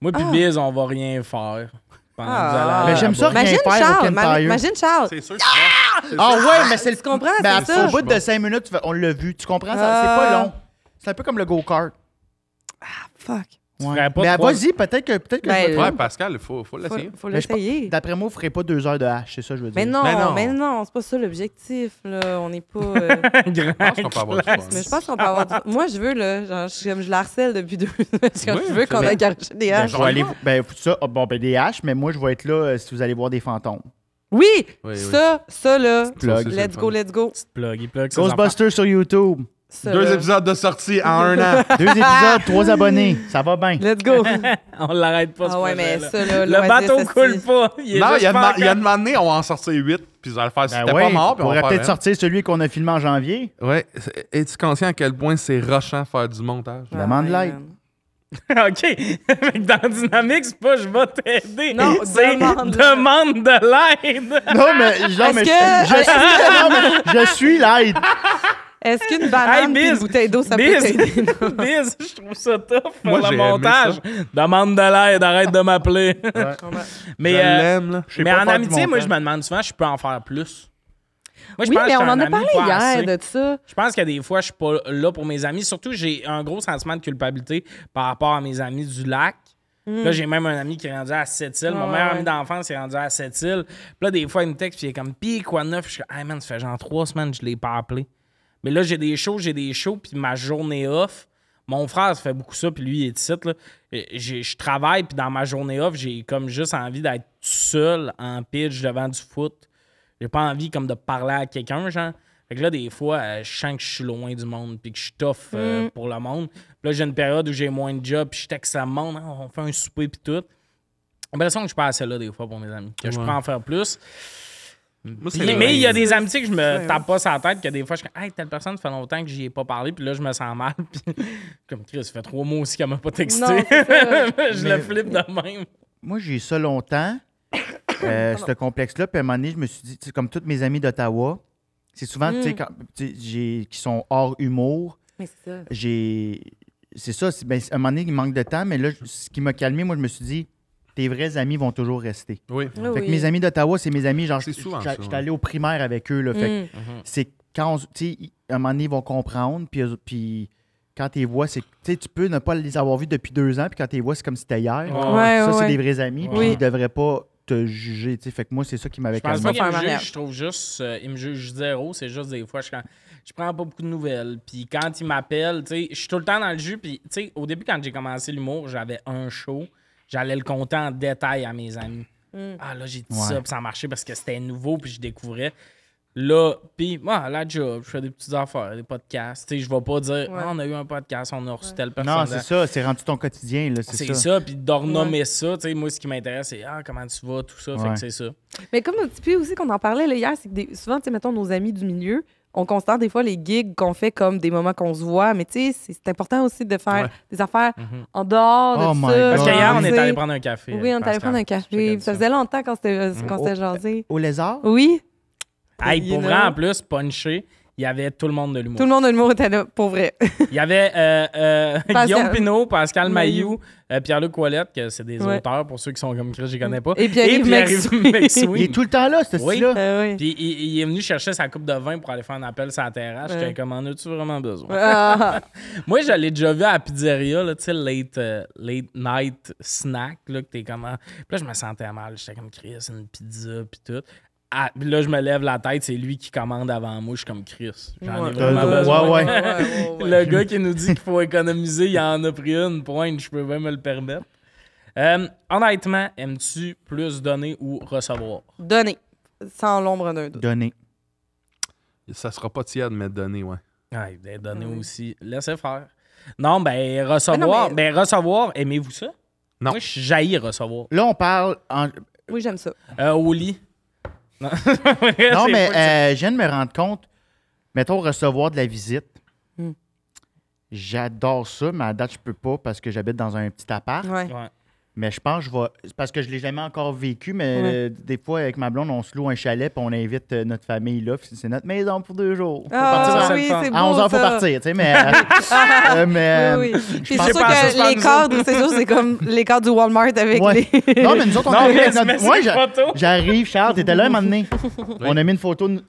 [SPEAKER 1] Moi, puis
[SPEAKER 3] Ah.
[SPEAKER 1] Biz, on va rien faire. pendant que vous allez
[SPEAKER 3] Ah.
[SPEAKER 1] aller
[SPEAKER 4] Mais j'aime ça,
[SPEAKER 1] là-bas.
[SPEAKER 4] rien
[SPEAKER 3] Imagine
[SPEAKER 4] faire au
[SPEAKER 3] Charles,
[SPEAKER 4] Ken
[SPEAKER 3] ma-
[SPEAKER 4] Tire.
[SPEAKER 3] imagine Charles.
[SPEAKER 2] C'est sûr que tu vas.
[SPEAKER 4] Ah ouais, mais c'est le
[SPEAKER 3] Tu comprends,
[SPEAKER 4] Ben,
[SPEAKER 3] c'est ça.
[SPEAKER 4] Au bout de cinq minutes, tu fais- on l'a vu. Tu comprends? ça? C'est pas
[SPEAKER 3] Ah.
[SPEAKER 4] long. C'est un peu comme le go-kart.
[SPEAKER 3] Fuck.
[SPEAKER 1] ferais
[SPEAKER 4] Ouais.
[SPEAKER 1] pas
[SPEAKER 4] Mais
[SPEAKER 1] trois-
[SPEAKER 4] vas-y, peut-être que, peut-être que
[SPEAKER 3] Ben,
[SPEAKER 4] je me trompe.
[SPEAKER 2] Ouais, Pascal, il faut, faut l'essayer.
[SPEAKER 3] Faut, faut
[SPEAKER 4] Mais je pense-
[SPEAKER 3] l'essayer.
[SPEAKER 4] D'après moi, vous ferez pas deux heures de hache, c'est ça que je veux dire.
[SPEAKER 3] Mais non, mais
[SPEAKER 2] Ben non.
[SPEAKER 3] non, c'est pas ça l'objectif, là. On n'est pas. euh,
[SPEAKER 2] Je pense qu'on peut avoir du
[SPEAKER 3] Mais
[SPEAKER 2] fun.
[SPEAKER 3] je pense qu'on peut avoir. du- Moi, je veux, là. Genre, je, comme je la harcèle depuis deux semaines. Comme
[SPEAKER 2] Oui,
[SPEAKER 3] je veux qu'on
[SPEAKER 2] mais-
[SPEAKER 3] aille garrocher des
[SPEAKER 2] Ben,
[SPEAKER 3] haches.
[SPEAKER 4] Je vais aller. Ben, faut ça. ah, bon, ben, des haches, mais moi, je vais être là euh, si vous allez voir des fantômes.
[SPEAKER 3] Oui!
[SPEAKER 2] Oui, oui.
[SPEAKER 3] Ça, ça, là.
[SPEAKER 4] Plug.
[SPEAKER 2] Ça, c'est le
[SPEAKER 3] Let's
[SPEAKER 2] fun.
[SPEAKER 3] go, let's go.
[SPEAKER 1] Plug, il plug ses
[SPEAKER 4] Ghostbusters sur YouTube.
[SPEAKER 3] Ça,
[SPEAKER 2] Deux
[SPEAKER 3] là.
[SPEAKER 2] épisodes de sortie en un an.
[SPEAKER 4] Deux épisodes, trois abonnés. Ça va bien.
[SPEAKER 3] Let's go.
[SPEAKER 1] enfants. On l'arrête pas. ce
[SPEAKER 3] Ah ouais, mais
[SPEAKER 1] projet-là.
[SPEAKER 3] ça, là,
[SPEAKER 1] Le
[SPEAKER 3] l'Oasis,
[SPEAKER 1] bateau
[SPEAKER 3] ça,
[SPEAKER 1] coule
[SPEAKER 3] c'est-
[SPEAKER 1] pas. Il est
[SPEAKER 2] non,
[SPEAKER 1] juste
[SPEAKER 2] il y a
[SPEAKER 1] pas
[SPEAKER 2] de- il y a
[SPEAKER 1] encore-
[SPEAKER 2] une année, on va en sortir 8, puis ils vont le faire. C'était
[SPEAKER 4] Ben
[SPEAKER 2] pas
[SPEAKER 4] ouais,
[SPEAKER 2] mort, puis
[SPEAKER 4] on
[SPEAKER 2] on
[SPEAKER 4] pourrait
[SPEAKER 2] va faire.
[SPEAKER 4] peut-être
[SPEAKER 2] un.
[SPEAKER 4] sortir celui qu'on a filmé en janvier.
[SPEAKER 2] Ouais. c'est- Es-tu conscient à quel point c'est rushant faire du montage?
[SPEAKER 3] Ah,
[SPEAKER 4] Demande
[SPEAKER 3] ouais,
[SPEAKER 4] l'aide.
[SPEAKER 3] man.
[SPEAKER 1] OK. Fait que dans Dynamics, c'est pas je vais t'aider.
[SPEAKER 3] Non,
[SPEAKER 1] c'est
[SPEAKER 3] demande-le.
[SPEAKER 1] demande de l'aide.
[SPEAKER 4] Non, mais, non, mais je,
[SPEAKER 3] Est-ce que-
[SPEAKER 4] je suis, non, mais je suis l'aide.
[SPEAKER 3] Est-ce qu'une banane
[SPEAKER 1] Hey,
[SPEAKER 3] et une
[SPEAKER 1] Biz.
[SPEAKER 3] bouteille d'eau, ça peut
[SPEAKER 1] Biz.
[SPEAKER 3] t'aider?
[SPEAKER 1] Biz, je trouve ça tough
[SPEAKER 2] Moi,
[SPEAKER 1] pour
[SPEAKER 2] j'ai
[SPEAKER 1] le
[SPEAKER 2] aimé
[SPEAKER 1] montage.
[SPEAKER 2] ça.
[SPEAKER 1] Demande de l'aide, arrête de m'appeler.
[SPEAKER 2] Je
[SPEAKER 1] mais euh,
[SPEAKER 2] l'aime, là.
[SPEAKER 4] Je sais
[SPEAKER 1] mais
[SPEAKER 4] pas
[SPEAKER 1] en
[SPEAKER 4] faire du
[SPEAKER 1] amitié, moi,
[SPEAKER 4] montage.
[SPEAKER 1] je me demande souvent, je peux en faire plus. Moi, je pense que
[SPEAKER 3] Oui, mais
[SPEAKER 1] je
[SPEAKER 3] on
[SPEAKER 1] suis un
[SPEAKER 3] en a
[SPEAKER 1] ami
[SPEAKER 3] parlé
[SPEAKER 1] pas assez.
[SPEAKER 3] hier de ça.
[SPEAKER 1] Je pense que des fois, je suis pas là pour mes amis. Surtout, j'ai un gros sentiment de culpabilité par rapport à mes amis du lac. Là, j'ai même un ami qui est rendu à Sept-Îles. Mon
[SPEAKER 3] Ouais,
[SPEAKER 1] meilleur
[SPEAKER 3] ouais.
[SPEAKER 1] ami d'enfance est rendu à Sept-Îles. Puis là, des fois, il me texte, puis il est comme, pis quoi de neuf? Je suis comme, hey man, ça fait genre trois semaines que je l'ai pas appelé. Mais là, j'ai des shows, j'ai des shows, puis ma journée off, Mon frère, ça fait beaucoup ça, puis lui, il est ici. là. Et j'ai- Je travaille, puis dans ma journée off, j'ai comme juste envie d'être tout seul en pitch devant du foot. J'ai pas envie comme de parler à quelqu'un, genre. Fait que là, des fois, euh, je sens que je suis loin du monde puis que je suis tough euh,
[SPEAKER 3] Mm.
[SPEAKER 1] pour le monde. Puis là, j'ai une période où j'ai moins de job puis je texte à monde. hein, on fait un souper puis tout. J'ai l'impression que je suis pas assez là des fois pour mes amis. Que je peux en faire plus.
[SPEAKER 2] Moi,
[SPEAKER 1] Puis-
[SPEAKER 2] c'est
[SPEAKER 1] mais il y a
[SPEAKER 2] vrai.
[SPEAKER 1] des amitiés que je me tape pas sur la tête, que des fois, je suis comme, hey, telle personne, ça fait longtemps que j'y ai pas parlé, puis là, je me sens mal. Puis, comme Chris, ça fait trois mois aussi qu'elle m'a pas texté.
[SPEAKER 3] Non, c'est ça.
[SPEAKER 1] je le
[SPEAKER 4] Mais-
[SPEAKER 1] flippe de même.
[SPEAKER 4] Moi, j'ai eu ça longtemps, euh, ce complexe-là. Puis à un moment donné, je me suis dit, tu sais, comme tous mes amis d'Ottawa, c'est souvent,
[SPEAKER 2] Mm.
[SPEAKER 4] tu sais, quand- tu sais, j'ai- qui sont hors humour,
[SPEAKER 3] Mais c'est ça.
[SPEAKER 4] j'ai. C'est ça, c'est- ben, à un moment donné, il manque de temps, mais là, je- ce qui m'a calmé, moi, je me suis dit, tes vrais amis vont toujours rester.
[SPEAKER 2] Oui.
[SPEAKER 3] Oui,
[SPEAKER 4] Fait que
[SPEAKER 3] oui.
[SPEAKER 4] mes amis d'Ottawa, c'est mes amis, genre,
[SPEAKER 2] C'est
[SPEAKER 4] je
[SPEAKER 2] souvent ça,
[SPEAKER 4] suis
[SPEAKER 2] ouais.
[SPEAKER 4] allé au primaire avec eux, là. Fait que
[SPEAKER 3] Mm.
[SPEAKER 2] Mm-hmm.
[SPEAKER 4] c'est quand, on- tu sais, ils- à un moment donné, ils vont comprendre, puis, eux- puis quand tu les vois, c'est, tu sais, tu peux ne pas les avoir vus depuis deux ans, puis quand tu les vois, c'est comme si c'était hier.
[SPEAKER 1] Ouais,
[SPEAKER 3] ouais,
[SPEAKER 4] ça, c'est
[SPEAKER 3] ouais.
[SPEAKER 4] des vrais amis, puis
[SPEAKER 1] Oui.
[SPEAKER 4] ils devraient pas te juger, tu sais. Fait que moi, c'est ça qui m'avait
[SPEAKER 1] Je pense
[SPEAKER 4] calmé.
[SPEAKER 1] pas qu'il
[SPEAKER 3] calmé. Faire
[SPEAKER 1] me
[SPEAKER 3] un
[SPEAKER 1] juge,
[SPEAKER 3] mariage.
[SPEAKER 1] je trouve juste. euh, il me juge zéro, c'est juste des fois, je, suis quand- je prends pas beaucoup de nouvelles. Puis quand il m'appelle, tu sais, je suis tout le temps dans le jus. Puis, tu sais, au début, quand j'ai commencé l'humour, j'avais un show. J'allais le compter en détail à mes amis. Ah, là, j'ai dit ça,
[SPEAKER 4] Ouais.
[SPEAKER 1] puis ça marchait parce que c'était nouveau, puis je découvrais. Là, puis moi, la job, je fais des petites affaires, des podcasts. Tu sais, je vais pas dire, Ah, on a eu un podcast, on a reçu telle personne.
[SPEAKER 4] Non, c'est ça, c'est rendu ton quotidien, là, c'est,
[SPEAKER 1] C'est
[SPEAKER 4] ça.
[SPEAKER 1] ça, puis de renommer ça, tu sais, moi, ce qui m'intéresse, c'est ah, comment tu vas, tout ça, fait
[SPEAKER 4] Ouais.
[SPEAKER 1] que c'est ça.
[SPEAKER 3] Mais comme un petit peu aussi qu'on en parlait là, hier, c'est que des- souvent, tu sais, mettons, nos amis du milieu, on considère des fois les gigs qu'on fait comme des moments qu'on se voit, mais tu sais, c'est c'est important aussi de faire
[SPEAKER 2] Ouais.
[SPEAKER 3] des affaires en dehors
[SPEAKER 4] Oh
[SPEAKER 3] de
[SPEAKER 4] my
[SPEAKER 3] ça.
[SPEAKER 4] God.
[SPEAKER 1] Mm-hmm. Parce
[SPEAKER 4] Ouais.
[SPEAKER 1] qu'hier, on
[SPEAKER 3] Tu
[SPEAKER 1] est
[SPEAKER 3] sais,
[SPEAKER 1] allé prendre un café.
[SPEAKER 3] Oui, on est allé
[SPEAKER 1] Pascal.
[SPEAKER 3] prendre un
[SPEAKER 1] Check
[SPEAKER 3] café.
[SPEAKER 1] it
[SPEAKER 3] Ça
[SPEAKER 1] out.
[SPEAKER 3] faisait longtemps qu'on s'était
[SPEAKER 1] Mm.
[SPEAKER 3] qu'on
[SPEAKER 4] Oh.
[SPEAKER 3] s'était jasé.
[SPEAKER 4] Au lézard?
[SPEAKER 3] Oui,
[SPEAKER 1] Hey,
[SPEAKER 3] You
[SPEAKER 1] pour
[SPEAKER 3] know?
[SPEAKER 1] vrai, en plus, punché, il y avait tout le monde de
[SPEAKER 3] tout
[SPEAKER 1] l'humour.
[SPEAKER 3] le monde a l'humour était là, pour vrai.
[SPEAKER 1] Il y avait euh, euh,
[SPEAKER 3] Pascal-
[SPEAKER 1] Guillaume Pinault, Pascal
[SPEAKER 3] Mailloux.
[SPEAKER 1] Mailloux, euh, Pierre-Luc Ouellette, que c'est des
[SPEAKER 3] Ouais.
[SPEAKER 1] auteurs pour ceux qui sont comme Chris, je les connais pas.
[SPEAKER 3] Et Pierre-Yves
[SPEAKER 1] Pierre-Yves
[SPEAKER 3] Maxwin.
[SPEAKER 1] Maxwin.
[SPEAKER 4] Il est tout le temps là, ce
[SPEAKER 1] Oui.
[SPEAKER 4] style-là.
[SPEAKER 3] Ah oui.
[SPEAKER 1] Puis il, il est venu chercher sa coupe de vin pour aller faire un appel sur la terrasse.
[SPEAKER 3] Ouais.
[SPEAKER 1] J'étais comme, en as-tu vraiment besoin?
[SPEAKER 3] Ah,
[SPEAKER 1] Moi, je l'ai déjà vu à la pizzeria, là, tu sais, late, euh, late night snack, là, que t'es comme... ah. Puis là, je me sentais mal. J'étais comme, Chris, une pizza, puis tout. Ah, puis là, je me lève la tête, c'est lui qui commande avant moi. Je suis comme, Chris, j'en ai
[SPEAKER 3] Ouais.
[SPEAKER 1] vraiment
[SPEAKER 4] Ouais,
[SPEAKER 1] besoin.
[SPEAKER 4] ouais.
[SPEAKER 1] Le gars qui nous dit qu'il faut économiser, il en a pris une pointe, je peux bien me le permettre. Euh, honnêtement, aimes-tu plus donner ou recevoir?
[SPEAKER 3] Donner, sans l'ombre d'un doute.
[SPEAKER 4] Donné.
[SPEAKER 2] Ça sera pas tiède, mais donné, ouais.
[SPEAKER 1] Ouais, ben, donner aussi. Laissez faire. Non, ben recevoir.
[SPEAKER 3] Mais non,
[SPEAKER 1] Ben recevoir, aimez-vous ça?
[SPEAKER 2] Non.
[SPEAKER 1] Moi, je jaillis recevoir.
[SPEAKER 4] Là, on parle. en-
[SPEAKER 3] Oui, j'aime ça.
[SPEAKER 1] Euh, au lit. Non, C'est
[SPEAKER 4] Non, mais
[SPEAKER 1] pas-
[SPEAKER 4] euh, je viens de me rendre compte, mettons, recevoir de la visite.
[SPEAKER 3] Hmm.
[SPEAKER 4] J'adore ça, mais à date, je peux pas parce que j'habite dans un petit appart.
[SPEAKER 3] Ouais.
[SPEAKER 1] Ouais.
[SPEAKER 4] Mais je pense que je vais. c'est Parce que je l'ai jamais encore vécu, mais
[SPEAKER 3] Ouais.
[SPEAKER 4] euh, des fois, avec ma blonde, on se loue un chalet puis on invite euh, notre famille là. puis C'est notre maison pour deux jours. Faut partir
[SPEAKER 3] Ah
[SPEAKER 1] ça,
[SPEAKER 3] oui,
[SPEAKER 1] c'est le fun.
[SPEAKER 3] c'est beau.
[SPEAKER 4] à 11 h, faut
[SPEAKER 3] ça.
[SPEAKER 4] partir, tu sais, mais. euh, mais
[SPEAKER 3] Oui, oui.
[SPEAKER 4] je
[SPEAKER 3] Puis
[SPEAKER 4] pense
[SPEAKER 3] c'est sûr
[SPEAKER 1] pas à ça, je pense
[SPEAKER 3] que les
[SPEAKER 1] à ça.
[SPEAKER 3] cadres, c'est sûr, c'est comme les cadres du Walmart avec
[SPEAKER 4] Ouais.
[SPEAKER 3] les.
[SPEAKER 4] Non, mais nous autres, on
[SPEAKER 1] Non,
[SPEAKER 4] arrive
[SPEAKER 1] mais
[SPEAKER 4] avec
[SPEAKER 1] c'est- mais
[SPEAKER 4] notre.
[SPEAKER 1] c'est
[SPEAKER 4] Ouais,
[SPEAKER 1] une
[SPEAKER 4] j'a-
[SPEAKER 1] photo.
[SPEAKER 4] j'arrive, Charles, t'étais là à un moment donné. On a mis une photo. De...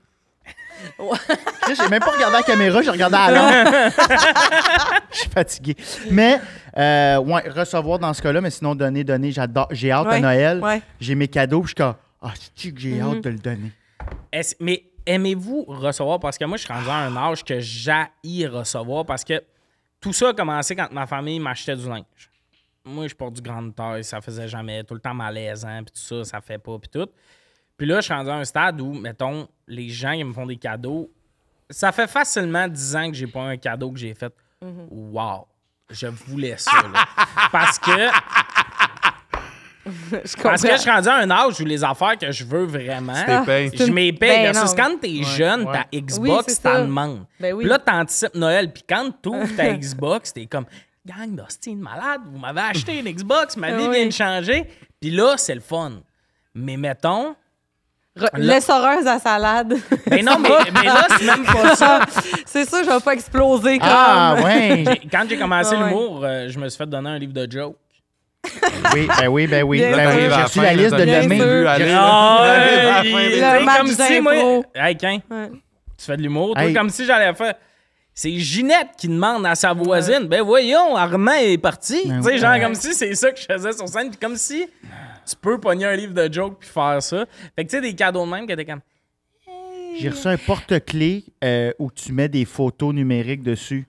[SPEAKER 4] Tu sais, J'ai même pas regardé la caméra, j'ai regardé à l'heure. Je suis fatigué. Mais, euh, ouais, recevoir dans ce cas-là, mais sinon, donner, donner, j'adore. J'ai hâte à
[SPEAKER 3] Ouais,
[SPEAKER 4] Noël.
[SPEAKER 3] ouais. Mhm.
[SPEAKER 4] J'ai mes cadeaux, puis je suis comme, ah, c'est-tu que j'ai hâte de le donner.
[SPEAKER 1] Est-ce- mais aimez-vous recevoir? Parce que moi, je suis rendu à un âge que j'haïs recevoir parce que tout ça a commencé quand ma famille m'achetait du linge. Moi, je porte du grande taille, ça faisait jamais, tout le temps malaisant, puis tout ça, ça fait pas, puis tout. Puis là, je suis rendu à un stade où, mettons, les gens, ils me font des cadeaux. Ça fait facilement 10 ans que j'ai pas un cadeau que j'ai fait. Wow! Je voulais ça, là. Parce que,
[SPEAKER 3] Je comprends.
[SPEAKER 1] parce que je suis rendu à un âge où les affaires que je veux vraiment.
[SPEAKER 3] Ah,
[SPEAKER 2] T'es payé.
[SPEAKER 1] Je m'y paye.
[SPEAKER 3] Ben
[SPEAKER 1] versus
[SPEAKER 3] non.
[SPEAKER 1] quand t'es jeune,
[SPEAKER 4] ouais.
[SPEAKER 1] ta
[SPEAKER 3] Oui,
[SPEAKER 1] Xbox,
[SPEAKER 3] c'est
[SPEAKER 1] t'en
[SPEAKER 3] ça.
[SPEAKER 1] demandes.
[SPEAKER 3] Ben oui.
[SPEAKER 1] Puis là, t'anticipes Noël. Puis quand t'ouvres ta Xbox, t'es comme Gang d'hostie de malade, vous m'avez acheté une Xbox, ma vie
[SPEAKER 3] Ah oui.
[SPEAKER 1] vient de changer. Puis là, c'est le fun. Mais mettons.
[SPEAKER 3] Re- L'essoreuse à salade.
[SPEAKER 1] Mais non, mais, mais là, c'est même pas ça.
[SPEAKER 3] c'est sûr, je vais pas exploser comme.
[SPEAKER 4] Ah, ouais!
[SPEAKER 1] J'ai- Quand j'ai commencé
[SPEAKER 3] Ah ouais.
[SPEAKER 1] l'humour, euh, je me suis fait donner un livre de jokes.
[SPEAKER 4] Oui, ben oui, ben oui.
[SPEAKER 3] Bien
[SPEAKER 4] Ben
[SPEAKER 3] sûr.
[SPEAKER 4] oui. J'ai reçu la liste de
[SPEAKER 3] Bien
[SPEAKER 4] demain.
[SPEAKER 3] sûr.
[SPEAKER 1] Ah,
[SPEAKER 2] T'arrives à
[SPEAKER 1] ouais,
[SPEAKER 2] la
[SPEAKER 1] il-
[SPEAKER 2] fin
[SPEAKER 3] Le
[SPEAKER 1] t'sais,
[SPEAKER 3] match
[SPEAKER 1] comme si, moi,
[SPEAKER 3] d'impro.
[SPEAKER 1] Hey, Ken,
[SPEAKER 3] Ouais.
[SPEAKER 1] tu fais de l'humour, toi,
[SPEAKER 4] Hey.
[SPEAKER 1] comme si j'allais faire. C'est Ginette qui demande à sa voisine, ben voyons, Armand est parti.
[SPEAKER 4] Ben
[SPEAKER 1] tu sais,
[SPEAKER 4] oui.
[SPEAKER 1] genre comme si c'est ça que je faisais sur scène, puis comme si tu peux pogner un livre de jokes puis faire ça. Fait que tu sais, des cadeaux de même que t'es comme.
[SPEAKER 4] J'ai reçu un porte-clés euh, où tu mets des photos numériques dessus.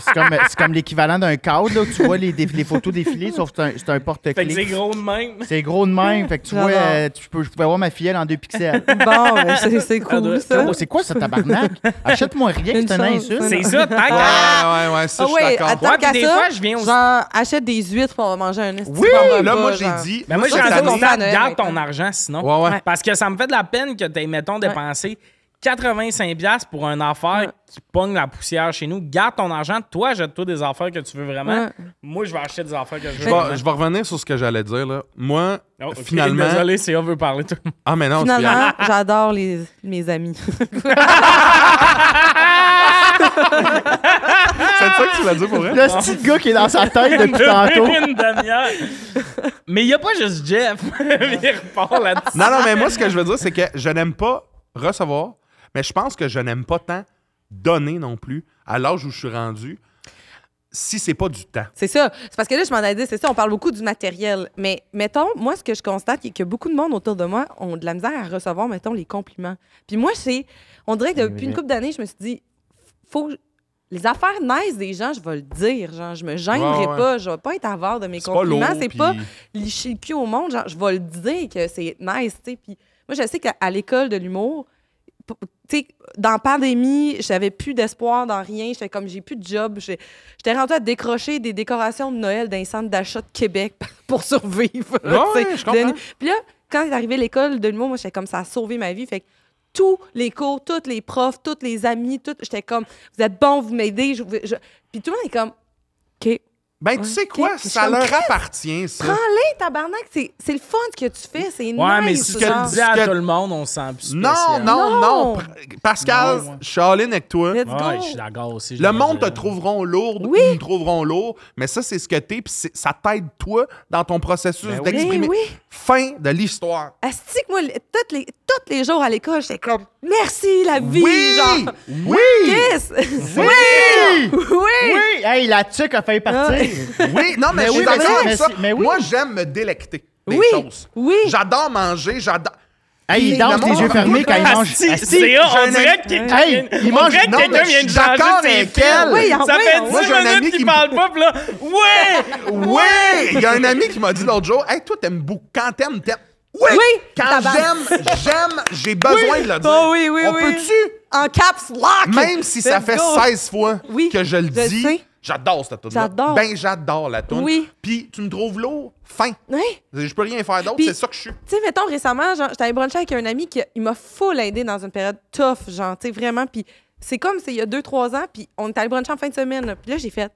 [SPEAKER 4] C'est comme, c'est comme l'équivalent d'un cadre, là, où tu vois les, déf- les photos défiler, sauf que c'est un, c'est
[SPEAKER 1] Fait que
[SPEAKER 4] un
[SPEAKER 1] c'est
[SPEAKER 4] porte-clés.
[SPEAKER 1] gros de même.
[SPEAKER 4] C'est gros de même, fait que tu vois,
[SPEAKER 3] J'adore.
[SPEAKER 4] euh, tu peux, je pouvais voir ma fillette en deux pixels.
[SPEAKER 3] Bon, ben, c'est- c'est cool,
[SPEAKER 1] doit-
[SPEAKER 3] ça.
[SPEAKER 4] Oh, c'est quoi ce tabarnak? Achète-moi rien,
[SPEAKER 3] Une
[SPEAKER 4] c'est une
[SPEAKER 3] chance,
[SPEAKER 4] insulte.
[SPEAKER 1] C'est ça, tant
[SPEAKER 2] Ouais,
[SPEAKER 1] qu'à-
[SPEAKER 2] ouais, ouais, ça,
[SPEAKER 3] Ah
[SPEAKER 2] je
[SPEAKER 3] ouais,
[SPEAKER 2] suis d'accord.
[SPEAKER 3] attends
[SPEAKER 1] Ouais,
[SPEAKER 3] qu'à
[SPEAKER 1] puis des
[SPEAKER 3] ça,
[SPEAKER 1] fois, je viens au-
[SPEAKER 3] genre, achète des huîtres pour on va manger un
[SPEAKER 2] Oui, là, moi, j'ai dit.
[SPEAKER 1] Mais Ben, moi,
[SPEAKER 3] Ça,
[SPEAKER 1] j'ai
[SPEAKER 2] cette
[SPEAKER 3] c'est ça
[SPEAKER 1] rendu
[SPEAKER 3] qu'on
[SPEAKER 2] année-
[SPEAKER 3] fait à
[SPEAKER 1] stade,
[SPEAKER 3] Noël
[SPEAKER 1] garde ton
[SPEAKER 3] maintenant.
[SPEAKER 1] argent sinon.
[SPEAKER 2] Ouais, ouais.
[SPEAKER 1] Parce que ça me fait de la peine que tu mettons, dépensé 85$ pour un affaire
[SPEAKER 3] Ouais.
[SPEAKER 1] qui pogne la poussière chez nous. Garde ton argent. Toi, jette-toi des affaires que tu veux vraiment.
[SPEAKER 3] Ouais.
[SPEAKER 1] Moi, je vais acheter des affaires que je veux.
[SPEAKER 2] Je
[SPEAKER 1] vraiment.
[SPEAKER 2] vais, je vais revenir sur ce que j'allais dire, là. Moi,
[SPEAKER 1] Oh, ok,
[SPEAKER 2] finalement.
[SPEAKER 1] Désolé, si on veut parler tout.
[SPEAKER 2] Ah, mais non, c'est
[SPEAKER 3] Finalement, j'adore les, mes amis.
[SPEAKER 2] c'est ça que tu l'as dit pour vrai?
[SPEAKER 4] Le petit gars qui est dans sa tête depuis tantôt.
[SPEAKER 1] Une demi-heure. Mais il n'y a pas juste Jeff. il repart là-dessus.
[SPEAKER 2] Non, non, mais moi, ce que je veux dire, c'est que je n'aime pas recevoir, mais je pense que je n'aime pas tant donner non plus à l'âge où je suis rendu si c'est pas du temps.
[SPEAKER 3] C'est ça. C'est parce que là, je m'en ai dit, c'est ça, on parle beaucoup du matériel. Mais mettons, moi, ce que je constate, c'est que beaucoup de monde autour de moi ont de la misère à recevoir, mettons, les compliments. Puis moi, c'est. On dirait que depuis une couple d'années, je me suis dit, faut. que- Les affaires nice des gens, je vais le dire. Genre, je me gênerai
[SPEAKER 2] Ouais, ouais.
[SPEAKER 3] pas. Je vais pas être avare de mes
[SPEAKER 2] C'est pas lourd.
[SPEAKER 3] compliments. C'est
[SPEAKER 2] puis-
[SPEAKER 3] pas licher le cul au monde. Genre, je vais le dire que c'est nice, tu sais. Puis moi, je sais qu'à à l'école de l'humour, p- tu sais, dans la pandémie, j'avais plus d'espoir dans rien. J'étais comme, j'ai plus de job. J'ai- J'étais rendue à décrocher des décorations de Noël d'un centre d'achat de Québec pour survivre.
[SPEAKER 2] Ouais,
[SPEAKER 3] tu sais.
[SPEAKER 2] je comprends.
[SPEAKER 3] Puis là, quand est arrivé l'école de l'humour, moi, j'étais comme, ça a sauvé ma vie. Fait que tous les cours, tous les profs, tous les amis, tout, j'étais comme, vous êtes bons, vous m'aidez. je- je- Puis tout le monde est comme, OK,
[SPEAKER 2] Ben, tu
[SPEAKER 3] Ouais,
[SPEAKER 2] sais quoi?
[SPEAKER 3] ok, puis
[SPEAKER 2] Ça
[SPEAKER 3] je
[SPEAKER 2] leur
[SPEAKER 3] comprends.
[SPEAKER 2] appartient, ça.
[SPEAKER 3] prends-les, tabarnak. C'est c'est le fun que tu fais. C'est
[SPEAKER 1] Ouais,
[SPEAKER 3] nice.
[SPEAKER 1] mais si tu
[SPEAKER 3] genre.
[SPEAKER 1] le dis à
[SPEAKER 2] Ce que-
[SPEAKER 1] tout le monde, on se sent plus
[SPEAKER 2] Non,
[SPEAKER 1] spécial.
[SPEAKER 2] non, non.
[SPEAKER 3] Non.
[SPEAKER 2] Pr- Pascal,
[SPEAKER 4] Non, ouais.
[SPEAKER 2] je suis all in avec toi.
[SPEAKER 3] Let's
[SPEAKER 1] Ouais,
[SPEAKER 3] go.
[SPEAKER 1] je suis d'accord aussi. je
[SPEAKER 2] Le
[SPEAKER 1] le
[SPEAKER 2] monde te
[SPEAKER 1] dirais.
[SPEAKER 2] trouveront lourde
[SPEAKER 3] Oui.
[SPEAKER 2] ou me trouveront lourd, mais ça, c'est ce que t'es, puis c'est- ça t'aide, toi, dans ton processus
[SPEAKER 1] Ben oui.
[SPEAKER 2] d'exprimer.
[SPEAKER 3] Eh oui.
[SPEAKER 2] Fin de l'histoire.
[SPEAKER 3] Asti que moi, le- tous les, tous les jours à l'école, j'étais comme merci la vie,
[SPEAKER 2] oui!
[SPEAKER 3] genre.
[SPEAKER 2] Oui!
[SPEAKER 3] Yes! Oui!
[SPEAKER 4] Oui!
[SPEAKER 3] Oui!
[SPEAKER 4] Oui! Hey, la tuque a failli partir.
[SPEAKER 2] Oui, non, mais,
[SPEAKER 4] Mais
[SPEAKER 2] je
[SPEAKER 4] oui,
[SPEAKER 2] suis
[SPEAKER 4] mais
[SPEAKER 2] d'accord
[SPEAKER 4] c'est-
[SPEAKER 2] avec
[SPEAKER 4] mais
[SPEAKER 2] ça.
[SPEAKER 4] c'est- mais oui.
[SPEAKER 2] Moi, j'aime me délecter des
[SPEAKER 3] Oui,
[SPEAKER 2] choses.
[SPEAKER 3] oui.
[SPEAKER 2] J'adore manger, j'adore.
[SPEAKER 4] Hey, il danse
[SPEAKER 2] Le
[SPEAKER 4] les
[SPEAKER 2] monde-
[SPEAKER 4] yeux fermés quand il mange.
[SPEAKER 1] Asti,
[SPEAKER 4] Asti,
[SPEAKER 1] c'est ça, Ah, on
[SPEAKER 2] j'ai un
[SPEAKER 1] dirait
[SPEAKER 2] ami-
[SPEAKER 1] que quelqu'un
[SPEAKER 4] Hey,
[SPEAKER 1] vient-
[SPEAKER 4] il
[SPEAKER 1] on
[SPEAKER 4] mange-
[SPEAKER 1] dirait que
[SPEAKER 2] Non, mais
[SPEAKER 1] quelqu'un
[SPEAKER 2] je
[SPEAKER 1] vient de
[SPEAKER 2] suis
[SPEAKER 1] changer
[SPEAKER 2] d'accord
[SPEAKER 1] ses
[SPEAKER 2] avec
[SPEAKER 1] piles.
[SPEAKER 2] elle.
[SPEAKER 3] Oui, ah
[SPEAKER 1] Ça
[SPEAKER 3] oui,
[SPEAKER 1] fait
[SPEAKER 3] ah
[SPEAKER 1] 10
[SPEAKER 3] oui.
[SPEAKER 2] Moi, j'ai un ami
[SPEAKER 1] minutes
[SPEAKER 2] qui
[SPEAKER 1] qu'il
[SPEAKER 2] me-
[SPEAKER 1] parle pas, puis là, ouais!
[SPEAKER 2] Oui! Il y a un ami qui m'a dit l'autre jour Hey, toi, t'aimes beaucoup. Quand t'aimes, t'aimes. Oui!
[SPEAKER 3] Oui,
[SPEAKER 2] Quand
[SPEAKER 3] tabarnak.
[SPEAKER 2] j'aime, j'aime, j'ai besoin de le dire.
[SPEAKER 3] Oh oui, oui,
[SPEAKER 2] On
[SPEAKER 3] oui.
[SPEAKER 2] peut-tu?
[SPEAKER 3] En caps lock!
[SPEAKER 2] Même si ça
[SPEAKER 3] Let's
[SPEAKER 2] fait
[SPEAKER 3] go.
[SPEAKER 2] 16 fois
[SPEAKER 3] Oui,
[SPEAKER 2] que je le
[SPEAKER 3] je
[SPEAKER 2] dis,
[SPEAKER 3] sais.
[SPEAKER 2] j'adore cette tune là
[SPEAKER 3] J'adore.
[SPEAKER 2] Ben, j'adore la tune.
[SPEAKER 3] Oui.
[SPEAKER 2] Puis, tu me trouves lourd, fin.
[SPEAKER 3] Oui.
[SPEAKER 2] Je peux rien faire d'autre,
[SPEAKER 3] Puis-
[SPEAKER 2] c'est ça que je suis.
[SPEAKER 3] Tu sais, mettons, récemment, genre, j'étais allée bruncher avec un ami qui il m'a full aidé dans une période tough, genre, tu sais, vraiment. Puis c'est comme c'est il y a deux, trois ans, puis on est allé bruncher en fin de semaine. là. Puis là, j'ai fait,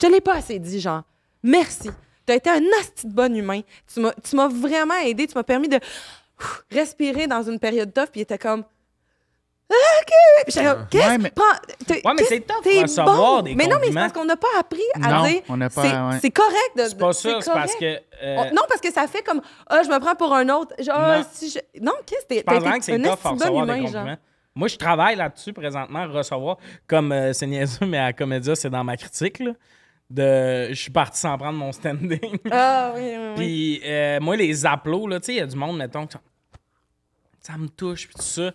[SPEAKER 3] je te l'ai pas assez dit, genre, merci. Tu as été un asti de bon humain. Tu m'as tu m'as vraiment aidé. Tu m'as permis de ouf, respirer dans une période tough, puis il était comme, Ah, OK. Puis j'étais comme, qu'est-ce
[SPEAKER 4] Ouais,
[SPEAKER 3] que
[SPEAKER 4] mais-
[SPEAKER 3] prends- t'es-
[SPEAKER 1] Ouais, mais
[SPEAKER 3] qu'est-ce-
[SPEAKER 1] c'est tough
[SPEAKER 3] t'es
[SPEAKER 1] recevoir des
[SPEAKER 3] Mais non, mais c'est
[SPEAKER 1] compliments.
[SPEAKER 3] parce qu'on n'a pas appris à
[SPEAKER 4] Non,
[SPEAKER 3] dire,
[SPEAKER 4] on n'a pas-
[SPEAKER 3] c'est
[SPEAKER 4] ouais.
[SPEAKER 3] c'est correct de.
[SPEAKER 1] C'est pas ça, c'est parce
[SPEAKER 3] correct.
[SPEAKER 1] que. euh,
[SPEAKER 3] On- Oh, non, parce que ça fait comme Ah, je me prends pour un autre. Genre, Ah,
[SPEAKER 1] Non.
[SPEAKER 3] si je- Non, qu'est-ce que
[SPEAKER 1] Je pense vraiment que c'est tough à
[SPEAKER 3] esti de bon
[SPEAKER 1] recevoir des
[SPEAKER 3] humain,
[SPEAKER 1] compliments.
[SPEAKER 3] genre.
[SPEAKER 1] Moi, je travaille là-dessus présentement, recevoir, comme euh, c'est niaiseux, mais à Comédia, c'est dans ma critique, là, de je suis parti sans prendre mon standing.
[SPEAKER 3] Ah, oui, oui, oui.
[SPEAKER 1] Puis euh, moi, les applaudissements, là, tu sais, il y a du monde, mettons, qui sont, ça me touche, puis tout ça.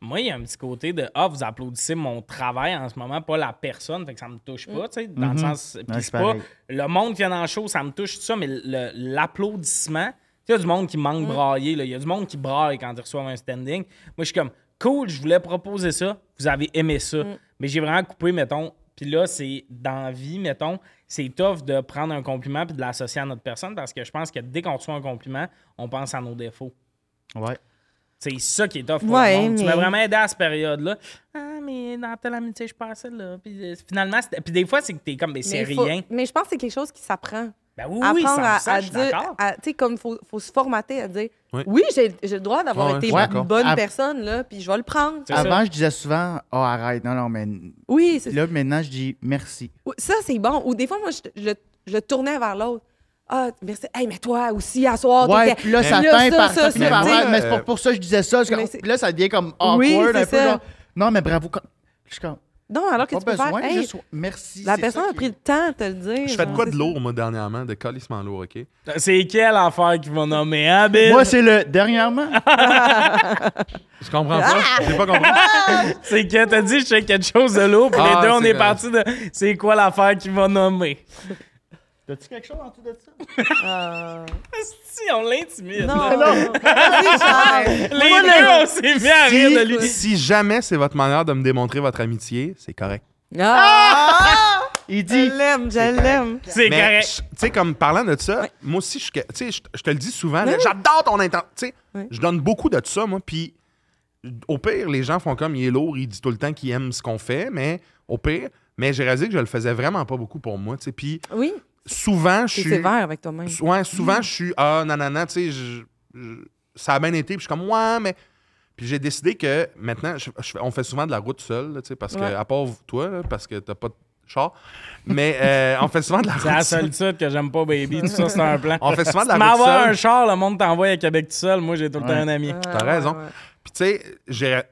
[SPEAKER 1] Moi, il y a un petit côté de Ah, vous applaudissez mon travail en ce moment, pas la personne, fait que ça me touche pas, tu sais, dans le sens. Puis
[SPEAKER 4] Mm-hmm. Ouais,
[SPEAKER 1] c'est
[SPEAKER 4] c'est
[SPEAKER 1] pas
[SPEAKER 4] pareil.
[SPEAKER 1] le monde qui vient dans le show, ça me touche, tout ça, mais le- l'applaudissement, tu sais, il y a du monde qui manque brailler, là. Il y a du monde qui braille quand ils reçoivent un standing. Moi, je suis comme Cool, je voulais proposer ça, vous avez aimé ça, mais j'ai vraiment coupé, mettons. Puis là, c'est dans la vie, mettons, c'est tough de prendre un compliment puis de l'associer à notre personne parce que je pense que dès qu'on reçoit un compliment, on pense à nos défauts.
[SPEAKER 4] Ouais.
[SPEAKER 1] C'est ça qui est tough pour
[SPEAKER 3] Ouais,
[SPEAKER 1] le monde. Tu m'as
[SPEAKER 3] mais-
[SPEAKER 1] vraiment aidé à cette période-là. Ah, mais dans telle amitié, je passais là. Puis euh, finalement, c'était- puis des fois, c'est que t'es comme, mais c'est
[SPEAKER 3] Mais faut-
[SPEAKER 1] rien.
[SPEAKER 3] Mais je pense que c'est quelque chose qui s'apprend.
[SPEAKER 1] Ben oui, oui,
[SPEAKER 3] Apprendre
[SPEAKER 1] ça,
[SPEAKER 3] à,
[SPEAKER 1] ça,
[SPEAKER 3] à
[SPEAKER 1] je suis
[SPEAKER 3] dire,
[SPEAKER 1] d'accord.
[SPEAKER 3] à- tu sais, comme il faut, faut se formater à dire
[SPEAKER 2] Oui.
[SPEAKER 3] Oui, j'ai j'ai le droit d'avoir
[SPEAKER 2] Ouais,
[SPEAKER 3] été
[SPEAKER 2] je suis
[SPEAKER 3] une
[SPEAKER 2] d'accord.
[SPEAKER 3] bonne
[SPEAKER 4] Ah.
[SPEAKER 3] personne, là, puis je vais le prendre.
[SPEAKER 1] C'est ça.
[SPEAKER 4] Avant, je disais souvent, oh, arrête, non, non, mais.
[SPEAKER 3] Oui, c'est
[SPEAKER 4] Là, maintenant, je dis merci.
[SPEAKER 3] Ou- Ça, c'est bon. Ou des fois, moi, je, je le, je le tournais vers l'autre. Ah, merci. Hey, mais toi aussi, à soir.
[SPEAKER 4] ouais,
[SPEAKER 3] t'étais-
[SPEAKER 4] puis là, ça
[SPEAKER 3] Là,
[SPEAKER 4] teint
[SPEAKER 3] ça,
[SPEAKER 4] par
[SPEAKER 3] ça,
[SPEAKER 4] ça. puis là,
[SPEAKER 3] ça,
[SPEAKER 4] par-
[SPEAKER 3] tu sais.
[SPEAKER 4] Mais c'est pour, pour ça que je disais ça. c'est comme-
[SPEAKER 3] Mais c'est-
[SPEAKER 4] Puis là, ça devient comme awkward
[SPEAKER 3] Oui,
[SPEAKER 4] un
[SPEAKER 3] c'est
[SPEAKER 4] peu.
[SPEAKER 3] ça.
[SPEAKER 4] Genre, non, mais bravo. comme- Je suis comme.
[SPEAKER 3] Non, alors que
[SPEAKER 4] Pas
[SPEAKER 3] tu peux
[SPEAKER 4] besoin,
[SPEAKER 3] faire. Hey,
[SPEAKER 4] juste merci.
[SPEAKER 3] la
[SPEAKER 4] c'est
[SPEAKER 3] personne
[SPEAKER 4] ça
[SPEAKER 3] a
[SPEAKER 4] qui-
[SPEAKER 3] pris le temps de te le dire.
[SPEAKER 2] Je fais de
[SPEAKER 3] genre.
[SPEAKER 2] quoi de lourd, moi, dernièrement, de calissement lourd, OK?
[SPEAKER 1] C'est quelle affaire qu'ils vont nommer, hein, Bill?
[SPEAKER 4] Moi, c'est le dernièrement.
[SPEAKER 2] Je comprends pas. J'ai pas compris.
[SPEAKER 3] Ah!
[SPEAKER 1] C'est que t'as dit, je fais quelque chose de lourd, puis
[SPEAKER 2] Ah,
[SPEAKER 1] les deux, on
[SPEAKER 2] c'est
[SPEAKER 1] est
[SPEAKER 2] vrai.
[SPEAKER 1] parti de c'est quoi l'affaire qu'ils vont nommer.
[SPEAKER 4] T'as-tu quelque chose en dessous de ça?
[SPEAKER 3] Ah.
[SPEAKER 1] Si, on l'intimide.
[SPEAKER 3] Non.
[SPEAKER 1] là.
[SPEAKER 3] non. Vas-y, Charles.
[SPEAKER 1] Les deux, on s'est mis à rire de
[SPEAKER 2] Si,
[SPEAKER 1] lui.
[SPEAKER 2] si jamais c'est votre manière de me démontrer votre amitié, c'est correct.
[SPEAKER 3] Ah!
[SPEAKER 4] Il dit.
[SPEAKER 3] Je l'aime, je l'aime.
[SPEAKER 1] C'est
[SPEAKER 2] Mais,
[SPEAKER 1] correct.
[SPEAKER 2] je- tu sais, comme parlant de ça, moi aussi, je, suis que- tu sais, je, je te le dis souvent, là,
[SPEAKER 3] oui.
[SPEAKER 2] j'adore ton intention. Tu sais,
[SPEAKER 3] Oui.
[SPEAKER 2] je donne beaucoup de ça, moi, puis au pire, les gens font comme, il est lourd, il dit tout le temps qu'il aime ce qu'on fait, mais au pire, mais j'ai réalisé que je le faisais vraiment pas beaucoup pour moi, tu sais, puis
[SPEAKER 3] Oui,
[SPEAKER 2] souvent, je
[SPEAKER 3] t'es
[SPEAKER 2] suis...
[SPEAKER 3] sévère Mm. avec toi-même.
[SPEAKER 2] Sou- ouais, souvent, je suis ah, non, non, non, tu sais, je- je- ça a bien été. Puis je suis comme, ouais, mais. Puis j'ai décidé que maintenant, je- je fais- on fait souvent de la route seule, là, tu sais, parce que,
[SPEAKER 3] Ouais.
[SPEAKER 2] à part toi, là, parce que t'as pas de char, mais euh, on fait souvent de la
[SPEAKER 1] C'est la
[SPEAKER 2] route seule.
[SPEAKER 1] solitude que j'aime pas, baby. Tout ça, c'est un plan.
[SPEAKER 2] On fait souvent de la route
[SPEAKER 1] M'avoir un
[SPEAKER 2] seule.
[SPEAKER 1] char, le monde t'envoie à Québec tout seul. Moi, j'ai tout le temps
[SPEAKER 4] Ouais.
[SPEAKER 1] un ami.
[SPEAKER 3] Ah,
[SPEAKER 2] t'as raison.
[SPEAKER 3] ouais, ouais.
[SPEAKER 2] Puis tu sais, j'ai-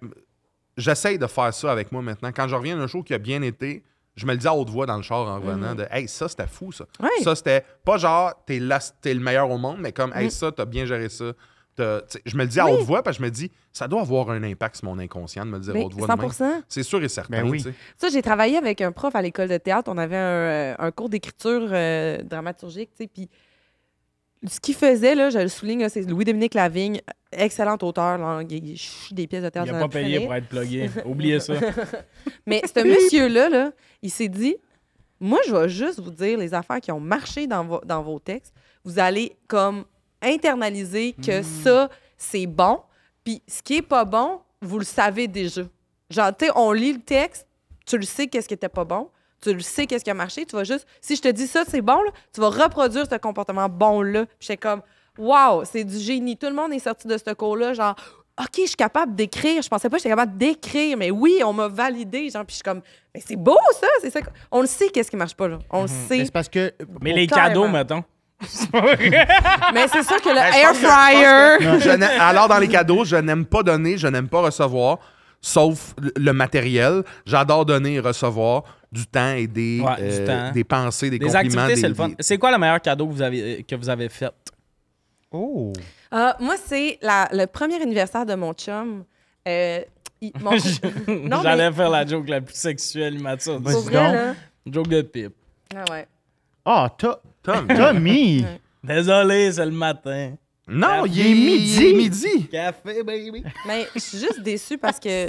[SPEAKER 2] j'essaye de faire ça avec moi maintenant. Quand je reviens d'un show qui a bien été, je me le dis à haute voix dans le char en revenant de Hey, ça, c'était fou, ça.
[SPEAKER 3] Mhm. Ouais.
[SPEAKER 2] Ça, c'était pas genre, t'es là- t'es le meilleur au monde, mais comme,
[SPEAKER 3] Mm.
[SPEAKER 2] hey, ça, t'as bien géré ça. T'as- tu sais, Je me le dis à haute voix parce que je me dis, ça doit avoir un impact sur mon inconscient de me le dire à
[SPEAKER 3] Mais
[SPEAKER 2] haute voix. de même.
[SPEAKER 3] 100%.
[SPEAKER 2] C'est sûr et certain.
[SPEAKER 4] Ben oui.
[SPEAKER 2] tu sais.
[SPEAKER 3] Ça, j'ai travaillé avec un prof à l'école de théâtre. On avait un, euh, un cours d'écriture euh, dramaturgique, tu sais, puis ce qu'il faisait, là, je le souligne, là, c'est Louis-Dominique Lavigne, excellent auteur, là, il, il chie des pièces de théâtre.
[SPEAKER 1] Il a
[SPEAKER 3] dans
[SPEAKER 1] pas
[SPEAKER 3] notre
[SPEAKER 1] payé
[SPEAKER 3] palais.
[SPEAKER 1] pour être plugué. Oubliez ça.
[SPEAKER 3] Mais ce monsieur-là, là, il s'est dit, moi, je vais juste vous dire les affaires qui ont marché dans, vo- dans vos textes. Vous allez comme internaliser que
[SPEAKER 2] Hmm.
[SPEAKER 3] ça, c'est bon. Puis ce qui est pas bon, vous le savez déjà. Genre, tu sais, on lit le texte, tu le sais qu'est-ce qui était pas bon, tu le sais qu'est-ce qui a marché, tu vas juste, si je te dis ça, c'est bon, là, tu vas reproduire ce comportement bon-là. Puis j'étais comme, waouh, c'est du génie. Tout le monde est sorti de ce cours-là, genre, OK, je suis capable d'écrire. Je pensais pas que j'étais capable d'écrire, mais oui, on m'a validé. Genre, puis je suis comme, mais c'est beau, ça, c'est ça. que- On le sait qu'est-ce qui marche pas, là. On le
[SPEAKER 4] Mais
[SPEAKER 2] Hmm.
[SPEAKER 3] sait.
[SPEAKER 4] c'est parce que.
[SPEAKER 1] Mais les
[SPEAKER 3] Carrément.
[SPEAKER 1] cadeaux, mettons.
[SPEAKER 3] Mais c'est sûr que le
[SPEAKER 2] Ben, je
[SPEAKER 3] air
[SPEAKER 2] pense que- je
[SPEAKER 3] fryer.
[SPEAKER 2] pense que- je n'a- alors, dans les cadeaux, je n'aime pas donner, je n'aime pas recevoir, sauf le- le matériel. J'adore donner et recevoir du temps et des, euh,
[SPEAKER 1] Ouais, du temps.
[SPEAKER 2] des pensées, des,
[SPEAKER 1] Des
[SPEAKER 2] compliments.
[SPEAKER 1] activités,
[SPEAKER 2] des-
[SPEAKER 1] c'est le fun.
[SPEAKER 2] des-
[SPEAKER 1] C'est quoi le meilleur cadeau que vous avez, euh, que vous avez fait?
[SPEAKER 4] Oh!
[SPEAKER 3] Ah, moi, c'est la- le premier anniversaire de mon chum. Euh, il- mon- non, mais
[SPEAKER 1] J'allais faire la joke la plus sexuelle immature.
[SPEAKER 4] Vas-y
[SPEAKER 3] pour vrai,
[SPEAKER 4] donc.
[SPEAKER 3] là.
[SPEAKER 1] Joke de pipe.
[SPEAKER 3] Ah ouais.
[SPEAKER 4] Ah, To-
[SPEAKER 2] Tom.
[SPEAKER 4] Tommy!
[SPEAKER 1] Désolé, c'est le matin.
[SPEAKER 2] Non, il est
[SPEAKER 4] Il est
[SPEAKER 2] midi.
[SPEAKER 4] midi.
[SPEAKER 2] midi.
[SPEAKER 1] Café, baby.
[SPEAKER 3] Mais je suis juste déçue parce que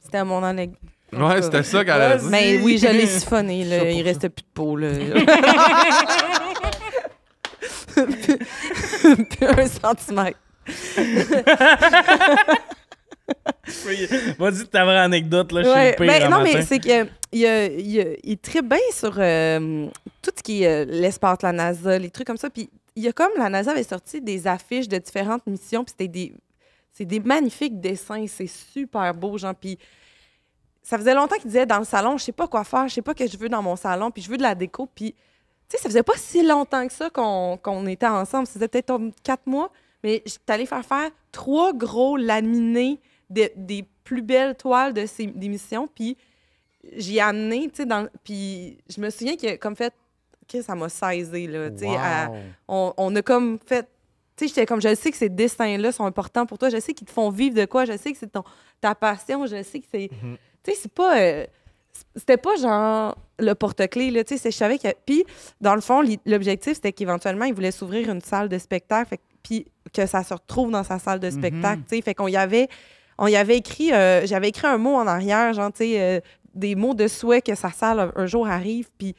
[SPEAKER 3] c'était mon anecdote.
[SPEAKER 2] Ouais, c'était ça qu'elle a dit.
[SPEAKER 3] Mais oui, je l'ai siphonné, là. Il restait plus de peau, là. Plus un centimètre.
[SPEAKER 1] Vas-y, t'as vraie anecdote, là, je suis
[SPEAKER 3] Ouais,
[SPEAKER 1] le pire
[SPEAKER 3] ben,
[SPEAKER 1] le
[SPEAKER 3] non,
[SPEAKER 1] matin.
[SPEAKER 3] mais c'est que il, euh, il, euh, il tripe bien sur euh, tout ce qui est euh, l'espace, la NASA, les trucs comme ça. Puis il y a comme la NASA avait sorti des affiches de différentes missions, puis c'était des c'est des magnifiques dessins, c'est super beau, genre. Puis ça faisait longtemps qu'il disait dans le salon, je sais pas quoi faire, je sais pas ce que je veux dans mon salon, puis je veux de la déco, puis tu sais, ça faisait pas si longtemps que ça qu'on qu'on était ensemble. C'était peut-être comme quatre mois, mais j'étais allée faire faire trois gros laminés de- des plus belles toiles de ces missions. Puis j'y ai amené, tu sais, dans. Puis je me souviens que, comme fait, que ça m'a saisi, là. Tu sais, à-
[SPEAKER 4] Wow.
[SPEAKER 3] on, on a comme fait. Tu sais, j'étais comme, je sais que ces dessins-là sont importants pour toi, je sais qu'ils te font vivre de quoi, je sais que c'est ton, ta passion, je sais que c'est. Tu sais, c'est pas. euh, c'était pas genre le porte-clés, là. Tu sais, c'est- je savais que. Puis, dans le fond, l'i- l'objectif, c'était qu'éventuellement, il voulait s'ouvrir une salle de spectacle, fait que- puis que ça se retrouve dans sa salle de
[SPEAKER 4] Mm-hmm.
[SPEAKER 3] spectacle, tu sais. Fait qu'on y avait. On y avait écrit. euh, J'avais écrit un mot en arrière, genre, tu sais, euh, des mots de souhait que sa salle un- un jour arrive, puis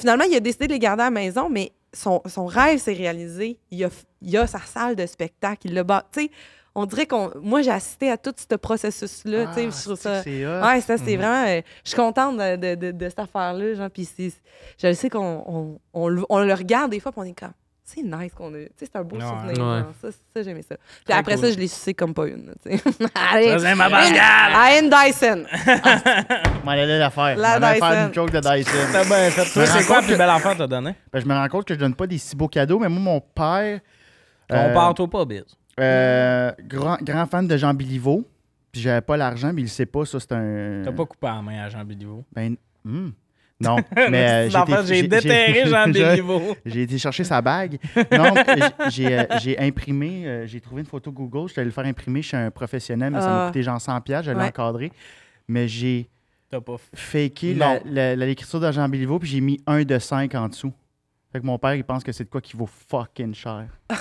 [SPEAKER 3] finalement, il a décidé de les garder à la maison, mais son, son rêve s'est réalisé. Il a, il a sa salle de spectacle, il l'a bâti. Tu sais, On dirait qu'on. Moi, j'ai assisté à tout ce processus-là. tu sais,
[SPEAKER 4] Ah,
[SPEAKER 3] je
[SPEAKER 4] c'est-tu
[SPEAKER 3] trouve
[SPEAKER 4] que
[SPEAKER 3] ça.
[SPEAKER 4] c'est hot?
[SPEAKER 3] Ouais, ça, c'est
[SPEAKER 1] Mm-hmm.
[SPEAKER 3] vraiment. euh, je suis contente de, de- de- de cette affaire-là. Genre, puis c'est- je le sais qu'on on, on le- on le regarde des fois, puis on est comme. C'est nice qu'on a. Tu sais, c'est un beau
[SPEAKER 1] Ouais.
[SPEAKER 3] souvenir.
[SPEAKER 2] Ouais.
[SPEAKER 3] genre. Ça, ça, j'aimais ça. Puis après
[SPEAKER 1] cool.
[SPEAKER 3] ça, je l'ai sucé comme pas une. là, tu sais. Allez!
[SPEAKER 1] Vas-y, ma
[SPEAKER 3] Une- Ah!
[SPEAKER 1] Pascal!
[SPEAKER 3] À Anne Dyson!
[SPEAKER 4] M'en allais la faire.
[SPEAKER 3] La
[SPEAKER 4] M'en allais faire
[SPEAKER 3] Dyson.
[SPEAKER 4] une joke de Dyson.
[SPEAKER 1] T'as bien fait. Toi,
[SPEAKER 4] Je me
[SPEAKER 1] c'est
[SPEAKER 4] rends
[SPEAKER 1] quoi la
[SPEAKER 4] compte
[SPEAKER 1] plus
[SPEAKER 4] que-
[SPEAKER 1] belle affaire que t'as donnée?
[SPEAKER 4] Ben, je me rends compte que je donne pas des si beaux cadeaux, mais moi, mon père,
[SPEAKER 1] On part toi pas, Biz.
[SPEAKER 4] euh, grand, grand fan de Jean Béliveau, puis j'avais pas l'argent, mais il sait pas, ça, c'est un.
[SPEAKER 1] T'as pas coupé la main à Jean Béliveau.
[SPEAKER 4] Ben, hmm. Non, mais euh,
[SPEAKER 1] Petite affaire,
[SPEAKER 4] été-
[SPEAKER 1] j'ai déterré Jean
[SPEAKER 4] j'ai-
[SPEAKER 1] Béliveau.
[SPEAKER 4] J'ai été chercher sa bague. Donc, j'ai- j'ai, euh, j'ai imprimé, euh, j'ai trouvé une photo Google. Je suis allé le faire imprimer chez un professionnel, mais ça m'a
[SPEAKER 3] Ah.
[SPEAKER 4] coûté genre 100$. piastres, Je l'ai
[SPEAKER 3] Ouais.
[SPEAKER 4] encadré. Mais j'ai
[SPEAKER 1] T'as pas fait.
[SPEAKER 4] faké
[SPEAKER 1] Non.
[SPEAKER 4] la- la- la- l'écriture de Jean Béliveau, puis j'ai mis un de 5 en dessous. Fait que mon père, il pense que c'est de quoi qui vaut fucking cher.
[SPEAKER 3] Ah,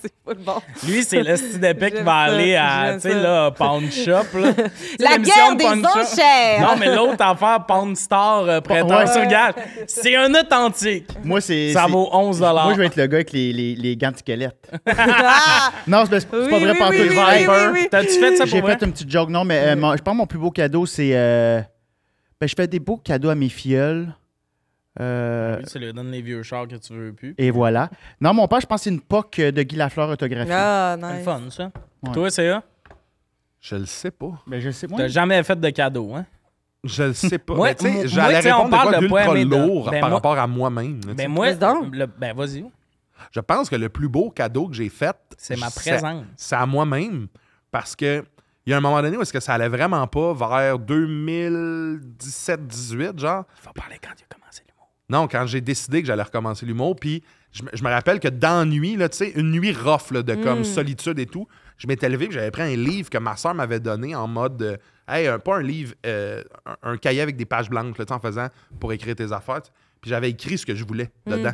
[SPEAKER 3] c'est pas le bon.
[SPEAKER 1] Lui, c'est le style d'épée qui
[SPEAKER 3] J'aime
[SPEAKER 1] va
[SPEAKER 3] ça,
[SPEAKER 1] aller à,
[SPEAKER 3] j'aime
[SPEAKER 1] tu sais,
[SPEAKER 3] ça.
[SPEAKER 1] là, Pound Shop, là. Tu sais,
[SPEAKER 3] La
[SPEAKER 1] l'émission
[SPEAKER 3] guerre des
[SPEAKER 1] Pound Shop.
[SPEAKER 3] enchères!
[SPEAKER 1] Non, mais l'autre affaire, Pound Star, euh, prêteur
[SPEAKER 4] Ouais.
[SPEAKER 1] sur gage, c'est un authentique.
[SPEAKER 4] Moi, c'est.
[SPEAKER 1] Ça
[SPEAKER 4] c'est-
[SPEAKER 1] vaut 11
[SPEAKER 4] Moi, je vais être le gars avec les, les, les gants de squelette. Ah! non, c'est c'est pas
[SPEAKER 3] Oui,
[SPEAKER 4] vrai,
[SPEAKER 3] oui,
[SPEAKER 4] pantoute.
[SPEAKER 3] oui, oui, oui, oui, oui.
[SPEAKER 1] T'as-tu fait ça pour
[SPEAKER 4] J'ai
[SPEAKER 1] vrai?
[SPEAKER 4] fait une petite joke. Non, mais euh, mon- je pense que mon plus beau cadeau, c'est. euh, ben, je fais des beaux cadeaux à mes filleules. Euh,
[SPEAKER 1] Lui, tu lui donnes les vieux chars que tu veux plus.
[SPEAKER 4] et voilà. Non, mon père, je pense que c'est une POC euh, de Guy Lafleur autographiée.
[SPEAKER 3] Ah,
[SPEAKER 1] C'est le
[SPEAKER 3] nice.
[SPEAKER 1] fun, ça.
[SPEAKER 4] Ouais.
[SPEAKER 1] Toi, c'est ça?
[SPEAKER 2] Je le sais pas.
[SPEAKER 4] Ben, je sais, moi.
[SPEAKER 1] T'as jamais fait de cadeau, hein?
[SPEAKER 2] Je le sais pas.
[SPEAKER 1] Moi-
[SPEAKER 2] Mais tu sais,
[SPEAKER 1] moi-
[SPEAKER 2] J'allais
[SPEAKER 1] moi, tu sais, on
[SPEAKER 2] répondre
[SPEAKER 1] parle
[SPEAKER 2] à quoi
[SPEAKER 1] de pas
[SPEAKER 2] d'ultra
[SPEAKER 1] aimer de-
[SPEAKER 2] lourd
[SPEAKER 1] Ben,
[SPEAKER 2] par
[SPEAKER 1] moi-
[SPEAKER 2] rapport à moi-même. là, tu sais.
[SPEAKER 1] Ben moi,
[SPEAKER 3] Vas-y donc.
[SPEAKER 1] le- ben vas-y.
[SPEAKER 2] Je pense que le plus beau cadeau que j'ai fait,
[SPEAKER 1] C'est ma
[SPEAKER 2] c'est-
[SPEAKER 1] présence.
[SPEAKER 2] C'est à moi-même. Parce que il y a un moment donné où est-ce que ça allait vraiment pas vers 2017-18, genre.
[SPEAKER 1] Il faut parler quand il a commencé l'humour.
[SPEAKER 2] Non, quand j'ai décidé que j'allais recommencer l'humour, puis je, me- je me rappelle que dans nuit, là, tu sais, une nuit rough là, de
[SPEAKER 3] Hmm.
[SPEAKER 2] comme solitude et tout, je m'étais levé puis j'avais pris un livre que ma soeur m'avait donné en mode euh, Hey, un- pas un livre, euh, un, un cahier avec des pages blanches, là, tu sais, en faisant pour écrire tes affaires. tu sais. Puis j'avais écrit ce que je voulais
[SPEAKER 3] Hmm.
[SPEAKER 2] dedans.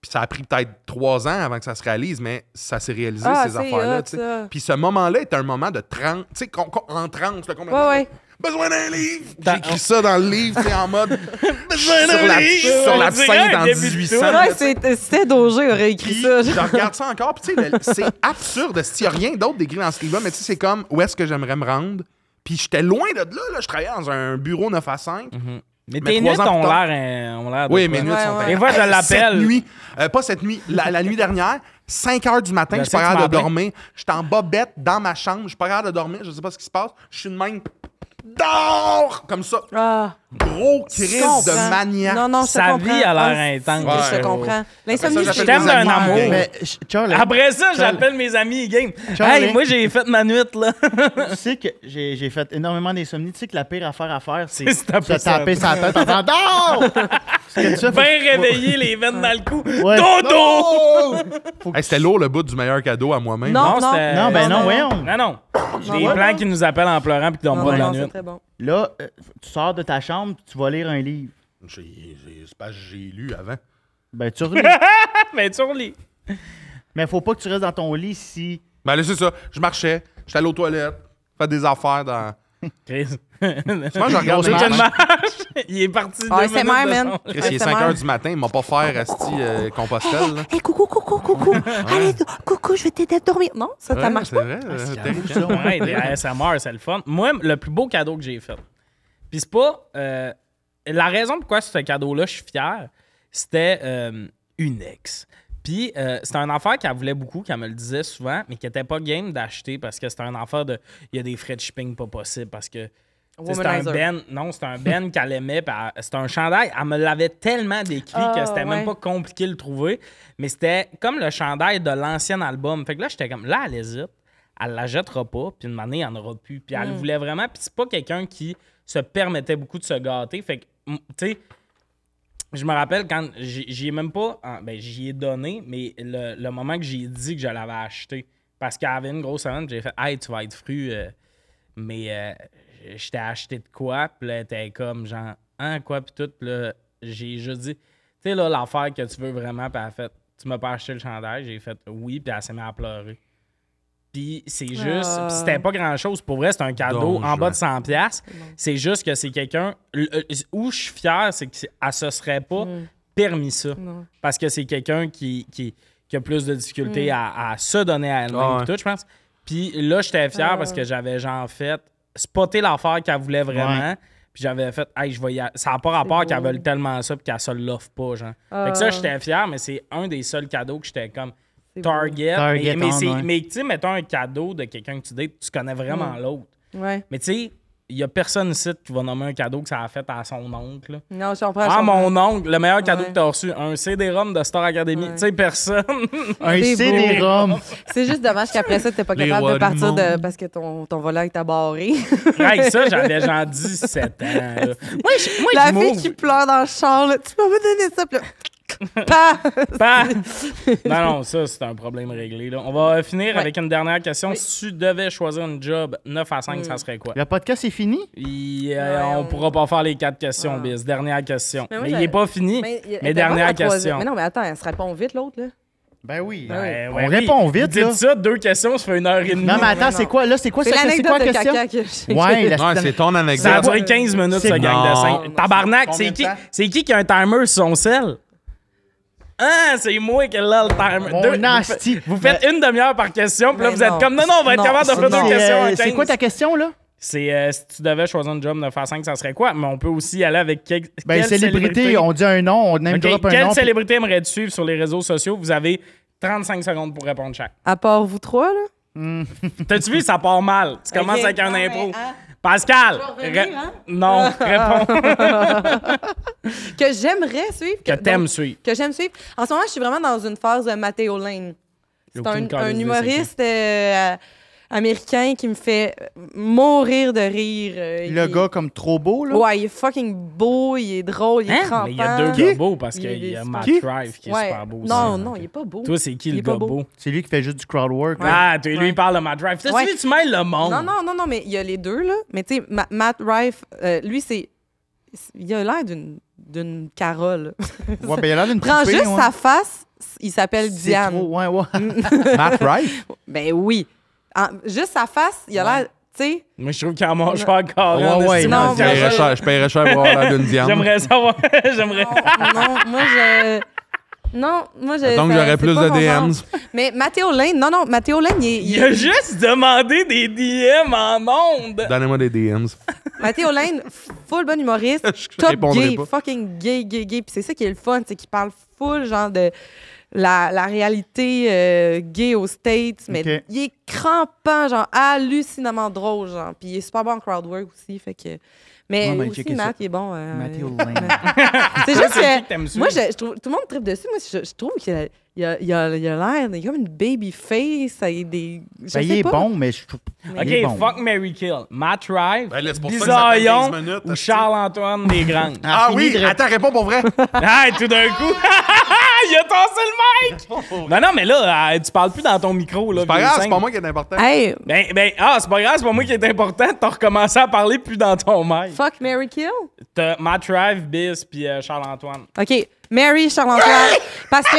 [SPEAKER 2] Puis ça a pris peut-être trois ans avant que ça se réalise, mais ça s'est réalisé,
[SPEAKER 3] Ah,
[SPEAKER 2] ces
[SPEAKER 3] c'est
[SPEAKER 2] affaires-là.
[SPEAKER 3] hot,
[SPEAKER 2] tu sais.
[SPEAKER 3] ça.
[SPEAKER 2] Puis ce moment-là est un moment de trans... Tu sais, qu'on- qu'on- en transe, là, complètement.
[SPEAKER 3] Ouais, ouais.
[SPEAKER 2] Besoin d'un livre!
[SPEAKER 1] Dans-
[SPEAKER 2] J'écris ça dans le livre, tu sais, en mode...
[SPEAKER 1] Besoin d'un
[SPEAKER 2] sur la,
[SPEAKER 1] livre!
[SPEAKER 2] sur
[SPEAKER 1] On dirait
[SPEAKER 2] l'absinthe
[SPEAKER 1] un
[SPEAKER 2] en
[SPEAKER 1] début de
[SPEAKER 2] 1800.
[SPEAKER 1] tour. hein.
[SPEAKER 2] là,
[SPEAKER 3] Ouais,
[SPEAKER 2] tu sais.
[SPEAKER 3] c'est- c'est Daugé aurait écrit
[SPEAKER 2] Puis,
[SPEAKER 3] ça.
[SPEAKER 2] je regarde ça encore, puis tu sais, le- c'est absurde. S'il n'y a rien d'autre d'écrit dans ce livre-là, mais tu sais, c'est comme où est-ce que j'aimerais me rendre. Puis j'étais loin de là, là, je travaillais dans un bureau 9 à 5.
[SPEAKER 1] Mhm. Mais
[SPEAKER 2] Mais
[SPEAKER 1] tes nuits
[SPEAKER 2] trois ans plus
[SPEAKER 1] ont
[SPEAKER 2] tard-
[SPEAKER 1] l'air. euh, ont l'air de
[SPEAKER 2] Oui,
[SPEAKER 1] quoi?
[SPEAKER 2] mes nuits
[SPEAKER 3] Ouais,
[SPEAKER 2] sont
[SPEAKER 3] ouais.
[SPEAKER 1] Des fois, je
[SPEAKER 2] Hey,
[SPEAKER 1] l'appelle.
[SPEAKER 2] Cette nuit, euh, pas cette nuit, la, la nuit dernière, 5 heures du matin,
[SPEAKER 1] Je
[SPEAKER 2] je suis pas
[SPEAKER 1] sais, tu
[SPEAKER 2] capable de
[SPEAKER 1] m'as appelé.
[SPEAKER 2] dormir. J'étais en bobette dans ma chambre, je suis pas capable de dormir, je sais pas ce qui se passe. Je suis de même. Dors! Comme ça.
[SPEAKER 3] Ah,
[SPEAKER 2] Gros
[SPEAKER 3] je
[SPEAKER 2] crise
[SPEAKER 3] comprends.
[SPEAKER 2] de maniaque.
[SPEAKER 3] Non, non, je te
[SPEAKER 1] Sa
[SPEAKER 3] comprends.
[SPEAKER 1] vie a l'air
[SPEAKER 3] Ah,
[SPEAKER 1] intense.
[SPEAKER 3] si, Je
[SPEAKER 2] Ouais.
[SPEAKER 3] te comprends.
[SPEAKER 2] Après
[SPEAKER 3] L'insomnie,
[SPEAKER 2] ça,
[SPEAKER 3] je
[SPEAKER 2] j'appelle des
[SPEAKER 1] t'aime d'un
[SPEAKER 2] amis,
[SPEAKER 1] amour.
[SPEAKER 2] gang.
[SPEAKER 4] Oh, Mais, ch- Charles,
[SPEAKER 1] Après ça,
[SPEAKER 4] Charles-
[SPEAKER 1] j'appelle mes amis, game.
[SPEAKER 4] Charlie.
[SPEAKER 1] Hey, moi, j'ai fait ma nuit, là.
[SPEAKER 4] tu sais que j'ai j'ai fait énormément d'insomnie. Tu sais que la pire affaire à faire, c'est
[SPEAKER 1] C'est se taper
[SPEAKER 4] se taper
[SPEAKER 1] sur Ben,
[SPEAKER 4] sa tête en faisant Non! Ce que tu fais, faut-
[SPEAKER 1] Bien réveillé, les veines dans le cou.
[SPEAKER 4] Ouais.
[SPEAKER 1] Dodo!
[SPEAKER 2] Oh! Hey, C'était lourd le bout du meilleur cadeau à moi-même.
[SPEAKER 3] Non,
[SPEAKER 1] Non,
[SPEAKER 3] non.
[SPEAKER 1] c'était-
[SPEAKER 4] Non, ben
[SPEAKER 3] Non,
[SPEAKER 4] non,
[SPEAKER 3] non,
[SPEAKER 4] voyons.
[SPEAKER 1] Non, non.
[SPEAKER 3] Non,
[SPEAKER 1] Des
[SPEAKER 3] ouais,
[SPEAKER 1] plans
[SPEAKER 3] non.
[SPEAKER 1] qui nous appellent en pleurant puis qui
[SPEAKER 3] Non,
[SPEAKER 1] dorment pas
[SPEAKER 3] non,
[SPEAKER 1] la
[SPEAKER 3] non,
[SPEAKER 1] nuit.
[SPEAKER 3] c'est très bon.
[SPEAKER 4] Là, euh, tu sors de ta chambre, puis tu vas lire un livre.
[SPEAKER 2] J'ai- j'ai- C'est pas que j'ai lu avant.
[SPEAKER 4] Ben, tu relis.
[SPEAKER 1] Mais Ben, tu relis.
[SPEAKER 4] Mais faut pas que tu restes dans ton lit si.
[SPEAKER 2] Ben là, c'est ça. Je marchais, j'étais allé aux toilettes, faire des affaires dans.
[SPEAKER 1] Chris. Ah.
[SPEAKER 2] Moi, je regarde
[SPEAKER 4] Grosse
[SPEAKER 2] les
[SPEAKER 4] marche.
[SPEAKER 2] marches.
[SPEAKER 1] Il est parti.
[SPEAKER 3] Ah,
[SPEAKER 1] deux
[SPEAKER 3] c'est
[SPEAKER 1] minutes
[SPEAKER 3] mère,
[SPEAKER 1] de
[SPEAKER 3] man.
[SPEAKER 1] son-
[SPEAKER 2] Chris, il est
[SPEAKER 3] Ouais, c'est
[SPEAKER 2] 5
[SPEAKER 3] mal.
[SPEAKER 2] h du matin, il m'a pas faire Asti euh, Compostelle. là.
[SPEAKER 3] Hey, coucou, coucou, coucou. Allez, coucou, je vais t'aider à dormir. Non, ça, ça
[SPEAKER 2] Ouais,
[SPEAKER 3] marche
[SPEAKER 2] c'est
[SPEAKER 3] pas.
[SPEAKER 2] vrai, euh,
[SPEAKER 4] C'est
[SPEAKER 2] terrible.
[SPEAKER 4] ça,
[SPEAKER 1] Ouais,
[SPEAKER 4] ouais.
[SPEAKER 1] des ASMR, c'est le fun. Moi, le plus beau cadeau que j'ai fait. Puis c'est pas. euh, la raison pourquoi ce cadeau-là, je suis fier, c'était euh, une ex. Puis euh, c'était un affaire qu'elle voulait beaucoup, qu'elle me le disait souvent, mais qu'elle n'était pas game d'acheter parce que c'était un affaire de. Il y a des frais de shipping pas possible parce que. tu sais, C'était un
[SPEAKER 3] Womanizer.
[SPEAKER 1] Ben, non, c'était un Ben qu'elle aimait. puis elle- C'était un chandail. Elle me l'avait tellement décrit que
[SPEAKER 3] Ah,
[SPEAKER 1] c'était même
[SPEAKER 3] ouais.
[SPEAKER 1] pas compliqué de le trouver. Mais c'était comme le chandail de l'ancien album. Fait que là, j'étais comme, là, elle hésite. Elle la jettera pas. Puis une année, elle n'en aura plus. Puis elle
[SPEAKER 3] Hmm.
[SPEAKER 1] le voulait vraiment. Puis c'est pas quelqu'un qui se permettait beaucoup de se gâter. Fait que, m- tu sais, je me rappelle quand j'ai- j'y ai même pas. ah, Ben, j'y ai donné, mais le, le moment que j'ai dit que je l'avais acheté. Parce qu'elle avait une grosse semaine, j'ai fait Hey, tu vas être fru, euh, mais euh, je t'ai acheté de quoi? Puis là, elle était comme genre Hein, quoi? Puis tout. Puis là, j'ai juste dit Tu sais, là, l'affaire que tu veux vraiment. Puis elle a fait Tu m'as pas acheté le chandail? J'ai fait Oui, puis elle s'est mise à pleurer. Puis c'est juste,
[SPEAKER 3] Ah.
[SPEAKER 1] puis c'était pas grand chose. Pour vrai, c'est un cadeau
[SPEAKER 2] Donc,
[SPEAKER 1] en bas
[SPEAKER 2] je-
[SPEAKER 1] de 100$. piastres. C'est juste que c'est quelqu'un. le- le- Où je suis fier, c'est qu'elle se serait pas permis ça.
[SPEAKER 3] Hmm. Non.
[SPEAKER 1] Parce que c'est quelqu'un qui, qui, qui a plus de difficultés
[SPEAKER 3] Hmm.
[SPEAKER 1] à, à se donner à elle-même
[SPEAKER 2] Ah
[SPEAKER 1] et tout, je pense. Puis là, j'étais fier
[SPEAKER 3] Ah.
[SPEAKER 1] parce que j'avais, genre, fait spotter l'affaire qu'elle voulait vraiment. Puis j'avais fait, hey, je vais y aller. Ça n'a pas rapport
[SPEAKER 3] beau.
[SPEAKER 1] qu'elle veuille tellement ça puis qu'elle se l'offre pas, genre. Fait que ça,
[SPEAKER 3] Ah.
[SPEAKER 1] j'étais fier, mais c'est un des seuls cadeaux que j'étais comme
[SPEAKER 3] C'est beau.
[SPEAKER 1] Target. mais
[SPEAKER 4] Target
[SPEAKER 1] mais,
[SPEAKER 4] on,
[SPEAKER 1] c'est-
[SPEAKER 4] ouais.
[SPEAKER 3] Mm.
[SPEAKER 1] mais tu sais, mettons un cadeau de quelqu'un que tu dates, tu connais vraiment l'autre.
[SPEAKER 3] Ouais.
[SPEAKER 1] Mais tu sais, il y a personne ici qui va nommer un cadeau que ça a fait à son oncle. là.
[SPEAKER 3] Non, je comprends. je
[SPEAKER 1] Ah,
[SPEAKER 3] comprends.
[SPEAKER 1] mon oncle, le meilleur cadeau
[SPEAKER 3] Ouais.
[SPEAKER 1] que t'as reçu, un CD-ROM de Star Academy.
[SPEAKER 3] Ouais.
[SPEAKER 1] Tu sais, personne.
[SPEAKER 4] Un
[SPEAKER 3] C'est
[SPEAKER 4] CD-ROM.
[SPEAKER 3] C'est juste dommage qu'après ça, t'es pas
[SPEAKER 2] Les
[SPEAKER 3] capable
[SPEAKER 2] rois
[SPEAKER 3] de
[SPEAKER 2] du
[SPEAKER 3] partir de...
[SPEAKER 2] monde.
[SPEAKER 3] parce que ton, ton volant est barré.
[SPEAKER 1] Hey, ça, j'avais genre 17 ans. là. Moi, je, moi, je
[SPEAKER 3] La fille
[SPEAKER 1] m'ouvre.
[SPEAKER 3] qui pleure dans le char, là, tu peux me donner ça, puis là, pa!
[SPEAKER 1] Bah!
[SPEAKER 3] Ah!
[SPEAKER 1] Non, non, ça, c'est un problème réglé. là. On va euh, finir
[SPEAKER 3] Ouais.
[SPEAKER 1] avec une dernière question. Si tu devais choisir un job 9 à 5, ça serait quoi?
[SPEAKER 4] Le podcast est fini?
[SPEAKER 1] Il, euh,
[SPEAKER 3] Mm. Ouais,
[SPEAKER 1] on
[SPEAKER 3] on-
[SPEAKER 1] pourra pas faire les quatre questions,
[SPEAKER 3] Ah.
[SPEAKER 1] Biz. Dernière question. Mais,
[SPEAKER 3] Mais moi,
[SPEAKER 1] il
[SPEAKER 3] j'avais-
[SPEAKER 1] est pas fini.
[SPEAKER 3] il y a-
[SPEAKER 1] Mes
[SPEAKER 3] il y a vraiment
[SPEAKER 1] dernières
[SPEAKER 3] la troisième.
[SPEAKER 1] questions.
[SPEAKER 3] Mais non, mais attends, elle se répond vite, l'autre, là.
[SPEAKER 4] Ben oui.
[SPEAKER 1] Ouais,
[SPEAKER 4] On
[SPEAKER 1] ouais,
[SPEAKER 4] répond
[SPEAKER 1] oui.
[SPEAKER 4] vite,
[SPEAKER 1] Dites
[SPEAKER 4] là.
[SPEAKER 1] ça, deux questions, ça fait une heure et demie.
[SPEAKER 4] Non, mais attends,
[SPEAKER 3] non.
[SPEAKER 4] c'est quoi? Là, c'est quoi
[SPEAKER 3] C'est
[SPEAKER 4] ça? C'est quoi
[SPEAKER 3] l'anecdote
[SPEAKER 4] la
[SPEAKER 3] de
[SPEAKER 4] question?
[SPEAKER 3] caca que j'ai-
[SPEAKER 4] Ouais, la
[SPEAKER 2] Ouais, c'est ton anecdote.
[SPEAKER 1] Ça a duré 15 minutes,
[SPEAKER 4] C'est-
[SPEAKER 1] ce gang de
[SPEAKER 2] Non.
[SPEAKER 1] 5. Tabarnak,
[SPEAKER 4] Combien
[SPEAKER 1] c'est
[SPEAKER 4] de
[SPEAKER 1] qui,
[SPEAKER 4] temps?
[SPEAKER 1] c'est qui qui a un timer sur son sel? Ah, c'est moi qui ai là, le timer.
[SPEAKER 4] Mon nasty.
[SPEAKER 1] Vous faites une demi-heure par question, puis là,
[SPEAKER 3] Mais
[SPEAKER 1] vous êtes
[SPEAKER 3] non.
[SPEAKER 1] comme, non, non, on va être
[SPEAKER 3] Non,
[SPEAKER 1] capable de faire
[SPEAKER 4] C'est-
[SPEAKER 1] deux questions en
[SPEAKER 4] euh, C'est
[SPEAKER 1] 15.
[SPEAKER 4] quoi ta question, là?
[SPEAKER 1] C'est euh, si tu devais choisir un job 9 à 5, ça serait quoi? Mais on peut aussi aller avec quel-
[SPEAKER 4] Ben,
[SPEAKER 1] quelle
[SPEAKER 4] célébrité,
[SPEAKER 1] célébrité.
[SPEAKER 4] on dit un nom, on name
[SPEAKER 1] Ok,
[SPEAKER 4] drop un
[SPEAKER 1] Quelle
[SPEAKER 4] nom. puis-
[SPEAKER 1] célébrité aimerais-tu suivre sur les réseaux sociaux? Vous avez 35 secondes pour répondre chaque.
[SPEAKER 3] À part vous trois, là.
[SPEAKER 1] T'as-tu vu, ça part mal. Tu commences
[SPEAKER 3] Ok.
[SPEAKER 1] avec un
[SPEAKER 3] Non, mais,
[SPEAKER 1] impro.
[SPEAKER 3] hein?
[SPEAKER 1] Pascal!
[SPEAKER 3] Je vais revenir,
[SPEAKER 1] ré-
[SPEAKER 3] hein?
[SPEAKER 1] Non, réponds.
[SPEAKER 3] Que j'aimerais suivre.
[SPEAKER 1] que t'aimes
[SPEAKER 3] donc,
[SPEAKER 1] suivre.
[SPEAKER 3] Que j'aime suivre. En ce moment, je suis vraiment dans une phase de Matteo Lane.
[SPEAKER 1] J'ai
[SPEAKER 3] C'est
[SPEAKER 1] aucune
[SPEAKER 3] un,
[SPEAKER 1] calice
[SPEAKER 3] un
[SPEAKER 1] d'idée,
[SPEAKER 3] humoriste euh, américain qui me fait euh, mourir de rire. euh,
[SPEAKER 4] Le
[SPEAKER 3] il-
[SPEAKER 4] gars comme trop beau, là.
[SPEAKER 3] Ouais, il est fucking beau, il est drôle, il est
[SPEAKER 1] Hein?
[SPEAKER 3] trempant.
[SPEAKER 1] Mais il y a deux gars beaux parce
[SPEAKER 3] Il
[SPEAKER 1] qu'il
[SPEAKER 3] est
[SPEAKER 1] y a
[SPEAKER 3] super-
[SPEAKER 1] Matt
[SPEAKER 4] Qui?
[SPEAKER 1] Rife qui est
[SPEAKER 3] Ouais.
[SPEAKER 1] super beau. aussi.
[SPEAKER 3] Non, non, il est pas beau.
[SPEAKER 1] Toi, c'est qui
[SPEAKER 3] Il
[SPEAKER 1] le
[SPEAKER 3] est pas
[SPEAKER 1] gars
[SPEAKER 3] beau.
[SPEAKER 1] beau?
[SPEAKER 4] C'est lui qui fait juste du crowd work. là.
[SPEAKER 1] Ah, toi, lui,
[SPEAKER 3] Ouais.
[SPEAKER 1] il parle de Matt Rife. T'as
[SPEAKER 3] Ouais.
[SPEAKER 1] vu, tu mêles le monde.
[SPEAKER 3] Non, non, non, non, mais il y a les deux, là. Mais tu sais, Ma- Matt Rife, euh, lui, c'est. Il a l'air d'une, d'une carole.
[SPEAKER 4] Ouais, ben, il a l'air d'une
[SPEAKER 3] Prends
[SPEAKER 4] poupée,
[SPEAKER 3] juste
[SPEAKER 4] ouais.
[SPEAKER 3] sa face, il s'appelle
[SPEAKER 4] C'est
[SPEAKER 3] Diane. Mm.
[SPEAKER 4] trop- ouais, ouais.
[SPEAKER 2] Matt Rife?
[SPEAKER 3] Ben oui. En- juste sa face, il a l'air. Tu sais,
[SPEAKER 1] Mais je trouve qu'il en mange pas encore.
[SPEAKER 4] Ouais,
[SPEAKER 1] hein,
[SPEAKER 4] ouais,
[SPEAKER 1] c'est
[SPEAKER 3] non,
[SPEAKER 1] mon
[SPEAKER 3] mais-
[SPEAKER 2] Je
[SPEAKER 1] gars.
[SPEAKER 2] paierais cher, je paierais cher pour avoir l'air d'une Diane.
[SPEAKER 1] J'aimerais savoir. J'aimerais.
[SPEAKER 3] non, non, moi, je. Non, moi, je.
[SPEAKER 2] Donc,
[SPEAKER 3] ça-
[SPEAKER 2] j'aurais
[SPEAKER 3] c'est
[SPEAKER 2] plus
[SPEAKER 3] pas
[SPEAKER 2] de
[SPEAKER 3] mon genre.
[SPEAKER 2] DMs.
[SPEAKER 3] Mais Mathéo Lane, non, non, Mathéo Lane, il est.
[SPEAKER 1] Il a juste demandé des DM en ondes.
[SPEAKER 2] Donnez-moi des DMs.
[SPEAKER 3] Mathéo Lane, full bon humoriste,
[SPEAKER 2] Je
[SPEAKER 3] top
[SPEAKER 2] répondrai
[SPEAKER 3] gay,
[SPEAKER 2] pas.
[SPEAKER 3] fucking gay, gay, gay. Puis c'est ça qui est le fun, c'est qu'il parle full, genre, de la, la réalité euh, gay aux States. Mais
[SPEAKER 4] Ok.
[SPEAKER 3] il est crampant, genre, hallucinamment drôle, genre. Puis il est super bon en crowdwork aussi, fait que... Mais
[SPEAKER 4] Ouais, ben,
[SPEAKER 3] aussi,
[SPEAKER 4] checker ça.
[SPEAKER 3] Matt, il est bon. euh,
[SPEAKER 4] Mathéo
[SPEAKER 3] euh,
[SPEAKER 4] Lane.
[SPEAKER 3] C'est juste
[SPEAKER 1] c'est qui que
[SPEAKER 3] que...
[SPEAKER 1] t'aimes
[SPEAKER 3] Moi,
[SPEAKER 1] suivre?
[SPEAKER 3] je, je trouve, tout le monde tripe dessus. Moi, je, je trouve qu'il a il a, il a, il a l'air... Il a comme une baby face, il a des... je
[SPEAKER 4] Ben, il
[SPEAKER 3] sais
[SPEAKER 4] est
[SPEAKER 3] pas.
[SPEAKER 4] bon, mais je trouve.
[SPEAKER 1] Ok,
[SPEAKER 4] il est bon.
[SPEAKER 1] fuck Mary Kill. Matt Rife,
[SPEAKER 2] Ben là, c'est pour ça que ça prend
[SPEAKER 1] Bisaillon
[SPEAKER 2] 15 minutes,
[SPEAKER 1] ou
[SPEAKER 2] hostie.
[SPEAKER 1] Charles-Antoine Desgrandes.
[SPEAKER 2] Ah
[SPEAKER 4] fini
[SPEAKER 2] oui,
[SPEAKER 4] de ré-
[SPEAKER 2] attends, réponds pour vrai.
[SPEAKER 1] hey, tout d'un coup, il a tossé le mic! Non, non, mais là, euh, tu parles plus dans ton micro. là,
[SPEAKER 2] C'est pas
[SPEAKER 1] vieux
[SPEAKER 2] grave,
[SPEAKER 1] singe.
[SPEAKER 2] c'est pas moi qui est important.
[SPEAKER 3] Hey,
[SPEAKER 1] Ben, ben, ah, c'est pas grave, c'est pas moi qui est important. T'as recommencé à parler plus dans ton mic.
[SPEAKER 3] fuck Mary Kill.
[SPEAKER 1] T'as Matt Rife, Biz, puis euh, Charles-Antoine.
[SPEAKER 3] OK. Mary, Charles-Antoine. parce que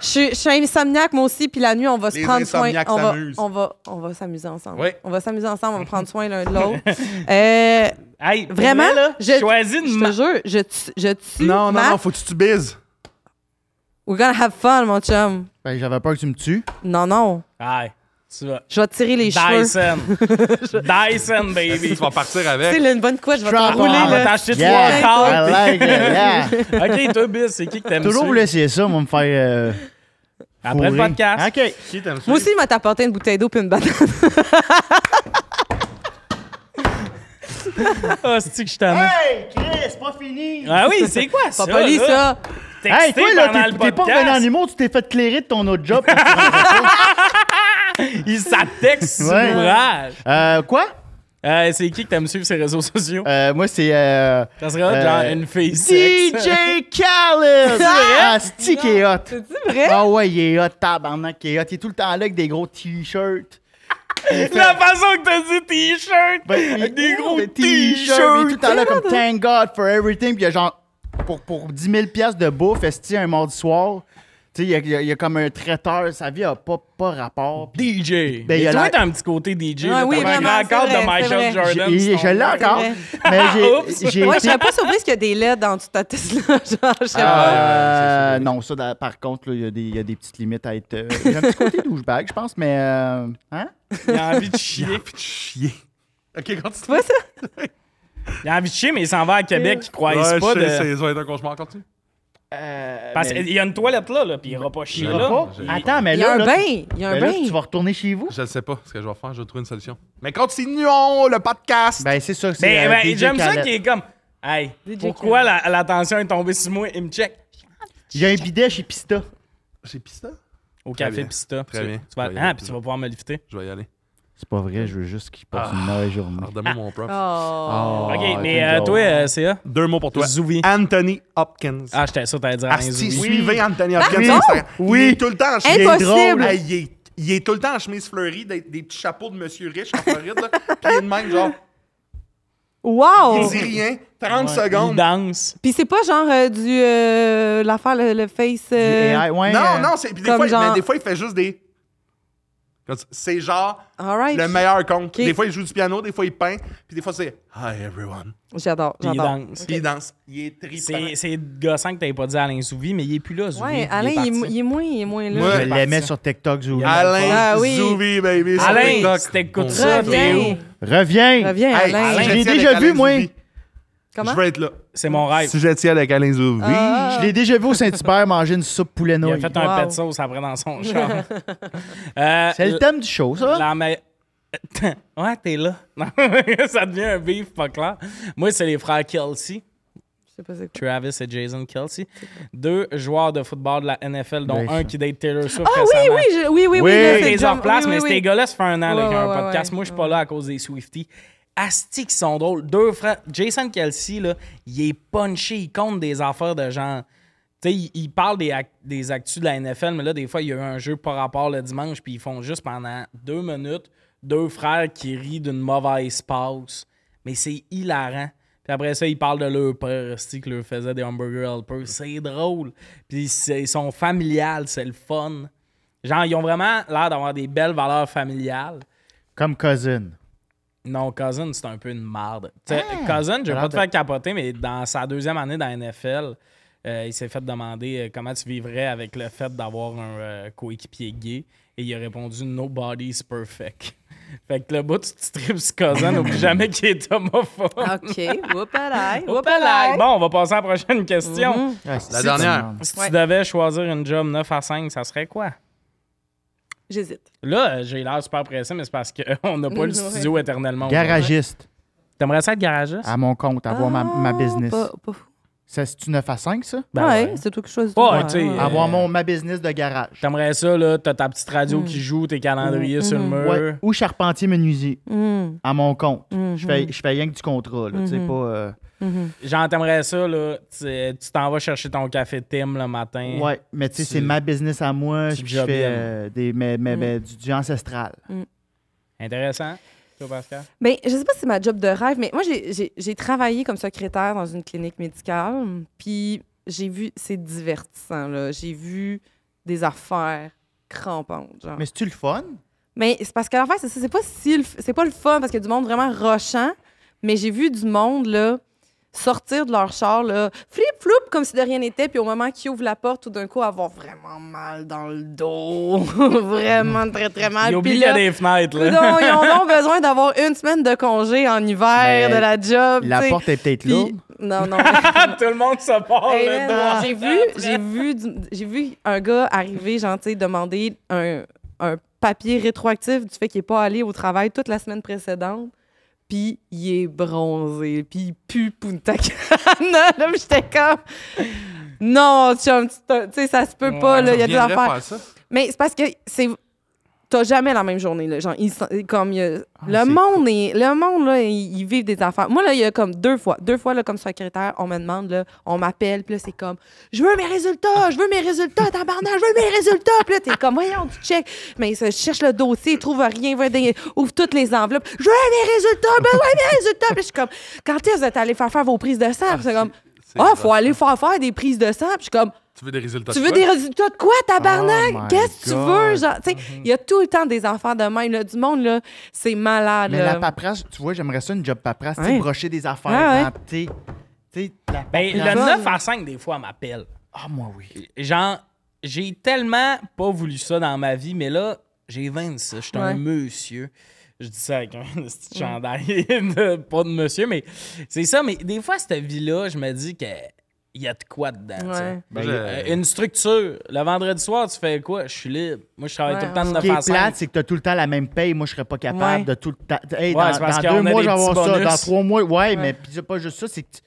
[SPEAKER 3] je, suis- je suis insomniaque, moi aussi, puis la nuit, on va se
[SPEAKER 2] Les
[SPEAKER 3] prendre soin.
[SPEAKER 2] insomniaques
[SPEAKER 3] On va,
[SPEAKER 2] s'amusent.
[SPEAKER 3] on, va, on va s'amuser ensemble.
[SPEAKER 2] Oui.
[SPEAKER 3] On va s'amuser ensemble, on va prendre soin l'un de l'autre. Euh,
[SPEAKER 1] Hey, pour
[SPEAKER 3] vraiment,
[SPEAKER 1] vrai, là,
[SPEAKER 3] je,
[SPEAKER 1] choisis une
[SPEAKER 3] je
[SPEAKER 1] ma-
[SPEAKER 3] te jure, je, tu- je tue
[SPEAKER 2] Non, non,
[SPEAKER 3] Matt.
[SPEAKER 2] non, faut que tu te bises.
[SPEAKER 3] We're gonna have fun, mon chum.
[SPEAKER 4] Ben, J'avais peur que tu me tues.
[SPEAKER 3] Non, non.
[SPEAKER 1] Hey, tu vas.
[SPEAKER 3] Je vais te tirer les cheveux.
[SPEAKER 1] Dyson. Dyson,
[SPEAKER 2] Tu
[SPEAKER 1] baby.
[SPEAKER 2] vas partir
[SPEAKER 3] Tu
[SPEAKER 2] avec.
[SPEAKER 3] sais, là, une bonne couette, je vais te
[SPEAKER 4] Strap
[SPEAKER 3] rouler.
[SPEAKER 4] on.
[SPEAKER 1] On va
[SPEAKER 3] là.
[SPEAKER 1] t'acheter
[SPEAKER 4] Yeah,
[SPEAKER 1] trois cartes.
[SPEAKER 4] I like it, yeah.
[SPEAKER 1] OK, toi, Biz, c'est qui que t'aimes
[SPEAKER 4] Toujours
[SPEAKER 1] suivre?
[SPEAKER 4] voulu essayer ça, moi, me faire. euh,
[SPEAKER 1] Après le
[SPEAKER 4] fourrer. Hein,
[SPEAKER 1] podcast.
[SPEAKER 4] OK.
[SPEAKER 2] Qui t'aime ça?
[SPEAKER 3] Moi aussi, il m'a apporté une bouteille d'eau puis une banane.
[SPEAKER 1] Ah, c'est-tu que je t'en ai?
[SPEAKER 4] Hey, Chris, pas fini.
[SPEAKER 1] Ah oui, c'est quoi ça?
[SPEAKER 3] Pas poli,
[SPEAKER 1] là?
[SPEAKER 3] ça.
[SPEAKER 1] T'es
[SPEAKER 4] Hey,
[SPEAKER 1] excité
[SPEAKER 4] toi, là,
[SPEAKER 1] pendant
[SPEAKER 4] t'es-
[SPEAKER 1] le
[SPEAKER 4] t'es pas
[SPEAKER 1] podcast.
[SPEAKER 4] revenu en humour, tu t'es fait clairer de ton autre job.
[SPEAKER 1] Il s'attexte sur
[SPEAKER 4] Ouais.
[SPEAKER 1] l'ouvrage.
[SPEAKER 4] Euh, quoi?
[SPEAKER 1] Euh, c'est qui que t'aimes suivre sur les réseaux sociaux?
[SPEAKER 4] Euh, moi, c'est. euh,
[SPEAKER 1] Ça serait hot,
[SPEAKER 4] euh,
[SPEAKER 1] genre une fille sexe.
[SPEAKER 4] DJ Khaled! ah, c'est qui est hot.
[SPEAKER 3] C'est-tu vrai?
[SPEAKER 4] Ah ouais, il est hot, tabarnak, il est hot. Il est tout le temps là avec des gros t-shirts.
[SPEAKER 1] La façon que t'as dit t-shirt!
[SPEAKER 4] Ben,
[SPEAKER 1] des
[SPEAKER 4] il-
[SPEAKER 1] gros
[SPEAKER 4] des Il est tout le
[SPEAKER 1] t-shirts!
[SPEAKER 4] temps là comme Thank God for everything. Puis il y a genre, pour, pour 10 000 piastres de bouffe, esti, un mardi soir. Tu sais, il y a- il y, a- il y a comme un traiteur. Sa vie a pas, pas rapport.
[SPEAKER 1] DJ.
[SPEAKER 4] Ben, il
[SPEAKER 1] Mais
[SPEAKER 4] a
[SPEAKER 1] toi,
[SPEAKER 4] l'air-
[SPEAKER 1] t'as un petit côté DJ.
[SPEAKER 3] Ouais,
[SPEAKER 1] là,
[SPEAKER 3] oui,
[SPEAKER 1] t'as un
[SPEAKER 3] vraiment,
[SPEAKER 1] grand cadre
[SPEAKER 3] c'est
[SPEAKER 1] de
[SPEAKER 3] vrai,
[SPEAKER 1] Michael
[SPEAKER 3] c'est vrai.
[SPEAKER 1] Jordan.
[SPEAKER 4] J'ai-
[SPEAKER 1] c'est
[SPEAKER 4] Je
[SPEAKER 1] ton-
[SPEAKER 4] l'ai encore.
[SPEAKER 3] vrai.
[SPEAKER 4] Mais
[SPEAKER 1] Oups.
[SPEAKER 4] j'ai- j'ai.
[SPEAKER 3] Ouais, je
[SPEAKER 4] été-
[SPEAKER 3] serais pas surprise qu'il y a des LED dans toute ta Tesla. Genre, je serais
[SPEAKER 1] Ah,
[SPEAKER 3] pas.
[SPEAKER 4] Euh,
[SPEAKER 2] c'est sûr.
[SPEAKER 4] non, ça, da- par contre, là, il y, a des- il y a des petites limites à être. euh, J'ai un petit côté douchebag, je pense, mais. euh, hein?
[SPEAKER 1] Il a envie de chier.
[SPEAKER 2] Puis de chier. Ok, continue.
[SPEAKER 3] Tu vois ça?
[SPEAKER 1] Il a envie de chier, mais il s'en va à Québec. Il croise
[SPEAKER 2] Ouais,
[SPEAKER 1] pas
[SPEAKER 2] je sais,
[SPEAKER 1] de.
[SPEAKER 2] c'est- ça va être un cauchemar, continue.
[SPEAKER 4] Euh,
[SPEAKER 1] Parce
[SPEAKER 4] mais-
[SPEAKER 1] qu'il y a une toilette là, là puis il ira pas chier
[SPEAKER 2] Il
[SPEAKER 4] Il va
[SPEAKER 1] là.
[SPEAKER 4] pas?
[SPEAKER 2] j'ai-
[SPEAKER 4] Attends, mais
[SPEAKER 3] Il y a
[SPEAKER 4] Eh, là,
[SPEAKER 3] un
[SPEAKER 4] là,
[SPEAKER 3] bain. Il y a un
[SPEAKER 4] ben là, tu
[SPEAKER 3] bain.
[SPEAKER 4] vas retourner chez vous?
[SPEAKER 2] Je ne sais pas ce que je vais faire, je vais trouver une solution. Mais continuons le podcast!
[SPEAKER 4] Ben, c'est ça. c'est,
[SPEAKER 1] Mais
[SPEAKER 4] euh,
[SPEAKER 1] ben,
[SPEAKER 4] DJ
[SPEAKER 1] j'aime ça
[SPEAKER 4] Khaled.
[SPEAKER 1] qu'il est comme. Hey,
[SPEAKER 3] DJ
[SPEAKER 1] pourquoi la, la tension est tombée sur moi? Il me check.
[SPEAKER 4] Il y a un bidet chez Pista.
[SPEAKER 2] J'ai pissé ça?
[SPEAKER 1] Au
[SPEAKER 2] Très
[SPEAKER 1] café
[SPEAKER 2] bien.
[SPEAKER 1] Pista.
[SPEAKER 2] Très
[SPEAKER 1] Tu-
[SPEAKER 2] bien.
[SPEAKER 1] Tu vas,
[SPEAKER 2] Voyons.
[SPEAKER 1] ah, puis tu vas pouvoir me lifter.
[SPEAKER 2] Je vais y aller.
[SPEAKER 4] C'est pas vrai, je veux juste qu'il passe une
[SPEAKER 1] Ah.
[SPEAKER 4] mauvaise journée.
[SPEAKER 2] Redonne-moi mon prof.
[SPEAKER 3] Oh.
[SPEAKER 1] OK,
[SPEAKER 4] Ah,
[SPEAKER 1] mais
[SPEAKER 4] c'est
[SPEAKER 1] euh,
[SPEAKER 4] drôle.
[SPEAKER 1] toi, euh, CA?
[SPEAKER 2] Deux mots pour toi.
[SPEAKER 1] Zouvi.
[SPEAKER 2] Anthony Hopkins.
[SPEAKER 1] Ah, j'étais sûr que t'allais dire un
[SPEAKER 2] Asti,
[SPEAKER 1] Zouvi.
[SPEAKER 2] suivez Anthony Hopkins.
[SPEAKER 3] Pardon?
[SPEAKER 2] sur Instagram. Il
[SPEAKER 4] Oui.
[SPEAKER 2] est tout le temps en chemise.
[SPEAKER 3] Impossible.
[SPEAKER 2] Hey, Il est, il est tout le temps en chemise fleurie, des, des petits chapeaux de Monsieur Rich en Floride. là. Puis il est de même, genre, il
[SPEAKER 3] Wow.
[SPEAKER 2] dit rien. 30
[SPEAKER 1] Il
[SPEAKER 2] secondes.
[SPEAKER 1] danse.
[SPEAKER 3] Puis c'est pas genre euh, du. euh, L'affaire, le, le face. euh,
[SPEAKER 4] Et, euh, ouais,
[SPEAKER 2] Non,
[SPEAKER 4] euh,
[SPEAKER 2] non, c'est, puis des,
[SPEAKER 3] Comme
[SPEAKER 2] fois,
[SPEAKER 3] genre-
[SPEAKER 2] mais des fois, il fait juste des. Comme ça. C'est genre
[SPEAKER 3] All right.
[SPEAKER 2] le meilleur compte.
[SPEAKER 3] Ah, Ok.
[SPEAKER 2] Des fois, il joue du piano, des fois, il peint, puis des fois, c'est Hi everyone.
[SPEAKER 3] J'adore,
[SPEAKER 1] Il
[SPEAKER 3] j'adore.
[SPEAKER 1] danse.
[SPEAKER 2] Puis il danse. Il est trippant.
[SPEAKER 1] C'est c'est gossant que t'avais pas dit Alain Zouvi, mais il est plus là, Zouvi.
[SPEAKER 3] Ouais,
[SPEAKER 1] Il est
[SPEAKER 3] Alain, il est,
[SPEAKER 1] parti.
[SPEAKER 3] mo- il est moins, il est moins là.
[SPEAKER 2] Ouais.
[SPEAKER 4] Je l'aimais sur TikTok, Zouli.
[SPEAKER 2] Alain
[SPEAKER 3] Ah oui.
[SPEAKER 2] Zouvi, baby. sur
[SPEAKER 1] Alain,
[SPEAKER 2] TikTok.
[SPEAKER 1] si t'écoutes
[SPEAKER 2] Bon,
[SPEAKER 1] ça, t'es où?
[SPEAKER 3] Reviens.
[SPEAKER 4] Reviens!
[SPEAKER 3] Reviens,
[SPEAKER 2] Hey,
[SPEAKER 3] Alain.
[SPEAKER 2] si
[SPEAKER 4] J'ai
[SPEAKER 2] j'étais
[SPEAKER 4] déjà
[SPEAKER 2] avec
[SPEAKER 4] vu,
[SPEAKER 2] Alain
[SPEAKER 4] moi.
[SPEAKER 2] Zouvi,
[SPEAKER 3] Comment? Ah.
[SPEAKER 2] Je vais être là.
[SPEAKER 1] C'est mon rêve.
[SPEAKER 2] Si j'étais avec Alain Zouvi.
[SPEAKER 4] Je l'ai déjà vu au Saint-Hubert manger une soupe poulet
[SPEAKER 1] Il a
[SPEAKER 4] nouilles.
[SPEAKER 1] fait un
[SPEAKER 3] Wow.
[SPEAKER 1] pet de sauce après dans son char. Euh,
[SPEAKER 4] C'est le thème du show, ça.
[SPEAKER 1] La me- ouais, t'es là. Non, ça devient un beef pas clair. Moi, c'est les frères Kelsey,
[SPEAKER 3] Je sais pas c'est quoi.
[SPEAKER 1] Travis et Jason Kelsey. Deux joueurs de football de la NFL, dont
[SPEAKER 4] Ben,
[SPEAKER 1] un
[SPEAKER 4] ça.
[SPEAKER 1] qui date Taylor Swift.
[SPEAKER 3] Ah oui, oui, je- oui, oui, oui.
[SPEAKER 4] Oui.
[SPEAKER 3] là, c'est
[SPEAKER 1] Des
[SPEAKER 3] John-
[SPEAKER 1] heures place,
[SPEAKER 3] oui,
[SPEAKER 1] mais
[SPEAKER 3] oui, oui.
[SPEAKER 1] ces gars-là se font un an là,
[SPEAKER 3] Ouais,
[SPEAKER 1] qu'ils ont un
[SPEAKER 3] ouais, ouais,
[SPEAKER 1] podcast.
[SPEAKER 3] ouais.
[SPEAKER 1] Moi, je suis pas là à cause des Swifties. Asti qui sont drôles. Deux frères. Jason Kelsey, là, il est punché. Il compte des affaires de genre. Tu sais, il, il parle des, ac- des actus de la NFL, mais là, des fois, il y a eu un jeu par rapport le dimanche, puis ils font juste pendant deux minutes deux frères qui rient d'une mauvaise passe. Mais c'est hilarant. Puis après ça, ils parlent de leur père, esti, qui leur faisait des hamburger helpers. C'est drôle. Puis c'est- ils sont familiales, c'est le fun. Genre, ils ont vraiment l'air d'avoir des belles valeurs familiales.
[SPEAKER 4] Comme cousin.
[SPEAKER 1] Non, Cousin, c'est un peu une marde. Tu sais,
[SPEAKER 4] Ah!
[SPEAKER 1] Cousin, je vais
[SPEAKER 4] Alors,
[SPEAKER 1] pas te
[SPEAKER 4] t'as-
[SPEAKER 1] faire capoter, mais dans sa deuxième année dans la NFL, euh, il s'est fait demander euh, comment tu vivrais avec le fait d'avoir un euh, coéquipier gay. Et il a répondu Nobody's perfect. fait que le bout, tu te tripes sur Cousin, n'oublie jamais qu'il est homophobe.
[SPEAKER 3] Ah, OK. Whoop-a-lay. Ah,
[SPEAKER 1] Hop-là! Bon, on va passer à la prochaine question.
[SPEAKER 2] La dernière.
[SPEAKER 1] Si tu
[SPEAKER 3] Ouais.
[SPEAKER 1] devais choisir une job 9 à 5, ça serait quoi?
[SPEAKER 3] J'hésite.
[SPEAKER 1] Là, euh, j'ai l'air super pressé, mais c'est parce qu'on n'a pas le
[SPEAKER 3] Ouais.
[SPEAKER 1] studio éternellement.
[SPEAKER 4] Garagiste,
[SPEAKER 1] T'aimerais ça être garagiste?
[SPEAKER 4] à mon compte, avoir ma, ma business.
[SPEAKER 3] Ah, Pas, pas fou.
[SPEAKER 4] Ça, C'est-tu 9 à 5, ça?
[SPEAKER 1] Ben
[SPEAKER 3] ouais,
[SPEAKER 1] ouais.
[SPEAKER 3] c'est toi qui choisis.
[SPEAKER 1] Ouais,
[SPEAKER 3] Ouais,
[SPEAKER 1] tu sais,
[SPEAKER 3] ouais.
[SPEAKER 1] euh,
[SPEAKER 4] Avoir mon, ma business de garage.
[SPEAKER 1] T'aimerais ça, là, t'as ta petite radio
[SPEAKER 3] Hmm.
[SPEAKER 1] qui joue, tes calendriers sur le mur.
[SPEAKER 4] Ouais. Ou charpentier menuisier,
[SPEAKER 1] euh,
[SPEAKER 3] Mm.
[SPEAKER 4] à mon compte. Je fais je fais rien que du contrat, là. Tu sais, pas... euh,
[SPEAKER 3] mm-hmm.
[SPEAKER 1] Genre, t'aimerais ça, là, tu tu t'en vas chercher ton café Tim le matin.
[SPEAKER 4] Ouais, mais tu sais,
[SPEAKER 1] Tu-
[SPEAKER 4] c'est ma business à moi.
[SPEAKER 1] tu
[SPEAKER 4] puis Je
[SPEAKER 1] job
[SPEAKER 4] fais
[SPEAKER 1] bien.
[SPEAKER 4] euh, des, mais, mais, ben, du, du ancestral.
[SPEAKER 1] Intéressant. Toi, Pascal?
[SPEAKER 3] Ben, je sais pas si c'est ma job de rêve, mais moi, j'ai- j'ai j'ai travaillé comme secrétaire dans une clinique médicale. Puis j'ai vu, c'est divertissant, là. J'ai vu des affaires crampantes, genre.
[SPEAKER 4] Mais c'est-tu le fun?
[SPEAKER 3] Mais c'est parce que l'affaire, c'est ça, c'est pas si le f- c'est pas le fun parce qu'il y a du monde vraiment rochant, mais j'ai vu du monde là sortir de leur char là, flip floup comme si de rien n'était, puis au moment qu'ils ouvrent la porte, tout d'un coup avoir vraiment mal dans le dos, vraiment très très mal.
[SPEAKER 1] Il
[SPEAKER 3] Ah, Puis
[SPEAKER 1] oublie qu'il y
[SPEAKER 3] là,
[SPEAKER 1] a des fenêtres, là.
[SPEAKER 3] coudonc, ils ont donc besoin d'avoir une semaine de congé en
[SPEAKER 4] Mais
[SPEAKER 3] hiver de la job.
[SPEAKER 4] Ben,
[SPEAKER 3] tu
[SPEAKER 4] La
[SPEAKER 3] sais.
[SPEAKER 4] porte est peut-être
[SPEAKER 3] Puis-
[SPEAKER 4] lourde.
[SPEAKER 3] Non non.
[SPEAKER 1] Tout Oh, le monde se part,
[SPEAKER 3] Hey,
[SPEAKER 1] là,
[SPEAKER 3] man,
[SPEAKER 1] dedans.
[SPEAKER 3] J'ai vu, j'ai vu, du- j'ai vu un gars arriver, genre, tu sais, demander un, un papier rétroactif du fait qu'il n'est pas allé au travail toute la semaine précédente. Puis il est bronzé, puis il pue Punta Cana. Là, puis j'étais comme. Non, chum, tu t'as- tu sais, ça se peut pas, là, il y a des
[SPEAKER 2] Viendrait
[SPEAKER 3] affaires.
[SPEAKER 2] faire ça.
[SPEAKER 3] Mais c'est parce que c'est. T'as jamais la même journée, là. Genre, ils sont- comme. il y a- le,
[SPEAKER 4] c'est
[SPEAKER 3] monde est, le monde, là, ils, ils vivent des affaires. Moi, là, il y a comme deux fois. Deux fois, là, comme secrétaire, on me demande, là, on m'appelle, puis là, c'est comme. Je veux mes résultats, je veux mes résultats, tabarnak, je veux mes résultats. Puis là, t'es comme, voyons, tu check. Mais ça, je cherche le dossier, il trouve rien, va des- ouvre toutes les enveloppes. Je veux mes résultats, ben ouais, mes résultats. Puis je suis comme, quand est-ce que vous êtes allé faire faire vos prises de sang? Puis c'est comme,
[SPEAKER 2] c'est
[SPEAKER 3] ah,
[SPEAKER 2] rough.
[SPEAKER 3] faut aller faire faire des prises de sang. Puis je suis comme,
[SPEAKER 2] Tu veux des résultats
[SPEAKER 3] tu
[SPEAKER 2] de
[SPEAKER 3] veux
[SPEAKER 2] quoi?
[SPEAKER 3] des résultats de quoi, tabarnak?
[SPEAKER 4] Oh my
[SPEAKER 3] Qu'est-ce que tu
[SPEAKER 4] God.
[SPEAKER 3] veux? Genre, tu sais, il y a tout le temps des enfants de même, là, du monde, là, c'est malade.
[SPEAKER 4] Mais la
[SPEAKER 3] là.
[SPEAKER 4] paperasse, tu vois, j'aimerais ça une job paperasse. tu sais,
[SPEAKER 3] Ouais.
[SPEAKER 4] brocher des affaires,
[SPEAKER 3] Ouais, ouais.
[SPEAKER 4] rentrer. Tu sais, la-
[SPEAKER 1] Ben, le
[SPEAKER 4] La-
[SPEAKER 1] 9 à 5, des fois, m'appelle.
[SPEAKER 4] Ah, moi, oui.
[SPEAKER 1] Genre, j'ai tellement pas voulu ça dans ma vie, mais là, j'ai 26, je suis un
[SPEAKER 3] Ouais.
[SPEAKER 1] monsieur. Je dis ça avec un petit chandail, de- pas de monsieur, mais c'est ça. Mais des fois, cette vie-là, je me dis que il y a de quoi dedans. tu sais.
[SPEAKER 3] Ouais.
[SPEAKER 4] Ben,
[SPEAKER 2] Je-
[SPEAKER 1] Euh, une structure. Le vendredi soir, tu fais quoi? Je suis libre. Moi, je travaille
[SPEAKER 3] Ouais,
[SPEAKER 1] tout le temps de
[SPEAKER 3] on-
[SPEAKER 1] 9
[SPEAKER 4] Ce qui
[SPEAKER 1] à
[SPEAKER 4] est
[SPEAKER 1] 5.
[SPEAKER 4] plate, c'est que tu as tout le temps la même paye. Moi, je serais pas capable
[SPEAKER 3] Ouais.
[SPEAKER 4] de tout le temps. Hey,
[SPEAKER 1] Ouais,
[SPEAKER 4] dans
[SPEAKER 1] c'est parce
[SPEAKER 4] dans
[SPEAKER 1] qu'on a
[SPEAKER 4] deux
[SPEAKER 1] des
[SPEAKER 4] mois, je vais
[SPEAKER 1] petits
[SPEAKER 4] avoir ça.
[SPEAKER 1] bonus.
[SPEAKER 4] Dans trois mois, ouais, mais
[SPEAKER 3] Ouais.
[SPEAKER 4] puis c'est pas juste ça. C'est que t-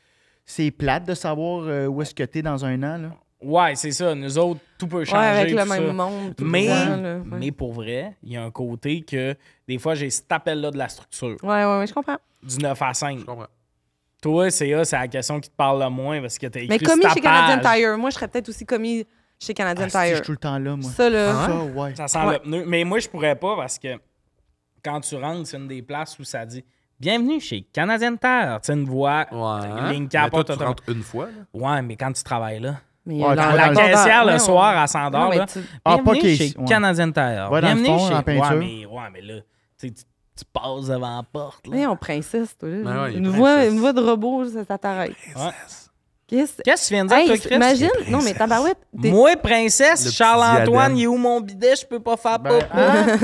[SPEAKER 4] c'est plate de savoir euh, où est-ce que tu es dans un an. Là.
[SPEAKER 1] Ouais, c'est ça. Nous autres, tout peut
[SPEAKER 3] Ouais,
[SPEAKER 1] changer.
[SPEAKER 3] avec le
[SPEAKER 1] tout
[SPEAKER 3] même
[SPEAKER 1] ça.
[SPEAKER 3] monde. tout le
[SPEAKER 1] Mais,
[SPEAKER 3] temps, là, ouais.
[SPEAKER 1] mais pour vrai, il y a un côté que des fois, j'ai cet appel-là de la structure,
[SPEAKER 3] Ouais, ouais, ouais, je comprends.
[SPEAKER 1] du 9 à 5.
[SPEAKER 2] Je comprends.
[SPEAKER 1] Toi, c'est là, c'est la question qui te parle le moins parce que t'as écrit
[SPEAKER 3] Mais commis
[SPEAKER 1] sur ta
[SPEAKER 3] chez Canadian
[SPEAKER 1] page.
[SPEAKER 3] Tire, moi, je serais peut-être aussi commis chez Canadian
[SPEAKER 4] Ah, si, je
[SPEAKER 3] Tire.
[SPEAKER 4] suis tout le temps là, moi.
[SPEAKER 3] Ça, là.
[SPEAKER 4] Ça, ouais.
[SPEAKER 1] Ça sent le pneu. Mais moi, je pourrais pas parce que quand tu rentres, c'est une des places où ça dit Bienvenue chez Canadian Tire. Tu sais, une voix,
[SPEAKER 2] Ouais.
[SPEAKER 1] ligne qui
[SPEAKER 2] Mais toi,
[SPEAKER 1] apporte
[SPEAKER 2] tu
[SPEAKER 1] autom-
[SPEAKER 2] rentres une fois. là.
[SPEAKER 1] Ouais, mais quand tu travailles là.
[SPEAKER 3] Mais
[SPEAKER 4] Ouais,
[SPEAKER 3] dans-
[SPEAKER 4] dans
[SPEAKER 1] La
[SPEAKER 4] le
[SPEAKER 1] caissière le
[SPEAKER 3] Ouais,
[SPEAKER 1] soir
[SPEAKER 3] ouais.
[SPEAKER 1] à 100
[SPEAKER 3] Non, mais
[SPEAKER 1] là.
[SPEAKER 3] tu-
[SPEAKER 4] Ah,
[SPEAKER 1] Bienvenue
[SPEAKER 4] pas qu'il-
[SPEAKER 1] chez
[SPEAKER 4] ouais.
[SPEAKER 1] Canadian Tire.
[SPEAKER 4] Ouais, dans le
[SPEAKER 1] Bienvenue
[SPEAKER 4] fond,
[SPEAKER 1] chez...
[SPEAKER 4] en peinture.
[SPEAKER 1] Ouais, mais, ouais, mais là, tu, sais, tu- tu passes devant la porte. là.
[SPEAKER 3] Mais on princesse, toi. là.
[SPEAKER 2] Ben ouais, il est
[SPEAKER 3] une, voix,
[SPEAKER 2] princesse.
[SPEAKER 3] une voix de robot, ça, ça t'arrête.
[SPEAKER 1] Ouais.
[SPEAKER 3] Qu'est-ce
[SPEAKER 1] Qu'est-ce que tu viens de dire,
[SPEAKER 3] Hey,
[SPEAKER 1] toi, Chris?
[SPEAKER 3] imagine, non mais tabarouette, t'es-
[SPEAKER 1] Moi,
[SPEAKER 2] Le
[SPEAKER 1] princesse,
[SPEAKER 2] petit
[SPEAKER 1] Charles-Antoine,
[SPEAKER 2] diadème.
[SPEAKER 1] il est où mon bidet? Je peux pas faire
[SPEAKER 4] Ben,
[SPEAKER 1] pop. Hein?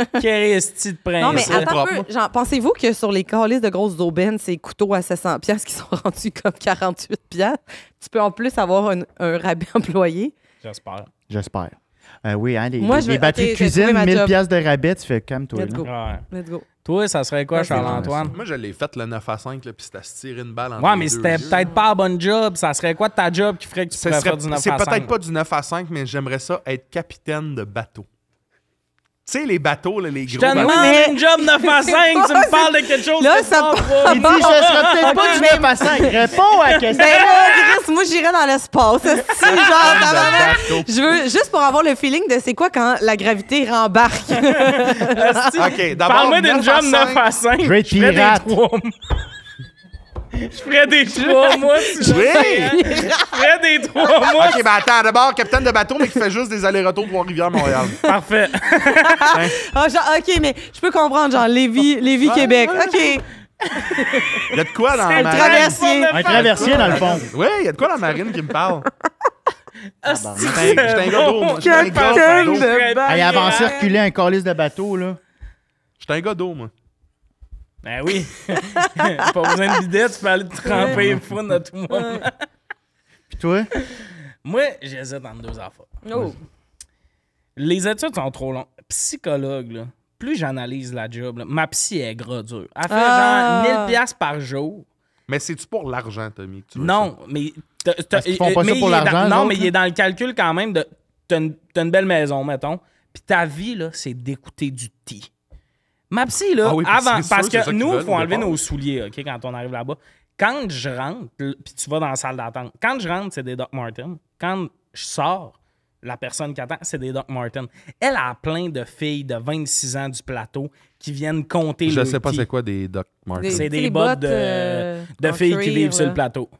[SPEAKER 1] Quel esti de princesse.
[SPEAKER 3] non mais
[SPEAKER 2] c'est
[SPEAKER 3] attends un
[SPEAKER 2] propre, moi.
[SPEAKER 3] peu, genre pensez-vous que sur les calices de grosses aubaines, ces couteaux à 700 pièces qui sont rendus comme 48 pièces, tu peux en plus avoir un, un rabais employé.
[SPEAKER 1] J'espère.
[SPEAKER 4] J'espère. Euh, oui, hein, les,
[SPEAKER 3] Moi, je
[SPEAKER 4] les
[SPEAKER 3] veux-
[SPEAKER 4] batteries de
[SPEAKER 3] ok, j'ai trouvé
[SPEAKER 4] cuisine,
[SPEAKER 3] ma
[SPEAKER 4] 1000
[SPEAKER 3] job.
[SPEAKER 4] pièces de rabais, tu fais calme-toi.
[SPEAKER 3] Let's
[SPEAKER 4] là.
[SPEAKER 3] go.
[SPEAKER 1] Ouais.
[SPEAKER 3] Let's go.
[SPEAKER 1] Toi, ça serait quoi,
[SPEAKER 3] Ouais, c'est
[SPEAKER 1] Charles-Antoine?
[SPEAKER 2] Moi, je l'ai faite le 9 à 5, là, puis c'était à se tirer une balle en
[SPEAKER 1] Ouais, mais c'était peut-être pas un bon job. Ça serait quoi de ta job qui ferait que tu
[SPEAKER 2] C'est
[SPEAKER 1] pourrais faire du 9 à 5?
[SPEAKER 2] peut-être pas du 9 à 5, mais j'aimerais ça être capitaine de bateau. Tu sais, les bateaux, là, les
[SPEAKER 1] Je
[SPEAKER 2] gros
[SPEAKER 1] te
[SPEAKER 2] bateaux.
[SPEAKER 1] demande
[SPEAKER 3] mais-
[SPEAKER 1] une job 9 à 5, tu me
[SPEAKER 3] C'est-
[SPEAKER 1] parles de quelque chose
[SPEAKER 3] Là,
[SPEAKER 1] que
[SPEAKER 3] ça
[SPEAKER 1] t'as
[SPEAKER 3] part-
[SPEAKER 1] pas.
[SPEAKER 4] Il dit, je serais peut-être pas du 9 à 5. Réponds à la question.
[SPEAKER 3] Ben là, Chris, moi j'irais dans l'espace. Si, genre, tabarouette.
[SPEAKER 2] Ah, De bateau.
[SPEAKER 3] Ah, Je veux juste pour avoir le feeling de c'est quoi quand la gravité rembarque.
[SPEAKER 1] Esti,
[SPEAKER 2] Ok, d'abord,
[SPEAKER 1] Parle-moi d'une
[SPEAKER 2] 9 à
[SPEAKER 1] job 9
[SPEAKER 2] 5.
[SPEAKER 1] à 5.
[SPEAKER 4] Je vais être
[SPEAKER 1] ferais des
[SPEAKER 4] pirate.
[SPEAKER 1] trois mois. Je ferais des trois mois. si je-
[SPEAKER 2] Oui!
[SPEAKER 1] Je ferais des trois mois.
[SPEAKER 2] ok, ben attends, d'abord, capitaine de bateau, mais qui fait juste des allers-retours pour rivière montréal
[SPEAKER 1] Parfait.
[SPEAKER 3] Ah, genre, ok, mais je peux comprendre, genre Lévis, Lévis Québec. Ok,
[SPEAKER 2] Il y a de quoi dans la
[SPEAKER 1] C'est Arrête.
[SPEAKER 3] un
[SPEAKER 2] marine?
[SPEAKER 3] traversier.
[SPEAKER 4] Un traversier, dans le fond.
[SPEAKER 2] Oui, il y a de quoi dans la marine qui me parle?
[SPEAKER 1] Esti,
[SPEAKER 2] J'étais un j'étais un gars d'eau, moi. J'étais un gars
[SPEAKER 3] Capitaine
[SPEAKER 2] d'eau.
[SPEAKER 3] de
[SPEAKER 4] Hey, avant de
[SPEAKER 1] pirate.
[SPEAKER 4] circuler un calice de bateau, là.
[SPEAKER 2] J'étais un gars d'eau, moi.
[SPEAKER 1] Ben oui. pas besoin de bidet, tu peux aller te tremper fou à tout moment.
[SPEAKER 4] Puis toi?
[SPEAKER 1] Moi, j'hésite entre deux affaires.
[SPEAKER 3] Oh.
[SPEAKER 1] Les études sont trop longues. Psychologue, là, plus j'analyse la job, là, ma psy est gros dure. Elle fait
[SPEAKER 3] Ah.
[SPEAKER 1] genre 1000 piastres par jour.
[SPEAKER 2] Mais c'est-tu pour l'argent, Tommy? que tu veux
[SPEAKER 1] Non, mais... t'as- t'as-
[SPEAKER 4] Parce qu'ils font pas
[SPEAKER 1] mais
[SPEAKER 4] ça pour
[SPEAKER 1] il est dans-
[SPEAKER 4] l'argent,
[SPEAKER 1] Non,
[SPEAKER 4] eux
[SPEAKER 1] mais
[SPEAKER 2] hein?
[SPEAKER 4] autres,
[SPEAKER 1] il est dans le calcul quand même de... T'as une, t'as une belle maison, mettons, puis ta vie, là, c'est d'écouter du thé. Ma psy, là,
[SPEAKER 2] Ah oui, parce que
[SPEAKER 1] avant...
[SPEAKER 2] c'est
[SPEAKER 1] Parce
[SPEAKER 2] sûr, c'est ça
[SPEAKER 1] que
[SPEAKER 2] qu'ils
[SPEAKER 1] nous,
[SPEAKER 2] veulent,
[SPEAKER 1] faut
[SPEAKER 2] au
[SPEAKER 1] enlever
[SPEAKER 2] départ.
[SPEAKER 1] nos souliers, OK, quand on arrive là-bas. Quand je rentre, l- puis tu vas dans la salle d'attente, quand je rentre, c'est des Doc Martens. Quand je sors, la personne qui attend, c'est des Doc Martens. Elle a plein de filles de 26 ans du plateau qui viennent compter
[SPEAKER 2] ça? Je
[SPEAKER 1] le
[SPEAKER 2] sais pas
[SPEAKER 1] qui.
[SPEAKER 2] c'est quoi des Doc Martens.
[SPEAKER 1] C'est
[SPEAKER 3] Tu sais,
[SPEAKER 1] des
[SPEAKER 3] les
[SPEAKER 1] bottes,
[SPEAKER 3] bottes,
[SPEAKER 1] de,
[SPEAKER 3] euh,
[SPEAKER 1] de
[SPEAKER 3] en
[SPEAKER 1] filles qui
[SPEAKER 3] cuir,
[SPEAKER 1] vivent sur
[SPEAKER 3] là.
[SPEAKER 1] le plateau.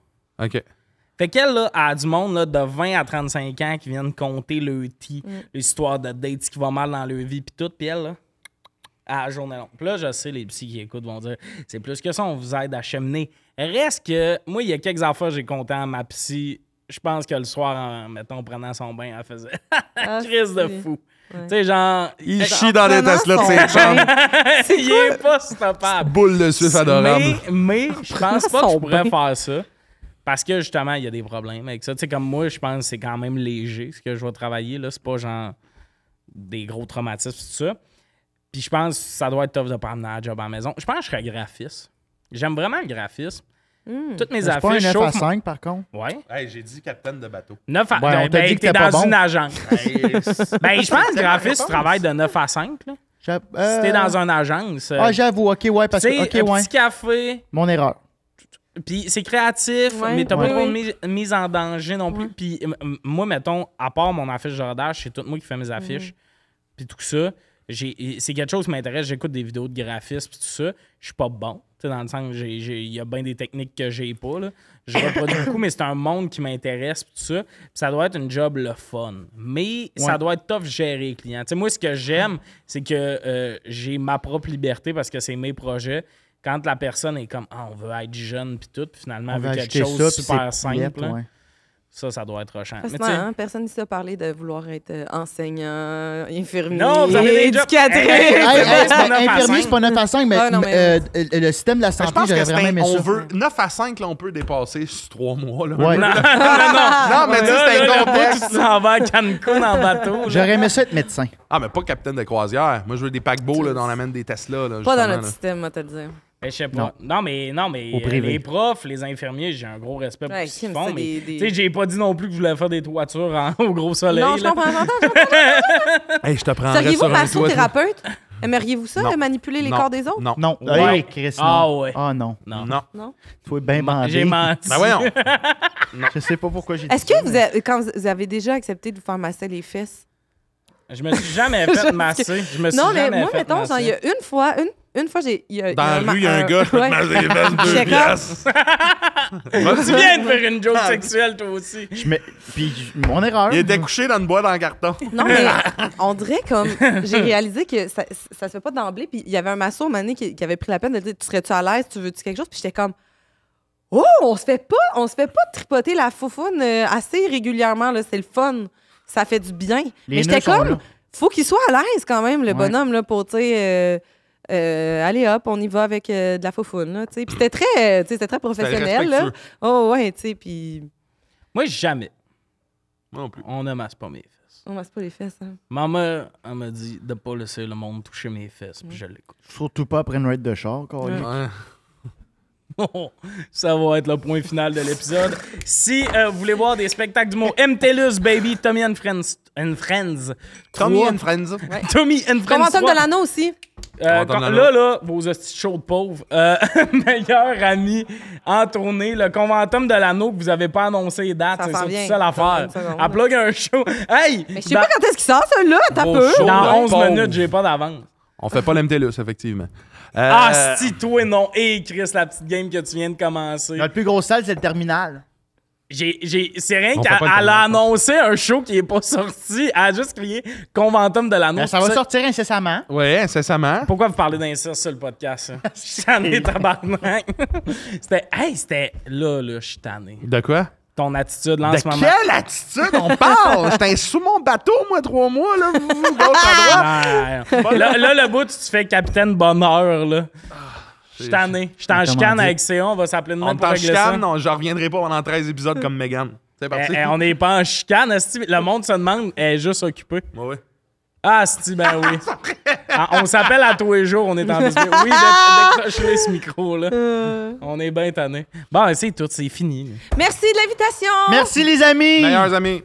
[SPEAKER 2] OK.
[SPEAKER 1] Fait qu'elle, là, a du monde là, de 20 à 35 ans qui viennent compter le ti, l'histoire de dates qui vont mal dans leur vie, puis tout. Puis elle, là, à la journée longue. Puis là, je sais, les psy qui écoutent vont dire c'est plus que ça, on vous aide à cheminer. Reste que, moi, il y a quelques affaires, j'ai compté à ma psy. Je pense que le soir, en, mettons, prenant son bain, elle faisait
[SPEAKER 3] Ah,
[SPEAKER 1] crise de fou. Tu sais, genre, il,
[SPEAKER 2] Il chie dans les
[SPEAKER 3] prenant
[SPEAKER 2] Tesla de
[SPEAKER 3] son
[SPEAKER 2] ses chums.
[SPEAKER 1] il est pas stoppable.
[SPEAKER 2] Boule de suif adorable.
[SPEAKER 1] Mais, mais je pense pas que je
[SPEAKER 3] Son
[SPEAKER 1] pourrais
[SPEAKER 3] bain.
[SPEAKER 1] faire ça. Parce que justement, il y a des problèmes avec ça. Tu sais, comme moi, je pense que c'est quand même léger ce que je vais travailler. là. C'est pas genre des gros traumatismes, tout ça. Puis je pense que ça doit être tough de pas amener un job à la maison. Je pense que je serais graphiste. J'aime vraiment le graphisme. Toutes mes
[SPEAKER 4] C'est pas un
[SPEAKER 1] affiches,
[SPEAKER 4] 9
[SPEAKER 1] sauf-
[SPEAKER 4] à 5, par contre.
[SPEAKER 1] Ouais.
[SPEAKER 2] Hey, j'ai dit capitaine de bateau.
[SPEAKER 1] 9 à
[SPEAKER 4] Ouais, on
[SPEAKER 1] ben,
[SPEAKER 4] t'a
[SPEAKER 1] ben,
[SPEAKER 4] dit que
[SPEAKER 1] t'es
[SPEAKER 4] t'es pas
[SPEAKER 1] dans
[SPEAKER 4] bon.
[SPEAKER 1] une agence. ben, je pense que graphiste,
[SPEAKER 2] réponse.
[SPEAKER 1] tu travailles de 9 à 5. Là.
[SPEAKER 4] J'a-
[SPEAKER 1] Si
[SPEAKER 4] euh,
[SPEAKER 1] t'es dans une agence, euh,
[SPEAKER 4] Ah, j'avoue, ok, ouais,
[SPEAKER 1] tu
[SPEAKER 4] parce
[SPEAKER 1] sais,
[SPEAKER 4] que.
[SPEAKER 1] un
[SPEAKER 4] Ok, ouais.
[SPEAKER 1] petit café,
[SPEAKER 4] Mon erreur.
[SPEAKER 1] Puis c'est créatif,
[SPEAKER 3] Ouais.
[SPEAKER 1] mais t'as pas
[SPEAKER 3] Ouais.
[SPEAKER 1] trop de mise- mise en danger non plus. Puis m- m- moi, mettons, à part mon affiche de rodage, c'est tout moi qui fais mes affiches. Puis tout ça, j'ai- c'est quelque chose qui m'intéresse. J'écoute des vidéos de graphisme, puis tout ça. Je suis pas bon. Tu sais, dans le sens, j'ai- j'ai- il y a bien des techniques que j'ai pas. Là. Je reproduis beaucoup, mais c'est un monde qui m'intéresse, puis tout ça. Puis ça doit être une job le fun. Mais ça
[SPEAKER 4] Ouais.
[SPEAKER 1] doit être tough gérer les clients. Tu sais, moi, ce que j'aime, c'est que euh, j'ai ma propre liberté parce que c'est mes projets. Quand la personne est comme, ah, on veut être jeune, puis tout, puis finalement,
[SPEAKER 4] On
[SPEAKER 1] elle
[SPEAKER 4] va
[SPEAKER 1] veut quelque
[SPEAKER 4] acheter
[SPEAKER 1] chose
[SPEAKER 4] ça, puis
[SPEAKER 1] super
[SPEAKER 4] c'est plate,
[SPEAKER 1] simple. hein.
[SPEAKER 4] ouais.
[SPEAKER 1] Ça, ça doit être rochant.
[SPEAKER 3] Parce
[SPEAKER 1] Mais
[SPEAKER 3] que
[SPEAKER 1] tu sais-
[SPEAKER 3] hein, personne ne s'est parlé de vouloir être euh, enseignant, euh, infirmier,
[SPEAKER 1] Non, vous avez des jobs-
[SPEAKER 3] éducatrice.
[SPEAKER 1] Hey, hey,
[SPEAKER 4] Hey,
[SPEAKER 1] C'est pas
[SPEAKER 4] hey, ben,
[SPEAKER 1] neuf à
[SPEAKER 4] infirmier,
[SPEAKER 1] cinq.
[SPEAKER 4] c'est pas 9 à 5, mais,
[SPEAKER 3] Ah, non, mais-
[SPEAKER 4] euh, le- le système de la
[SPEAKER 2] Je
[SPEAKER 4] santé,
[SPEAKER 2] pense que
[SPEAKER 4] j'aurais
[SPEAKER 2] c'est
[SPEAKER 4] vraiment
[SPEAKER 2] un,
[SPEAKER 4] aimé
[SPEAKER 2] on
[SPEAKER 4] ça.
[SPEAKER 2] veut 9 à 5, là, on peut dépasser sur 3 mois. Là,
[SPEAKER 4] Ouais.
[SPEAKER 1] Non, non, non.
[SPEAKER 2] Non, mais tu sais,
[SPEAKER 1] Là,
[SPEAKER 2] c'est un
[SPEAKER 1] là, là,
[SPEAKER 2] contexte.
[SPEAKER 1] tu t'en vas à Cancun en bateau. là.
[SPEAKER 4] J'aurais aimé ça être médecin.
[SPEAKER 2] Ah, mais pas capitaine de croisière. Moi, je veux des paquebots là, dans la main des Tesla.
[SPEAKER 3] Pas dans
[SPEAKER 2] Là, justement,
[SPEAKER 3] notre
[SPEAKER 2] là.
[SPEAKER 3] système, moi, te le dire.
[SPEAKER 1] Ben, je sais pas. Non.
[SPEAKER 4] Non.
[SPEAKER 1] mais, non, mais
[SPEAKER 4] Au
[SPEAKER 1] euh,
[SPEAKER 4] privé.
[SPEAKER 1] les profs, les infirmiers, j'ai un gros respect pour
[SPEAKER 3] Ouais,
[SPEAKER 1] ce qu'ils
[SPEAKER 3] Kim,
[SPEAKER 1] font.
[SPEAKER 3] c'est
[SPEAKER 1] Mais,
[SPEAKER 3] des- des-
[SPEAKER 1] tu sais, j'ai pas dit non plus que je voulais faire des toitures en- au gros soleil.
[SPEAKER 3] non, je
[SPEAKER 1] là.
[SPEAKER 3] comprends, j'entends. j'entends.
[SPEAKER 2] Hey, je te prendrais
[SPEAKER 3] Seriez-vous
[SPEAKER 2] sur un toit.
[SPEAKER 3] massothérapeute? Aimeriez-vous ça,
[SPEAKER 2] Non.
[SPEAKER 3] de manipuler les
[SPEAKER 2] Non,
[SPEAKER 3] corps des autres?
[SPEAKER 2] Non.
[SPEAKER 4] Non.
[SPEAKER 1] Ouais.
[SPEAKER 4] Hey, Chris, non.
[SPEAKER 1] Ah ouais.
[SPEAKER 4] Ah non.
[SPEAKER 1] Non.
[SPEAKER 2] Non.
[SPEAKER 3] Non?
[SPEAKER 4] Toi, ben
[SPEAKER 1] J'ai
[SPEAKER 4] bandé.
[SPEAKER 1] menti.
[SPEAKER 2] Ben voyons.
[SPEAKER 4] Je sais pas pourquoi j'ai dit
[SPEAKER 3] Est-ce que vous avez, quand vous avez déjà accepté de vous faire masser les fesses?
[SPEAKER 1] Je me suis jamais fait masser. Je me suis
[SPEAKER 3] Non, mais
[SPEAKER 1] jamais
[SPEAKER 3] moi,
[SPEAKER 1] fait
[SPEAKER 3] mettons, genre,
[SPEAKER 1] masser.
[SPEAKER 3] il y a une fois, une, une fois, j'ai. il y a-
[SPEAKER 2] Dans la
[SPEAKER 3] il y a
[SPEAKER 2] rue, il y a un gars, je peux
[SPEAKER 3] euh, ouais.
[SPEAKER 2] te masser les fesses deux
[SPEAKER 3] Check-up.
[SPEAKER 2] piastres.
[SPEAKER 1] Tu viens de faire une joke
[SPEAKER 3] Ah.
[SPEAKER 1] sexuelle, toi aussi.
[SPEAKER 4] Je me- Puis je- mon erreur.
[SPEAKER 2] Il était couché dans une boîte en carton.
[SPEAKER 3] Non, mais on dirait comme. J'ai réalisé que ça, ça se fait pas d'emblée. Puis il y avait un masso à un moment donné qui, qui avait pris la peine de dire Tu serais-tu à l'aise Tu veux-tu quelque chose Puis j'étais comme. Oh, on se fait pas, on se fait pas tripoter la foufoune euh, assez régulièrement là, c'est le fun. Ça fait du bien.
[SPEAKER 4] Les
[SPEAKER 3] mais
[SPEAKER 4] nœuds
[SPEAKER 3] j'étais
[SPEAKER 4] sont
[SPEAKER 3] comme
[SPEAKER 4] là.
[SPEAKER 3] faut qu'il soit à l'aise quand même le
[SPEAKER 4] Ouais.
[SPEAKER 3] bonhomme là pour tu sais euh, euh, allez hop, on y va avec euh, de la foufoune là, tu sais. Puis c'était très euh, tu sais, c'était très professionnel là.
[SPEAKER 2] respectueux.
[SPEAKER 3] Oh ouais, tu sais puis
[SPEAKER 1] Moi, jamais.
[SPEAKER 2] Moi non plus.
[SPEAKER 1] On ne masse pas mes fesses.
[SPEAKER 3] on masse pas les fesses. hein.
[SPEAKER 1] Maman, elle m'a dit de pas laisser le monde toucher mes fesses, puis je l'écoute.
[SPEAKER 4] Surtout pas après une raid de char, quoi.
[SPEAKER 2] Ouais.
[SPEAKER 1] Ça va être le point final de l'épisode. Si euh, vous voulez voir des spectacles du mot MTLUS, baby, Tommy and Friends. And friends
[SPEAKER 2] Tommy
[SPEAKER 1] trois.
[SPEAKER 2] and Friends.
[SPEAKER 1] Tommy and Friends.
[SPEAKER 3] Conventum
[SPEAKER 1] trois.
[SPEAKER 3] de l'anneau aussi.
[SPEAKER 1] Euh,
[SPEAKER 2] Conventum
[SPEAKER 1] quand-
[SPEAKER 2] de
[SPEAKER 1] là,
[SPEAKER 2] l'anneau.
[SPEAKER 1] là, vos hosties de show de pauvres. Euh, meilleur ami en tournée. Le conventum de l'anneau que vous avez pas annoncé les dates.
[SPEAKER 3] Ça
[SPEAKER 1] C'est
[SPEAKER 3] s'en
[SPEAKER 1] surtout
[SPEAKER 3] vient.
[SPEAKER 1] ça l'affaire.
[SPEAKER 3] Ça s'en vient.
[SPEAKER 1] Elle plug un show. Hey!
[SPEAKER 3] Mais je sais pas quand est-ce qu'il sort ça là, t'as
[SPEAKER 2] Gros
[SPEAKER 3] peu.
[SPEAKER 2] show.
[SPEAKER 1] Dans
[SPEAKER 2] Ouais.
[SPEAKER 1] 11
[SPEAKER 2] Pauvre.
[SPEAKER 1] minutes, j'ai pas d'avance.
[SPEAKER 2] On fait pas l'MTLUS, effectivement. Euh,
[SPEAKER 1] Ah, si, toi, non. Et Chris, la petite game que tu viens de commencer.
[SPEAKER 4] Notre plus grosse salle, c'est le terminal.
[SPEAKER 1] J'ai, j'ai, c'est rien
[SPEAKER 2] On fait pas une
[SPEAKER 1] qu'elle a
[SPEAKER 2] convention.
[SPEAKER 1] annoncé un show qui est pas sorti. Elle a juste crié Conventum de l'annonce.
[SPEAKER 4] Ben, ça va sortir incessamment.
[SPEAKER 2] Ouais, incessamment.
[SPEAKER 1] Pourquoi vous parlez d'inceste sur le podcast? hein? Je suis tanné, tabarnak. c'était, hey, c'était là, là, je suis tanné.
[SPEAKER 2] De quoi?
[SPEAKER 1] Ton attitude là en
[SPEAKER 2] De
[SPEAKER 1] ce moment.
[SPEAKER 2] quelle attitude on parle? J'étais sous mon bateau, moi, trois mois, là. vous, vous, gauche à droite.
[SPEAKER 1] Ah, là, là, le bout, tu te fais capitaine bonheur, là. Je suis tanné. Je t'en
[SPEAKER 4] Comment
[SPEAKER 1] chicane
[SPEAKER 4] dire?
[SPEAKER 1] avec Céon. On va s'appeler de
[SPEAKER 2] On
[SPEAKER 1] même pour
[SPEAKER 2] t'en
[SPEAKER 1] régler ça. Hmm.
[SPEAKER 2] chicane? Non, je reviendrai pas pendant 13 épisodes comme Megan. C'est parti.
[SPEAKER 1] Eh, eh, on n'est pas en chicane. esti. Le monde se demande, elle est juste occupée.
[SPEAKER 2] Ouais, ouais.
[SPEAKER 1] Ah, si, ben oui. Ah, on s'appelle à tous les jours, on est en bisbille. Oui, dé- décroche-les ce micro-là. On est bien tannés. Bon, c'est tout, c'est fini. là.
[SPEAKER 3] Euh, Merci de l'invitation.
[SPEAKER 4] Merci, les amis.
[SPEAKER 2] Meilleurs amis.